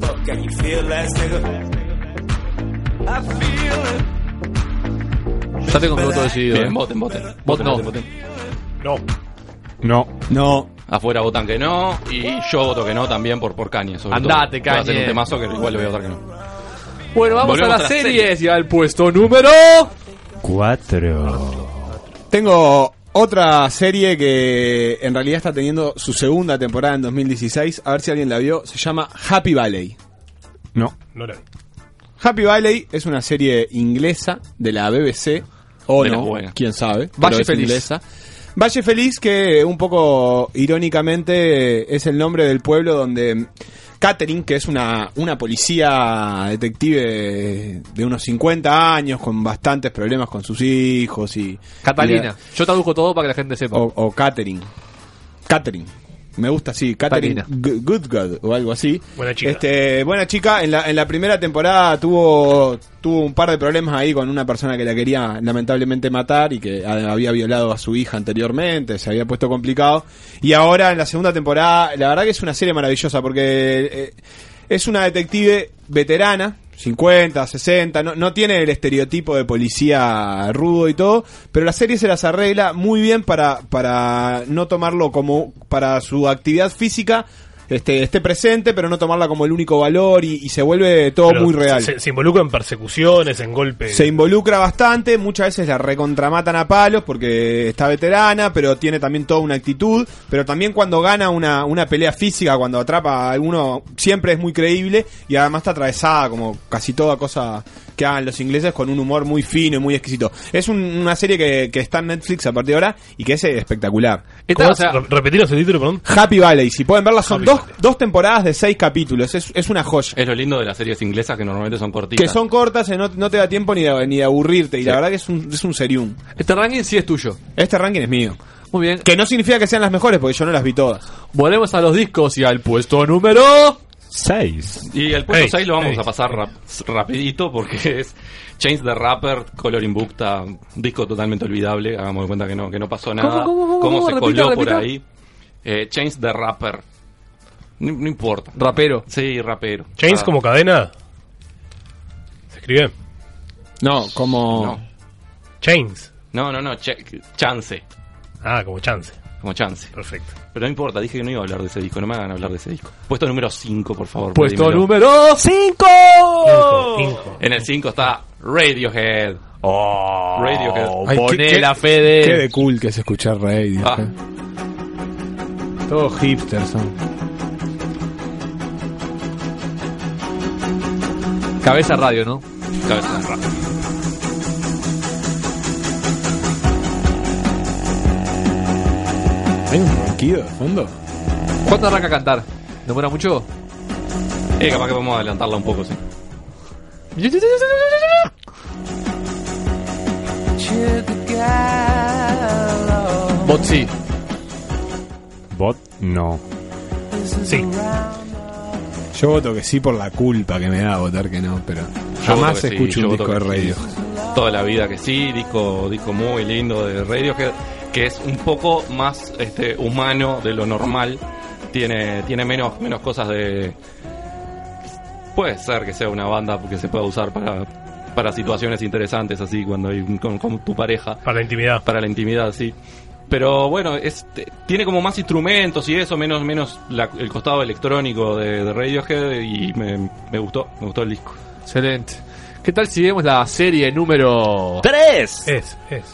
Fuck, can you feel that, nigga? I feel it.
Ya tengo mi voto decidido.
Bien,
eh.
voten, voten.
Vot
Voten,
no.
voten, voten.
No.
No.
Afuera votan que no. Y yo voto que no también por, por Kanye. Sobre
Andate,
todo. Va a ser
Kanye.
un temazo que igual le voy a votar que no.
Bueno, vamos
Volvemos
a
a
las
la
series.
serie.
y al puesto número...
Cuatro.
Tengo otra serie que en realidad está teniendo su segunda temporada en 2016. A ver si alguien la vio. Se llama Happy Valley.
No.
No la vi.
Happy Valley es una serie inglesa de la BBC. O
De las
no,
buenas.
quién sabe.
Valle
pero es
Feliz.
inglesa. Valle Feliz, que un poco irónicamente es el nombre del pueblo donde Catherine, que es una, una policía detective de unos 50 años, con bastantes problemas con sus hijos y...
Catalina. Yo traduzco todo para que la gente sepa.
O, o Catherine. Catherine. Me gusta, sí. Catherine G- Goodgod o algo así.
Buena chica.
Este, buena chica. En la, en la primera temporada tuvo, tuvo un par de problemas ahí con una persona que la quería lamentablemente matar y que a- había violado a su hija anteriormente. Se había puesto complicado. Y ahora en la segunda temporada, la verdad que es una serie maravillosa porque eh, es una detective veterana. 50, 60, no, no tiene el estereotipo de policía rudo y todo, pero la serie se las arregla muy bien para, para no tomarlo como para su actividad física, este, esté presente, pero no tomarla como el único valor y, y se vuelve todo
Pero
muy real.
Se, se involucra en persecuciones, en golpes.
Se involucra bastante, muchas veces la recontramatan a palos porque está veterana, pero tiene también toda una actitud, pero también cuando gana una, una pelea física, cuando atrapa a alguno, siempre es muy creíble y además está atravesada como casi toda cosa que hagan los ingleses con un humor muy fino y muy exquisito. Es un- una serie que, que está en Netflix a partir de ahora y que es eh, espectacular.
¿Cómo es? Re- Repetiros el título, perdón.
Happy Valley, si pueden verla, son dos, dos temporadas de seis capítulos, es, es una joya.
Es lo lindo de las series inglesas que normalmente son cortitas.
Que son cortas, eh, no, no te da tiempo ni de, ni de aburrirte, y la verdad que es un, es un serium.
Este ranking sí es tuyo.
Este ranking es mío.
Muy bien.
Que no significa que sean las mejores, porque yo no las vi todas.
Volvemos a los discos y al puesto número...
6.
Y el puesto
Ey,
6 lo vamos
ey.
a pasar rap- rapidito porque es Change the Rapper, Coloring Bukta, disco totalmente olvidable, hagamos de cuenta que no, que no pasó nada.
¿Cómo, cómo, cómo, cómo?
se
Repita,
coló por
repita.
ahí? Eh, Change the Rapper. No, no importa. Rapero. Sí, rapero.
Chains
Ah,
como cadena. Se escribe.
No, como.
Chains.
No, no, no, che- Chance.
Ah, como Chance.
Como Chance.
Perfecto.
Pero no importa, dije que no iba a hablar de ese disco, no me hagan hablar de ese disco. Puesto número 5, por favor.
Puesto
pedímelo.
número 5.
En el 5 está Radiohead. Oh, Radiohead.
Ay, qué-
Poné
qué-
la fe de.
Qué de cool que es escuchar radio.
Ah.
Todos hipsters son.
Cabeza radio, ¿no?
Cabeza radio.
¿Hay un ronquido de fondo?
¿Cuándo arranca a cantar? ¿Demora mucho?
Eh, capaz que podemos adelantarla un poco, sí.
Bot sí.
Bot, no.
Sí.
Yo voto que sí por la culpa que me da votar que no, pero
Yo
jamás
voto que sí,
escucho
yo
un
voto
disco de
que
radio.
sí. Toda la vida que sí, disco, disco muy lindo de Radiohead, que es un poco más este, humano de lo normal. Tiene, tiene menos, menos cosas de. Puede ser que sea una banda que se pueda usar para, para situaciones interesantes, así, cuando hay un- con, con tu pareja.
Para la intimidad.
Para la intimidad, sí. Pero bueno, este, tiene como más instrumentos y eso, menos, menos la- el costado electrónico de, de Radiohead y me, me gustó, me gustó el disco.
Excelente. ¿Qué tal si vemos la serie número
3?
Es, es.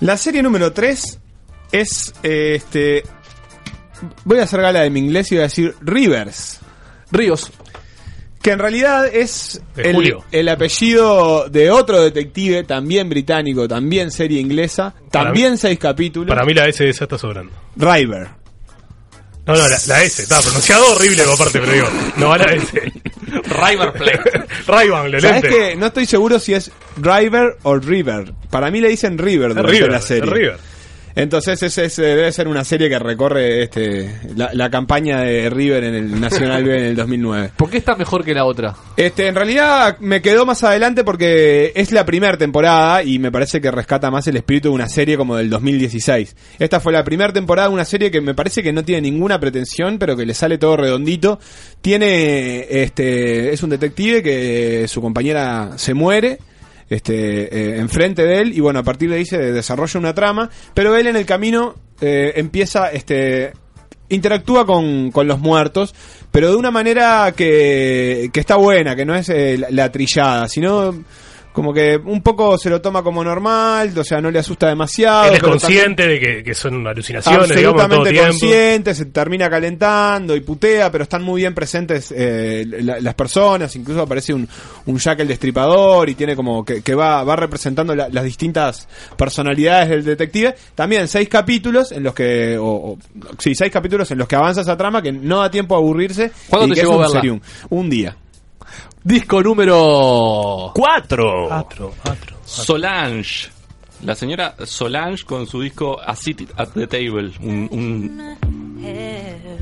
La serie número 3 es eh, este. Voy a hacer gala de mi inglés y voy a decir Rivers.
Ríos.
Que en realidad es
De
el,
Julio.
el apellido de otro detective, también británico, también serie inglesa,
Para
también seis capítulos.
Para mí la S esa está sobrando.
River.
No, no, la, la S. Estaba pronunciado horrible aparte, pero digo, no va la S.
River Plate.
Rayban, le
¿Sabes
lente.
que no estoy seguro si es Driver o River? Para mí le dicen River durante
River,
la serie.
es River.
Entonces ese, ese debe ser una serie que recorre este la, la campaña de River en el Nacional B en el 2009.
¿Por qué está mejor que la otra?
Este, en realidad me quedó más adelante porque es la primera temporada y me parece que rescata más el espíritu de una serie como del 2016. Esta fue la primera temporada de una serie que me parece que no tiene ninguna pretensión, pero que le sale todo redondito. Tiene, este, es un detective que su compañera se muere. Este, eh, enfrente de él y bueno, a partir de ahí se desarrolla una trama, pero él en el camino eh, empieza este, interactúa con, con los muertos, pero de una manera que, que está buena, que no es eh, la, la trillada, sino como que un poco se lo toma como normal, o sea, no le asusta demasiado.
Él es
pero
consciente de que, que son alucinaciones, digamos, todo
absolutamente
tiempo.
consciente, se termina calentando y putea, pero están muy bien presentes eh, la- las personas, incluso aparece un, un Jack el Destripador y tiene como que, que va, va representando la- las distintas personalidades del detective. También seis capítulos en los que, o, o- sí, seis capítulos en los que avanza esa trama que no da tiempo a aburrirse.
¿Cuándo
y
te
que es
llegó a
un
verla?
serium. Un día.
Disco número
4. Solange. La señora Solange con su disco A Seat at the Table. Un, un,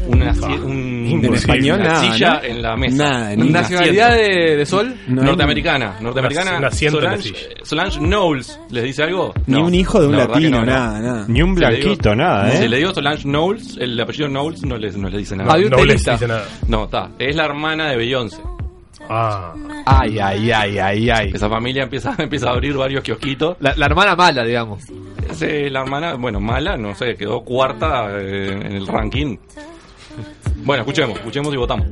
una, si- un-
En
una
español, nada,
silla
¿no?
en la mesa.
Nada, ni
¿Nacionalidad de, de Sol?
No.
norteamericana. Norteamericana.
Un asiento en la
Solange, Solange Knowles. ¿Les dice algo?
Ni
No.
un hijo de un
La verdad que
latino,
no, no.
nada, nada.
Ni un
Si le digo-
blanquito, nada, ¿eh?
Si le digo Solange Knowles, el apellido Knowles no les, no les dice nada.
Había un No les tenista. dice
nada.
No, está. Es la hermana de Beyoncé.
Ah.
Ay, ay, ay, ay, ay.
Esa familia empieza, empieza a abrir varios kiosquitos.
La, la hermana mala, digamos.
Sí, la hermana, bueno, mala, no sé, quedó cuarta eh, en el ranking. Bueno, escuchemos, escuchemos y votamos.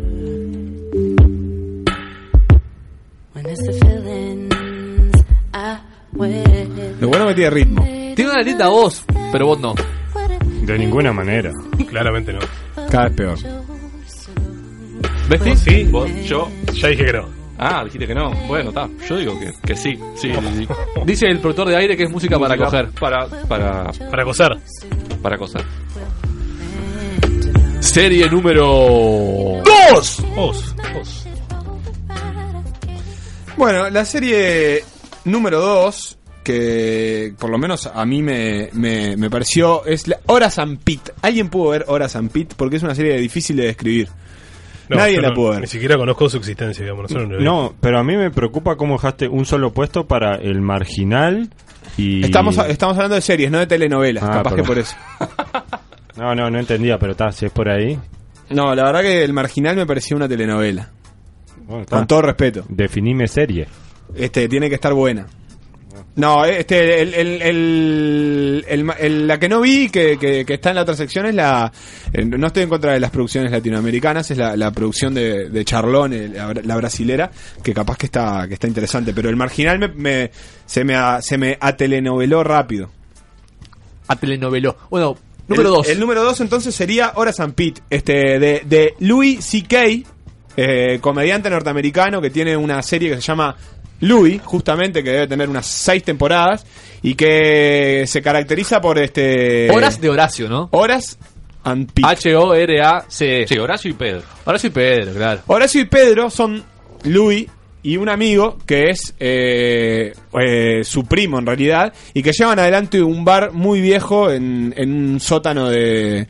When it's the feelings I will.
Lo bueno que tiene ritmo.
Tiene una linda voz, pero vos no.
De ninguna manera.
Claramente no.
Cada vez peor.
¿Ves? Sí, vos, yo.
Ya dije que no.
Ah, dijiste que no. Bueno, está. Yo digo que, que sí, sí, sí, sí.
Dice el productor de aire que es música para
Música
coger.
Para, para.
Para coser.
Para coser.
Serie número.
¡Dos! Dos. Dos.
Bueno, la serie número 2, que por lo menos a mí me, me, me pareció, es la Horas and Pit. ¿Alguien pudo ver Horas and Pit? Porque es una serie difícil de describir.
No,
Nadie
yo
la
no-
pudo ver.
Ni siquiera conozco su existencia, digamos. nosotros lo
No, pero a mí me preocupa cómo dejaste un solo puesto para el marginal y...
Estamos, estamos hablando de series, no de telenovelas.
Ah,
capaz
perdón.
que por eso.
No, no, no entendía, pero está, si es por ahí.
No, la verdad que El Marginal me parecía una telenovela.
está.
Con todo respeto.
Ah, Definime serie.
Este, tiene que estar buena. No, este, el, el- el- el ma- el- la que no vi, que, que- que está en la otra sección, es la. eh, No estoy en contra de las producciones latinoamericanas, es la, la producción de, de Charlón, el- la, bra- la brasilera, que capaz que está, que está interesante. Pero el marginal me, me- se, me a- se me atelenoveló rápido.
Atelenoveló. Bueno, número
El-
2.
El, número 2 entonces sería Hora San Pete, este, de, de Louis C.K., eh, comediante norteamericano que tiene una serie que se llama Louis, justamente, que debe tener unas seis temporadas y que se caracteriza por este.
Horas de Horacio, ¿no?
Horas and Pete.
H-O-R-A-C.
Sí, Horacio y Pedro.
E. Horacio y Pedro, claro.
Horacio y Pedro son Louis y un amigo que es eh, eh, su primo en realidad y que llevan adelante un bar muy viejo en, en un sótano de,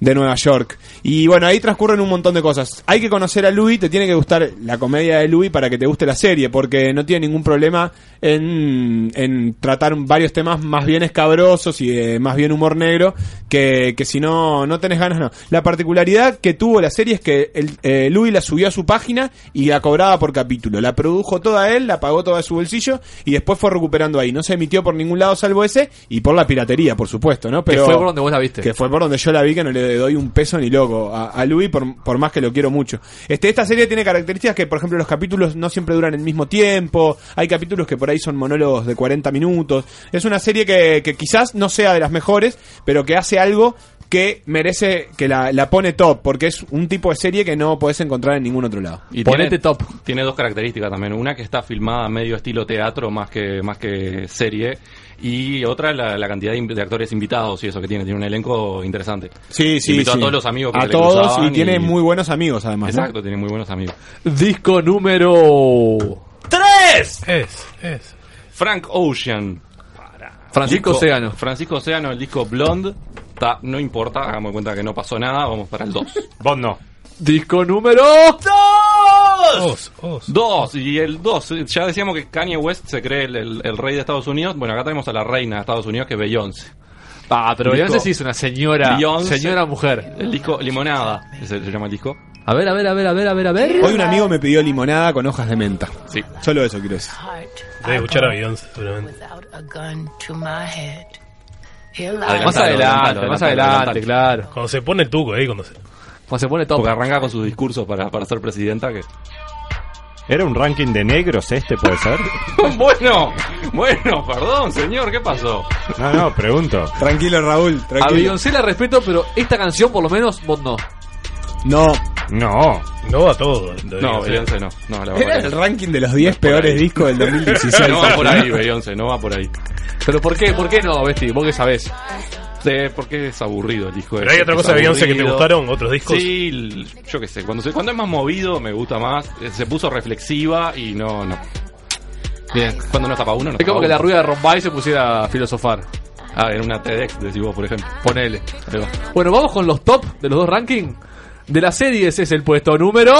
de Nueva York. Y bueno, ahí transcurren un montón de cosas. Hay que conocer a Louis, te tiene que gustar la comedia de Louis para que te guste la serie porque no tiene ningún problema en, en tratar varios temas más bien escabrosos y de más bien humor negro que, que si no no tenés ganas no. La particularidad que tuvo la serie es que el, eh, Louis la subió a su página y la cobraba por capítulo. La produjo toda él, la pagó toda de su bolsillo y después fue recuperando ahí. No se emitió por ningún lado salvo ese y por la piratería, por supuesto, ¿no?
que
Pero
fue por donde vos la viste.
que fue por donde yo la vi, que no le doy un peso ni loco a, a Louis, por, por más que lo quiero mucho. Este, esta serie tiene características que, por ejemplo, los capítulos no siempre duran el mismo tiempo. Hay capítulos que por ahí son monólogos de 40 minutos. Es una serie que, que quizás no sea de las mejores, pero que hace algo que merece, que la, la pone top, porque es un tipo de serie que no podés encontrar en ningún otro lado.
Y tiene,
top.
Tiene dos características también. Una que está filmada medio estilo teatro más que, más que serie. Y otra la, la cantidad de, inv- de actores invitados y eso que tiene. Tiene un elenco interesante.
Sí, sí,
Invitó
sí.
a todos los amigos que
A
se le
todos,
cruzaban
y tiene muy buenos amigos además. ¿no?
Exacto, tiene muy buenos amigos.
Disco número.
¡Tres!
Es, es.
Frank Ocean.
Francisco
Disco-
Océano.
Francisco Océano, el disco Blonde. Ta- no importa, hagamos cuenta que no pasó nada, vamos para el 2.
Vos no.
Disco número
2.
Dos.
Y el 2. Ya decíamos que Kanye West se cree el, el- el rey de Estados Unidos. Bueno, acá tenemos a la reina de Estados Unidos que es Beyoncé.
Ah, pero
Disco-
Beyoncé sí es una señora.
Beyoncé.
Señora mujer.
El disco Limonada. Ese se llama el disco.
A ver, a ver, a ver, a ver, a ver, a ver.
Hoy un amigo me pidió limonada con hojas de menta.
Sí.
Solo eso quiero decir.
Debe escuchar a Beyoncé, seguramente.
without a gun to my head. Here
Adelantalo,
Más adelante,
adelantalo,
más
adelantalo,
adelante,
adelantalo.
claro.
Cuando se pone el tuco ahí, cuando se.
Cuando se pone top.
Porque arranca con sus discursos para, para ser presidenta. que
¿Era un ranking de negros este, puede ser?
Bueno, bueno, perdón, señor, ¿qué pasó?
No, no, pregunto.
Tranquilo, Raúl,
A Beyoncé la respeto, pero esta canción por lo menos vos no.
No.
No.
No a todo. lo
No,
digo,
Beyoncé no. No, la
Era
verdad.
el ranking de los 10 peores discos del 2016.
No va por ahí, Beyoncé, no va por ahí.
Pero ¿por qué? ¿Por qué no, Besti? ¿Vos qué sabés?
porque es aburrido el disco.
Pero hay otra cosa de Beyoncé que te gustaron, otros discos.
Sí, l- yo qué sé. Cuando, se- cuando es más movido, me gusta más. Eh, Se puso reflexiva y no, no. Bien. Cuando no tapa uno, no
Es como
tapa
que la
uno.
rueda de Rombay se pusiera a filosofar.
Ah, en una TEDx, decís vos, por ejemplo.
Ponele. Bueno, vamos con los top de los dos rankings. De las series es el puesto número.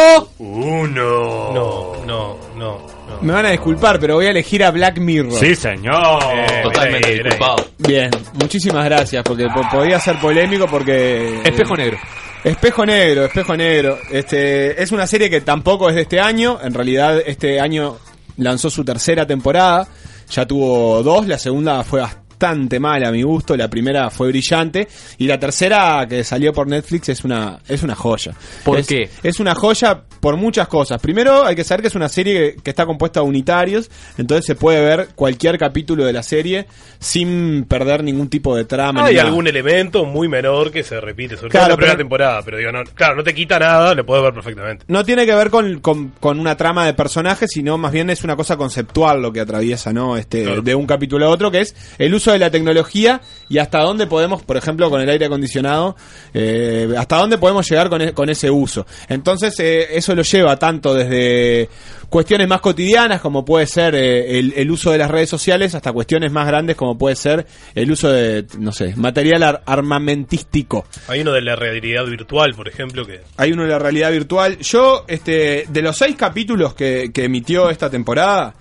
Uno. No, no, no.
Me van a disculpar, pero voy a elegir a Black Mirror.
Sí, señor.
Eh,
Eh,
Totalmente
mira ahí, mira ahí.
disculpado.
Bien, muchísimas gracias, porque po- podía ser polémico porque...
Espejo negro.
Espejo negro, espejo negro. Este, es una serie que tampoco es de este año, en realidad este año lanzó su tercera temporada, ya tuvo dos, la segunda fue bastante mala a mi gusto, la primera fue brillante y la tercera que salió por Netflix es una es una joya.
¿Por
Es-
qué?
es una joya por muchas cosas. Primero, hay que saber que es una serie que, que está compuesta de unitarios, entonces se puede ver cualquier capítulo de la serie sin perder ningún tipo de trama. ni
Hay
nada.
algún elemento muy menor que se repite, sobre
Claro,
todo en la primera
pero-
temporada, pero digo, no, claro, no te quita nada, lo puedes ver perfectamente.
No tiene que ver con, con- con una trama de personajes, sino más bien es una cosa conceptual lo que atraviesa, ¿no? Este, De un capítulo a otro, que es el uso uso de la tecnología y hasta dónde podemos, por ejemplo, con el aire acondicionado, eh, hasta dónde podemos llegar con, e- con ese uso. Entonces, eh, eso lo lleva tanto desde cuestiones más cotidianas, como puede ser eh, el, el uso de las redes sociales, hasta cuestiones más grandes, como puede ser el uso de, no sé, material ar- armamentístico.
Hay uno de la realidad virtual, por ejemplo, que
Hay uno de la realidad virtual. Yo, este, de los seis capítulos que, que emitió esta temporada,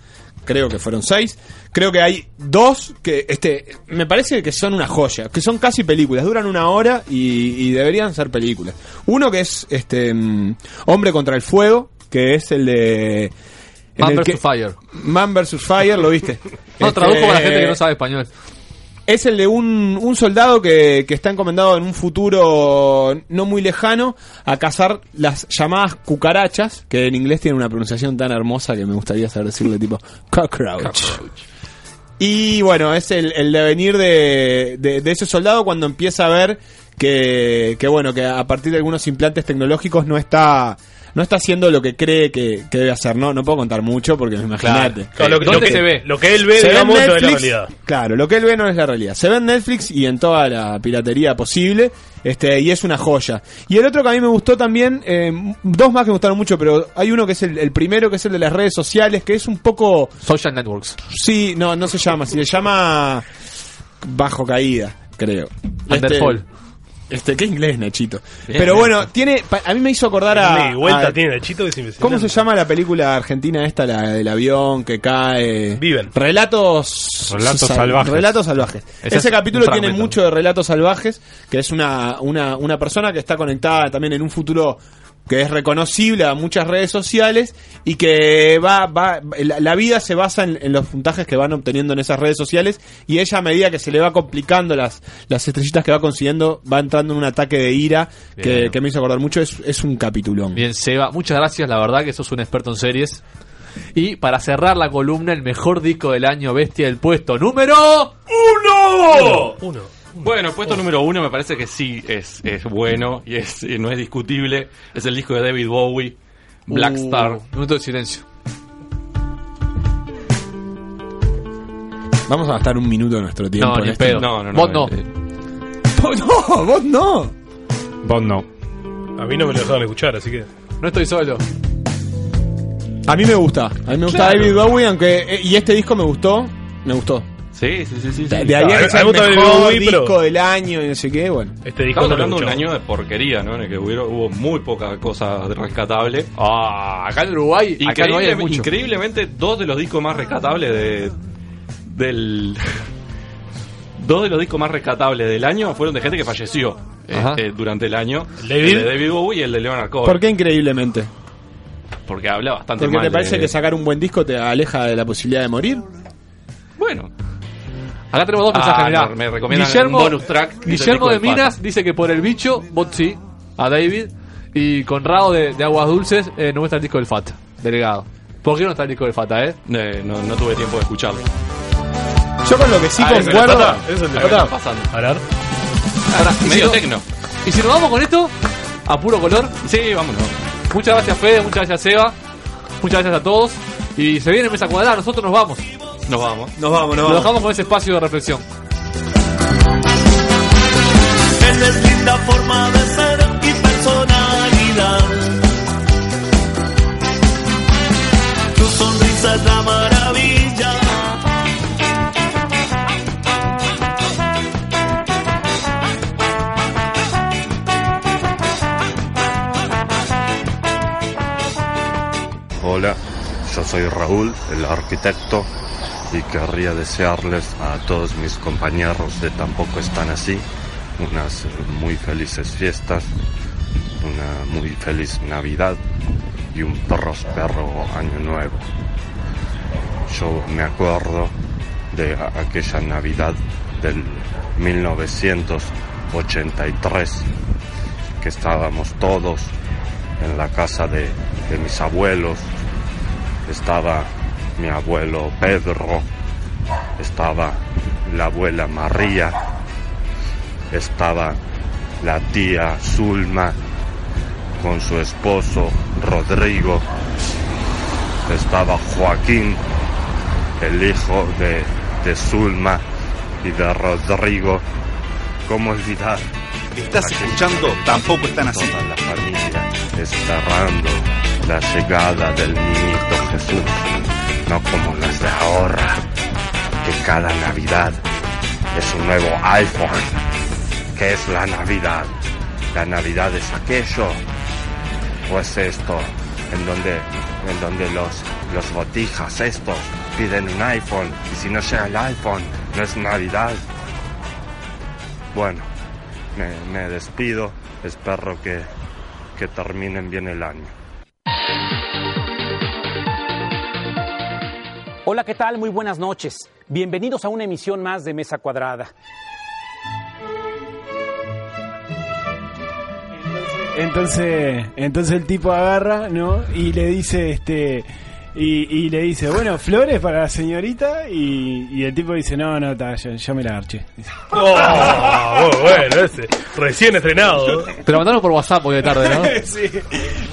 creo que fueron seis, creo que hay dos que, este, me parece que son una joya, que son casi películas, duran una hora y, y deberían ser películas. Uno que es, este, mm, Hombre contra el Fuego, que es el de... en
Man
el
vs.
que-
Fire.
Man vs. Fire, lo viste.
No,
Este,
tradujo para la gente que no sabe español.
es el de un, un soldado que, que está encomendado en un futuro no muy lejano a cazar las llamadas cucarachas, que en inglés tiene una pronunciación tan hermosa que me gustaría saber decirle tipo cockroach. Y bueno, es el, el devenir de, de- de ese soldado cuando empieza a ver que, que bueno, que a partir de algunos implantes tecnológicos no está... No está haciendo lo que cree que, que debe hacer, ¿no? No puedo contar mucho porque imagínate.
Claro, lo que- lo que- Lo que él ve,
Se ve en
digamos, no es la
Netflix,
realidad.
Claro, lo que él ve no es la realidad. Se ve en Netflix y en toda la piratería posible, este, y es una joya. Y el otro que a mí me gustó también, eh, dos más que me gustaron mucho, pero hay uno que es el, el primero, que es el de las redes sociales, que es un poco...
Social Networks.
Sí, no, no se llama, así, se llama Bajo Caída, creo.
Underfall.
Este, este, qué inglés, Nachito.
Bien,
pero
bien.
bueno, tiene, pa- a mí me hizo acordar a...
Y vuelta
a-
tiene Nachito que es
¿Cómo
impresionante.
se llama la película argentina esta, la del avión que cae? Viven. Relatos,
Relatos
sal-
salvajes.
Relatos salvajes.
Ese
Ese,
es
capítulo
un
tiene
fragmento.
mucho de relatos salvajes, que es una, una, una persona que está conectada también en un futuro que es reconocible a muchas redes sociales y que va, va la, la vida se basa en, en los puntajes que van obteniendo en esas redes sociales y ella a medida que se le va complicando las, las estrellitas que va consiguiendo va entrando en un ataque de ira que,
Bien.
que me hizo acordar mucho, es, es un capitulón.
Bien, Seba, muchas gracias, la verdad que sos un experto en series. Y para cerrar la columna, el mejor disco del año, Bestia del Puesto, número...
¡Uno! Bueno, puesto número uno me parece que sí es, es bueno y es y no es discutible. Es el disco de David Bowie, Black
Uh,
Star.
Minuto de silencio.
Vamos a gastar un minuto de nuestro tiempo.
No,
en
ni
esto.
pedo. No, eh, no, no, Vos no.
Vos no, vos no.
Vos no.
A mí no me lo dejaron escuchar, así que.
No estoy solo.
A mí me gusta. A mí me gusta
Claro.
David Bowie, aunque. eh, Y este disco me gustó. Me gustó.
Sí, sí, sí. sí,
De,
sí.
de ahí a
Ah,
que
me
sea el
gusta David
mejor
Bowie,
disco
pero-
del año y no sé qué, bueno.
Este
Estamos hablando de un año de porquería, ¿no? En el que hubo, hubo muy poca cosa rescatable.
Ah, acá en Uruguay, acá en Uruguay hay mucho.
Increíblemente, dos de los discos más rescatables de, del... Dos de los discos más rescatables del año fueron de gente que falleció eh, eh, durante el año.
David?
El de David Bowie y el de Leonard Cohen.
¿Por qué increíblemente?
Porque habla bastante
Porque
mal.
te parece
de-
que sacar un buen disco te aleja de la posibilidad de morir.
Bueno.
Acá tenemos dos
Ah,
mensajes, mirá.
no, me recomiendan un bonus track del
Guillermo
disco
de
del Pata.
Minas dice que por el bicho, Botsi, a David, y Conrado de, de Aguas Dulces, eh, no está el disco del Fata, delegado. ¿Por qué no está el disco del Fata, eh?
no, no tuve tiempo de escucharlo.
Yo con lo que sí
Ah, eso,
concuerdo-
tata, eso es lo que
Tata.
está pasando.
Ahora, y
Medio
si no-
tecno.
Y si nos vamos con esto, a puro color.
Sí, vámonos.
Muchas gracias, Fede, muchas gracias, Seba. Muchas gracias a todos. Y se viene mesa cuadrada, nosotros nos vamos.
Nos vamos.
Nos vamos,
Nos dejamos con ese espacio de reflexión.
Esa es linda forma de ser y personalidad. Tu sonrisa es la maravilla.
Hola, yo soy Raúl, el arquitecto, y querría desearles a todos mis compañeros de Tampoco Están Así unas eh, muy felices fiestas, una muy feliz Navidad y un próspero año nuevo. Yo me acuerdo de a- aquella Navidad del 1983 que estábamos todos en la casa de, de mis abuelos. Estaba mi abuelo Pedro, estaba la abuela María, estaba la tía Zulma con su esposo Rodrigo, estaba Joaquín, el hijo de, de Zulma, y de Rodrigo. ¿Cómo olvidar?
Estás escuchando Tampoco Están Así.
Toda la familia esperando la llegada del niñito Jesús. No como las de ahora, que cada Navidad es un nuevo iPhone. ¿Qué es la Navidad? La Navidad es aquello, o es esto, en donde, en donde los, los botijas estos piden un iPhone, y si no llega el iPhone, no es Navidad. Bueno, me, me despido, espero que, que terminen bien el año.
Hola, ¿qué tal? Muy buenas noches. Bienvenidos a una emisión más de Mesa Cuadrada.
Entonces, entonces el tipo agarra, ¿no? Y le dice, este, y, y le dice, bueno, flores para la señorita, y, y el tipo dice, no, no, ta, yo, yo me la arché. Dice.
Oh, bueno, ese. Recién estrenado.
Te lo mandaron por WhatsApp hoy de tarde, ¿no?
Sí,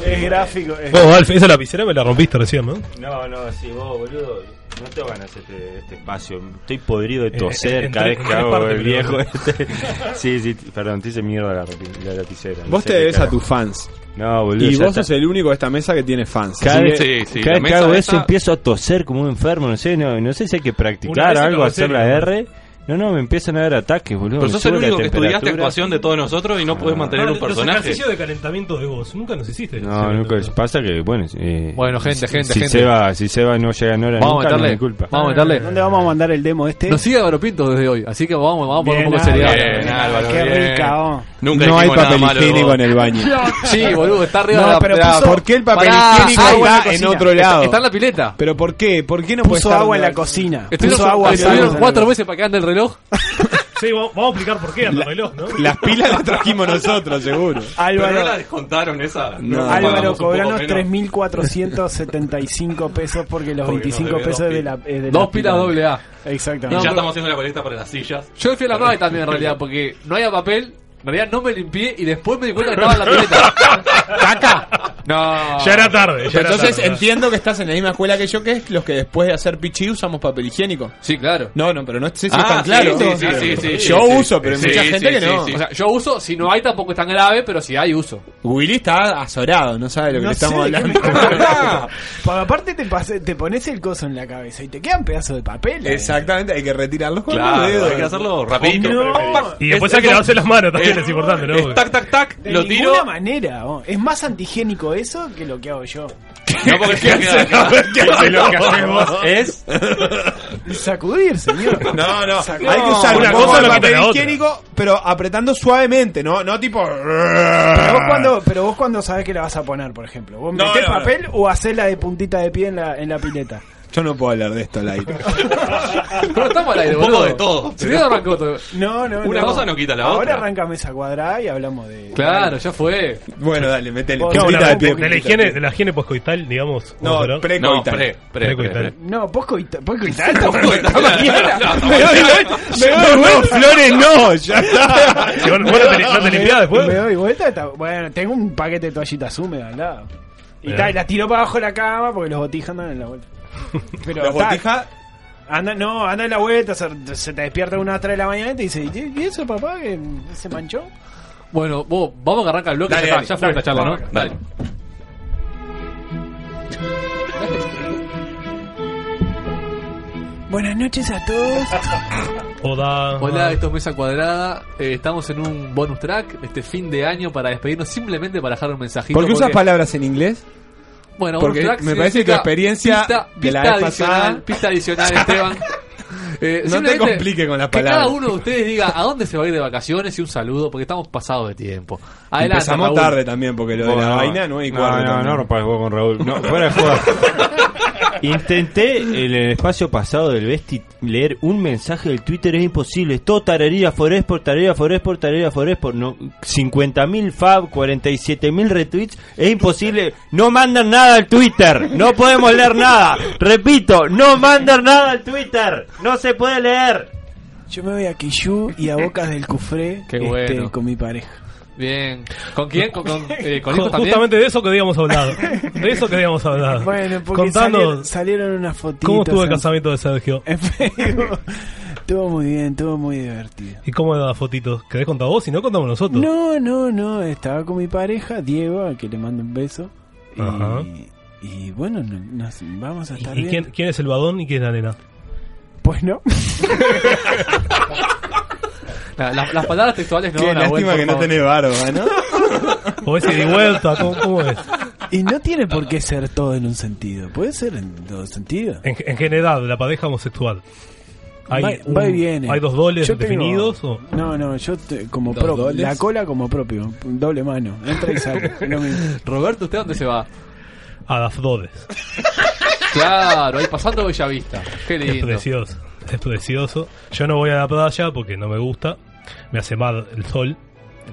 es gráfico. es
Vos, Alf, esa lapicera me la rompiste recién, ¿no?
No, no, sí, vos, boludo. No te ganas este, este espacio. Estoy podrido
Eh,
de toser
en
cada
tres-
vez
en
que
tres
hago
partes,
el viejo.
pero-
Este. Sí, sí, t- perdón, te hice mierda la, rapi- la lapicera. No
Vos
sé
te
qué
debes a
carajo.
tus fans.
No, boludo.
Y
ya
vos
está.
sos el único de esta mesa que tiene fans.
Cada
así
vez,
que-
cada vez que hago eso empiezo a toser como un enfermo. No sé, no, no sé si hay que
Una
practicar
vez
algo,
acabó
hacer la
serio.
R. No, no, me empiezan a dar ataques, boludo.
Pero
me
sos el
sube la
único que estudiaste
temperatura.
actuación de todos nosotros y no podés mantener
Ah,
No,
un
Ah, Los
personaje.
ejercicios de calentamiento de voz, nunca nos hiciste.
No, nunca pasa que, bueno. eh,
Bueno, gente,
si-
gente,
si
gente.
Seba, si Seba no llega en hora,
Vamos a
nunca, no
meterle,
es mi culpa.
vamos a meterle.
¿Dónde vamos a mandar el demo este?
Nos sigue Álvaro Pinto desde hoy, así que vamos, vamos a poner un poco de
Bien,
seriedad.
Álvaro, Bien,
Ah,
Álvaro, qué bien. rica, oh.
Nunca
no hay
dijimos nada
papel
malo de
higiénico
vos.
en el baño.
Sí, boludo, está arriba
No,
de la
pero
de la-
puso- ¿por qué el papel
Pará,
higiénico
agua
está
la cocina.
en otro lado?
Está, está en la pileta.
¿Pero por qué? ¿Por qué no puede
Puso
estar
agua en la
donde-
cocina.
Estuvieron,
Puso agua.
estuvieron
sal.
cuatro veces para que ande el reloj.
Sí, vamos, vamos a explicar por qué anda el reloj, ¿no?
Las pilas las trajimos nosotros, seguro.
Pero
Álvaro.
no la descontaron esa.
No.
Nos pagamos
Álvaro,
un poco
cobranos
menos.
3.475 pesos porque los
Porque nos
25
debe dos
pesos de la...
pilas.
eh, de
Dos
la
pilas
pila.
doble A.
Y
Exactamente.
ya estamos haciendo la colecta para las sillas.
Yo fui a la rave también en realidad, porque no había papel, en realidad no me limpié y después me di cuenta que estaba en la pileta. ¿Taca? No.
Ya era tarde, ya era
Ah. Entonces
tarde.
entiendo que estás en la misma escuela que yo, que es los que después de hacer pichi usamos papel higiénico.
Sí, claro.
No, no, pero no sé si
Ah,
están
sí,
claros.
sí, sí, sí, sí, sí,
yo
sí.
uso, pero hay
Sí,
mucha
sí,
gente que
sí,
no.
sí. O sea, yo uso, si no hay tampoco es tan grave, pero si hay uso.
Willy está azorado, no sabe lo que
No
le estamos
sé de qué
hablando.
Porque aparte te, pase- te pones el coso en la cabeza y te quedan pedazos de papel. eh. ahí.
Exactamente, hay que retirarlos con
Claro,
los dedos.
hay que hacerlo rapidito.
Este
Y después hay que lavarse las manos también,
Eh,
es importante, ¿no?
eh, tac, tac, tac,
De
lo
ninguna
tiro.
manera. oh. Es más antigénico eso que lo que hago yo.
No, porque se va a quedar acá.
hace lo que haces vos
es
Sacudir, señor.
No, no,
Sacudir.
hay que usar
Una
una
cosa
cosa
no
el
quita
papel
la otra.
higiénico, pero apretando suavemente, no, no tipo.
Pero vos, cuando, pero vos cuando sabés que la vas a poner, por ejemplo. ¿Vos
No,
metés
no, no.
papel o hacés la de puntita de pie en la, en la pileta?
Yo no puedo hablar de esto al aire.
Pero estamos al aire,
Un poco
boludo.
de todo.
Si no arrancó todo.
No, no,
Una
no.
cosa no quita la
Ahora
otra.
arranca mesa cuadrada y hablamos de.
Claro, ya fue.
Bueno, dale, metele.
Vos, Puntita
Una-
de pie,
de, la
puntita
higiene,
de pie.
de la higiene poscoital, digamos.
No,
vamos a hablar.
precoital.
No, pre, pre,
Precoital.
pre,
No, poco y poco y tanto, esta mañana.
Me doy vuelta, me doy vuelta. flores no, ya está.
Sí, bueno, bueno, te- no te limpiás después.
Me doy vuelta. está- Bueno, tengo un paquete de toallitas húmedas al lado. Y,
Mirá.
tal, y las tiro para abajo de la cama porque los botijas andan en la vuelta. Pero
Las
tal,
botijas-
Anda, no, anda en la vuelta, se, se te despierta una a las 3 de la mañana y te dice, "¿Y- ¿y eso papá que se manchó?
Bueno, vos, vamos a arrancar el bloque.
Dale,
ya, está,
dale,
ya fue
dale,
esta charla, ¿no?
vamos.
Dale.
Buenas noches a todos.
Hola.
Hola, esto es Mesa Cuadrada. Eh, estamos en un bonus track este fin de año para despedirnos, simplemente para dejar un mensajito.
¿Por qué usas palabras en inglés?
Bueno,
Porque
bonus track
me parece que tu
significa
experiencia
pista,
de
pista
la vez
adicional,
pasada-
Pista adicional, Esteban. Eh,
No te
simplemente
compliques con las
que
palabras.
cada uno de ustedes diga a dónde se va a ir de vacaciones y un saludo, porque estamos pasados de tiempo. Adelante,
Empezamos
Raúl.
tarde también, porque lo de la vaina no hay
no,
cuarto.
No,
también.
no rompas el huevo con Raúl. No, fuera de juego. Intenté en el espacio pasado del Besti leer un mensaje del Twitter, es imposible. Es todo tararía Foresport, tararía Foresport, tararía Foresport. No, 50.000 fab, 47.000 retweets. Es imposible. No mandan nada al Twitter. No podemos leer nada. Repito, no mandan nada al Twitter. No se puede leer.
Yo me voy a Quillú y a Bocas del Cufré
Qué
este,
bueno.
con mi pareja.
Bien. ¿Con quién? ¿Con, con, eh, con hijos también?
Justamente de eso que habíamos hablado. De eso que habíamos hablado.
Bueno, porque
Contanos,
salieron, salieron unas fotitos.
¿cómo estuvo el
en-
casamiento de Sergio?
en Facebook. Estuvo muy bien, estuvo muy divertido.
¿Y cómo da fotitos? ¿Querés contar vos? Si no, contamos nosotros.
No, no, no, estaba con mi pareja, Diego, a que le mando un beso. Y,
Ajá.
y bueno, no- nos vamos a estar
¿Y
bien.
quién, quién es el badón y quién es la nena?
Pues no.
La- la- las palabras textuales no
Qué
van a
lástima que no tenés barba, ¿no?
O ese de vuelta, ¿cómo, cómo es?
Y no tiene por qué ser todo en un sentido, puede ser en dos sentidos.
En, en general, la pareja homosexual. Hay,
va,
un-
va y viene.
¿Hay dos dobles
Yo tengo-
definidos? o-
No, no, yo te- como
¿Dos
propio.
dobles?
La cola como propio. Doble mano. Entra y sale. es lo mismo.
Roberto, ¿usted dónde se va?
A las dobles.
Claro, ahí pasando Bellavista. Qué
Es
lindo.
precioso. Es precioso. Yo no voy a la playa porque no me gusta. Me hace mal el sol.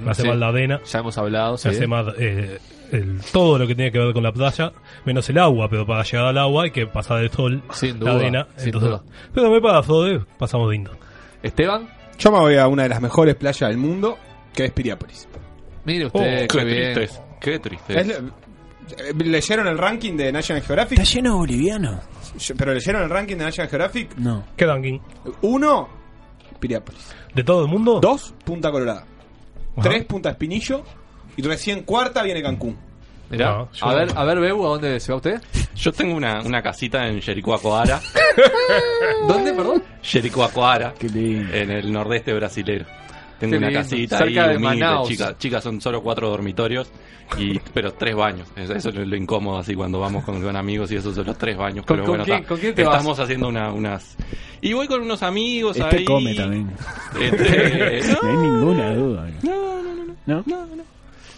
Me hace
Sí.
mal la arena.
Ya hemos hablado. sí.
Se hace más eh, el- todo lo que tiene que ver con la playa, menos el agua, pero para llegar al agua hay que pasar el sol,
Sin
la
duda,
arena.
sin
entonces-
duda.
Pero me para Frodo, pasamos lindo.
Esteban,
Yo me voy a una de las mejores playas del mundo, que es Piriápolis.
mire usted, qué,
Oh, qué
bien.
triste.
Qué triste.
Es la- eh, ¿Leyeron el ranking de National Geographic?
¿Está lleno de bolivianos?
¿Pero leyeron el ranking de National Geographic?
No.
¿Qué ranking?
Uno, Piriápolis.
¿De todo el mundo?
Dos, Punta Colorada. Tres, Punta Espinillo. Y recién cuarta viene Cancún.
Mirá,
No, yo-
a ver, a ver, Beu, ¿a dónde se va usted?
Yo tengo una, una casita en Jericoacoara.
¿Dónde, perdón?
Jericoacoara. En el nordeste brasilero. Tengo
Qué
una
lindo.
casita
Cerca
ahí,
de
humilde,
Manaus.
chicas, chicas son solo cuatro dormitorios, y pero tres baños. Es- Eso es lo, lo incómodo así cuando vamos con, con amigos y esos son los tres baños.
¿Con-
pero
con
bueno,
quién-
está.
con quién te vas?
estamos haciendo una- unas... Y voy con unos amigos
Este
ahí.
come también.
Este,
no hay ninguna duda. eh. ¿No?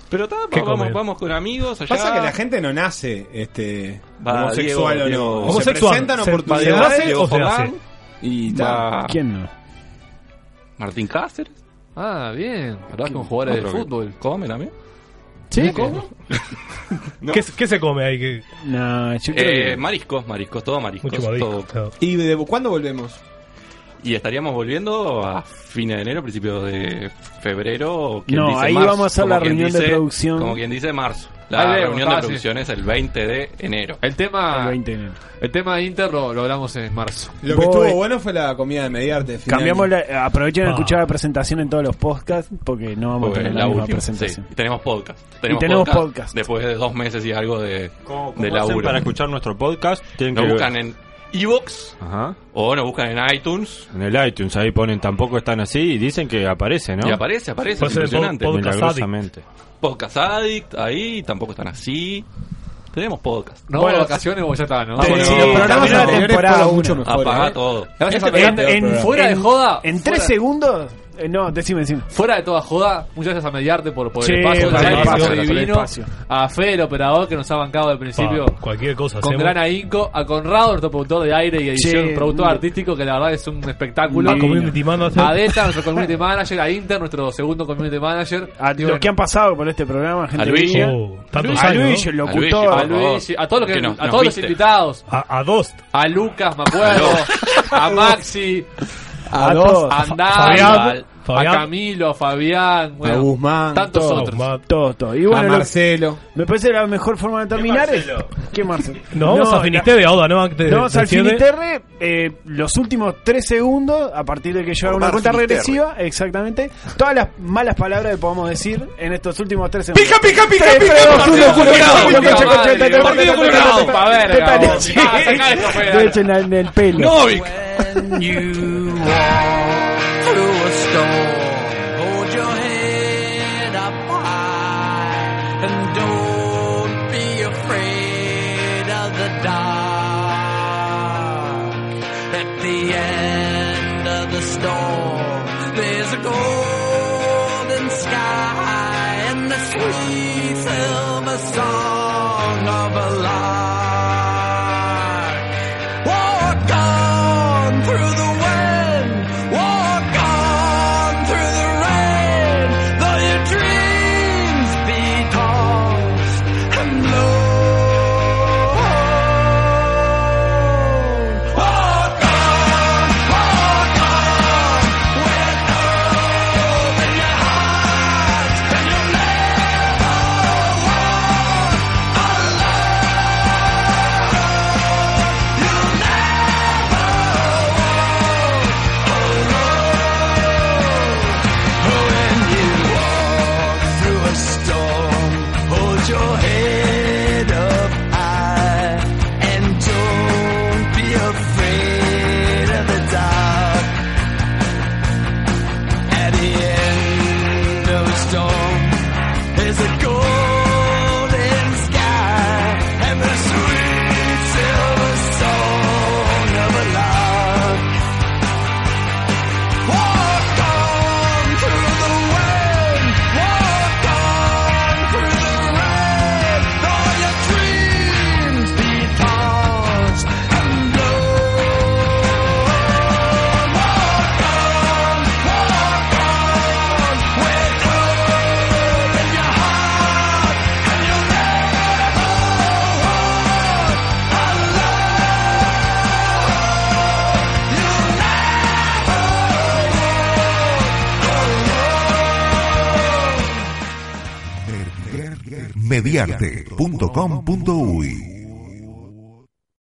Pero está,
¿Qué
vamos,
come?
vamos con amigos allá.
Pasa que la gente no nace este,
Va,
homosexual
Diego,
o no.
Diego.
Se
Homosexual.
presentan
Se-
oportunidades.
¿se nace o se hace?
Y
Va.
ta.
¿Quién no?
Martín Cáceres.
Ah, bien. Hablás con jugadores de
Otro que
fútbol.
Come también.
¿Sí?
¿Cómo?
¿Qué, se- qué se come ahí? ¿Qué-
No, yo
Eh, Mariscos, mariscos, todo mariscos.
Mucho marisco,
todo.
claro.
¿Y de cuándo volvemos?
Y estaríamos volviendo a fines de enero, principios de febrero. o quien
No,
dice
ahí
marzo,
vamos a hacer
como
la
quien
reunión de
dice-
producción.
Como quien dice marzo.
Ahí
La
vemos,
reunión de
ah, sí.
producción es el 20 de enero.
El tema. El,
de enero.
tema de Inter lo, lo hablamos en marzo.
Lo que
eh,
estuvo bueno fue la comida de Mediarte. final.
Cambiamos la, aprovechen a
Ah.
escuchar la presentación en todos los podcasts porque no vamos
Porque
a
es
tener la,
Pues la
misma
última.
presentación.
sí. Y tenemos podcast.
tenemos podcast.
Después de dos meses y algo de, de
hacen
laburo.
para escuchar nuestro podcast? Tienen
Nos
que-
buscan en Evox
Ajá.
o nos buscan en iTunes.
En el iTunes, ahí ponen tampoco están así y dicen que aparece, ¿no?
Y aparece, aparece,
Puede
es
ser
impresionante.
pod-
Podcast
Milagrosamente.
Podcast Addict, ahí tampoco están así. Tenemos podcast.
¿No
Bueno,
vamos de vacaciones o ya está, no? Ah,
Sí,
Vámonos.
sí, los programas
Terminó
anteriores fueron mucho
una.
mejores, Apagá ¿eh? todo.
La verdad es que
En-
en-
en-
fuera de
en-
joda.
En tres
fuera-
segundos. eh, no, decime, decime.
Fuera de toda joda, muchas gracias a Mediarte por, por
Sí,
el espacio,
por
por
el
el
espacio,
espacio
por el
divino,
espacio.
a Fede, el operador, que nos ha bancado del principio.
Pa, cualquier cosa
con
hacemos.
gran ahínco, a Conrado, nuestro productor de aire y edición,
Sí,
productor
muy-
artístico, que la verdad es un espectáculo.
A community manager.
A Deta, nuestro community manager, a Inter, nuestro segundo community manager.
A
Y
los
bueno,
que han pasado por este programa, gente
A Luigi.
linda.
Oh,
tantos
a
años, ¿no?
Luigi, el
A Luigi,
locutor.
a Luigi, a todos los, que-
Que nos-
a
nos
todos los
viste.
invitados,
A, a dos.
a Lucas, me acuerdo, a Maxi,
A dos.
todos, a
Fa-
Andal,
Fabián, Fabián.
a Camilo, a Fabián, bueno,
a Guzmán,
tantos
todo.
otros.
Todo, todo. Y
a
bueno, lo-
Marcelo.
me parece la mejor forma de terminar es. ¿Qué Marcelo?
Nos vamos a Finisterre ahora, ¿no? Antes de-
Nos vamos
del
al
cierre.
Finisterre. eh, los últimos tres segundos, a partir de que yo haga una
Omar
cuenta
Finisterre.
regresiva, exactamente. Todas las malas palabras que podamos decir en estos últimos tres segundos.
¡Pica, pica, pica,
Tres,
pica,
tres,
pica,
dos, uno,
pica,
culo,
pica,
culo,
pica, pica,
culo, culo,
madre,
culo,
partido
culo,
colorado,
culo,
pa'
culo,
verga,
culo,
vos.
culo,
Ah, sacá eso,
culo,
Fede.
culo, en el- en el pelo.
Novik.
When you walk through a storm, hold your head up high and don't be afraid of the dark. At the end of the storm, there's a golden sky and the sweet silver song of a lark. Walk on through the wind. Walk on through the rain. Though your dreams be tossed and blown. Walk on, walk on with hope in your heart, and you'll never walk alone.
mediarte.com.uy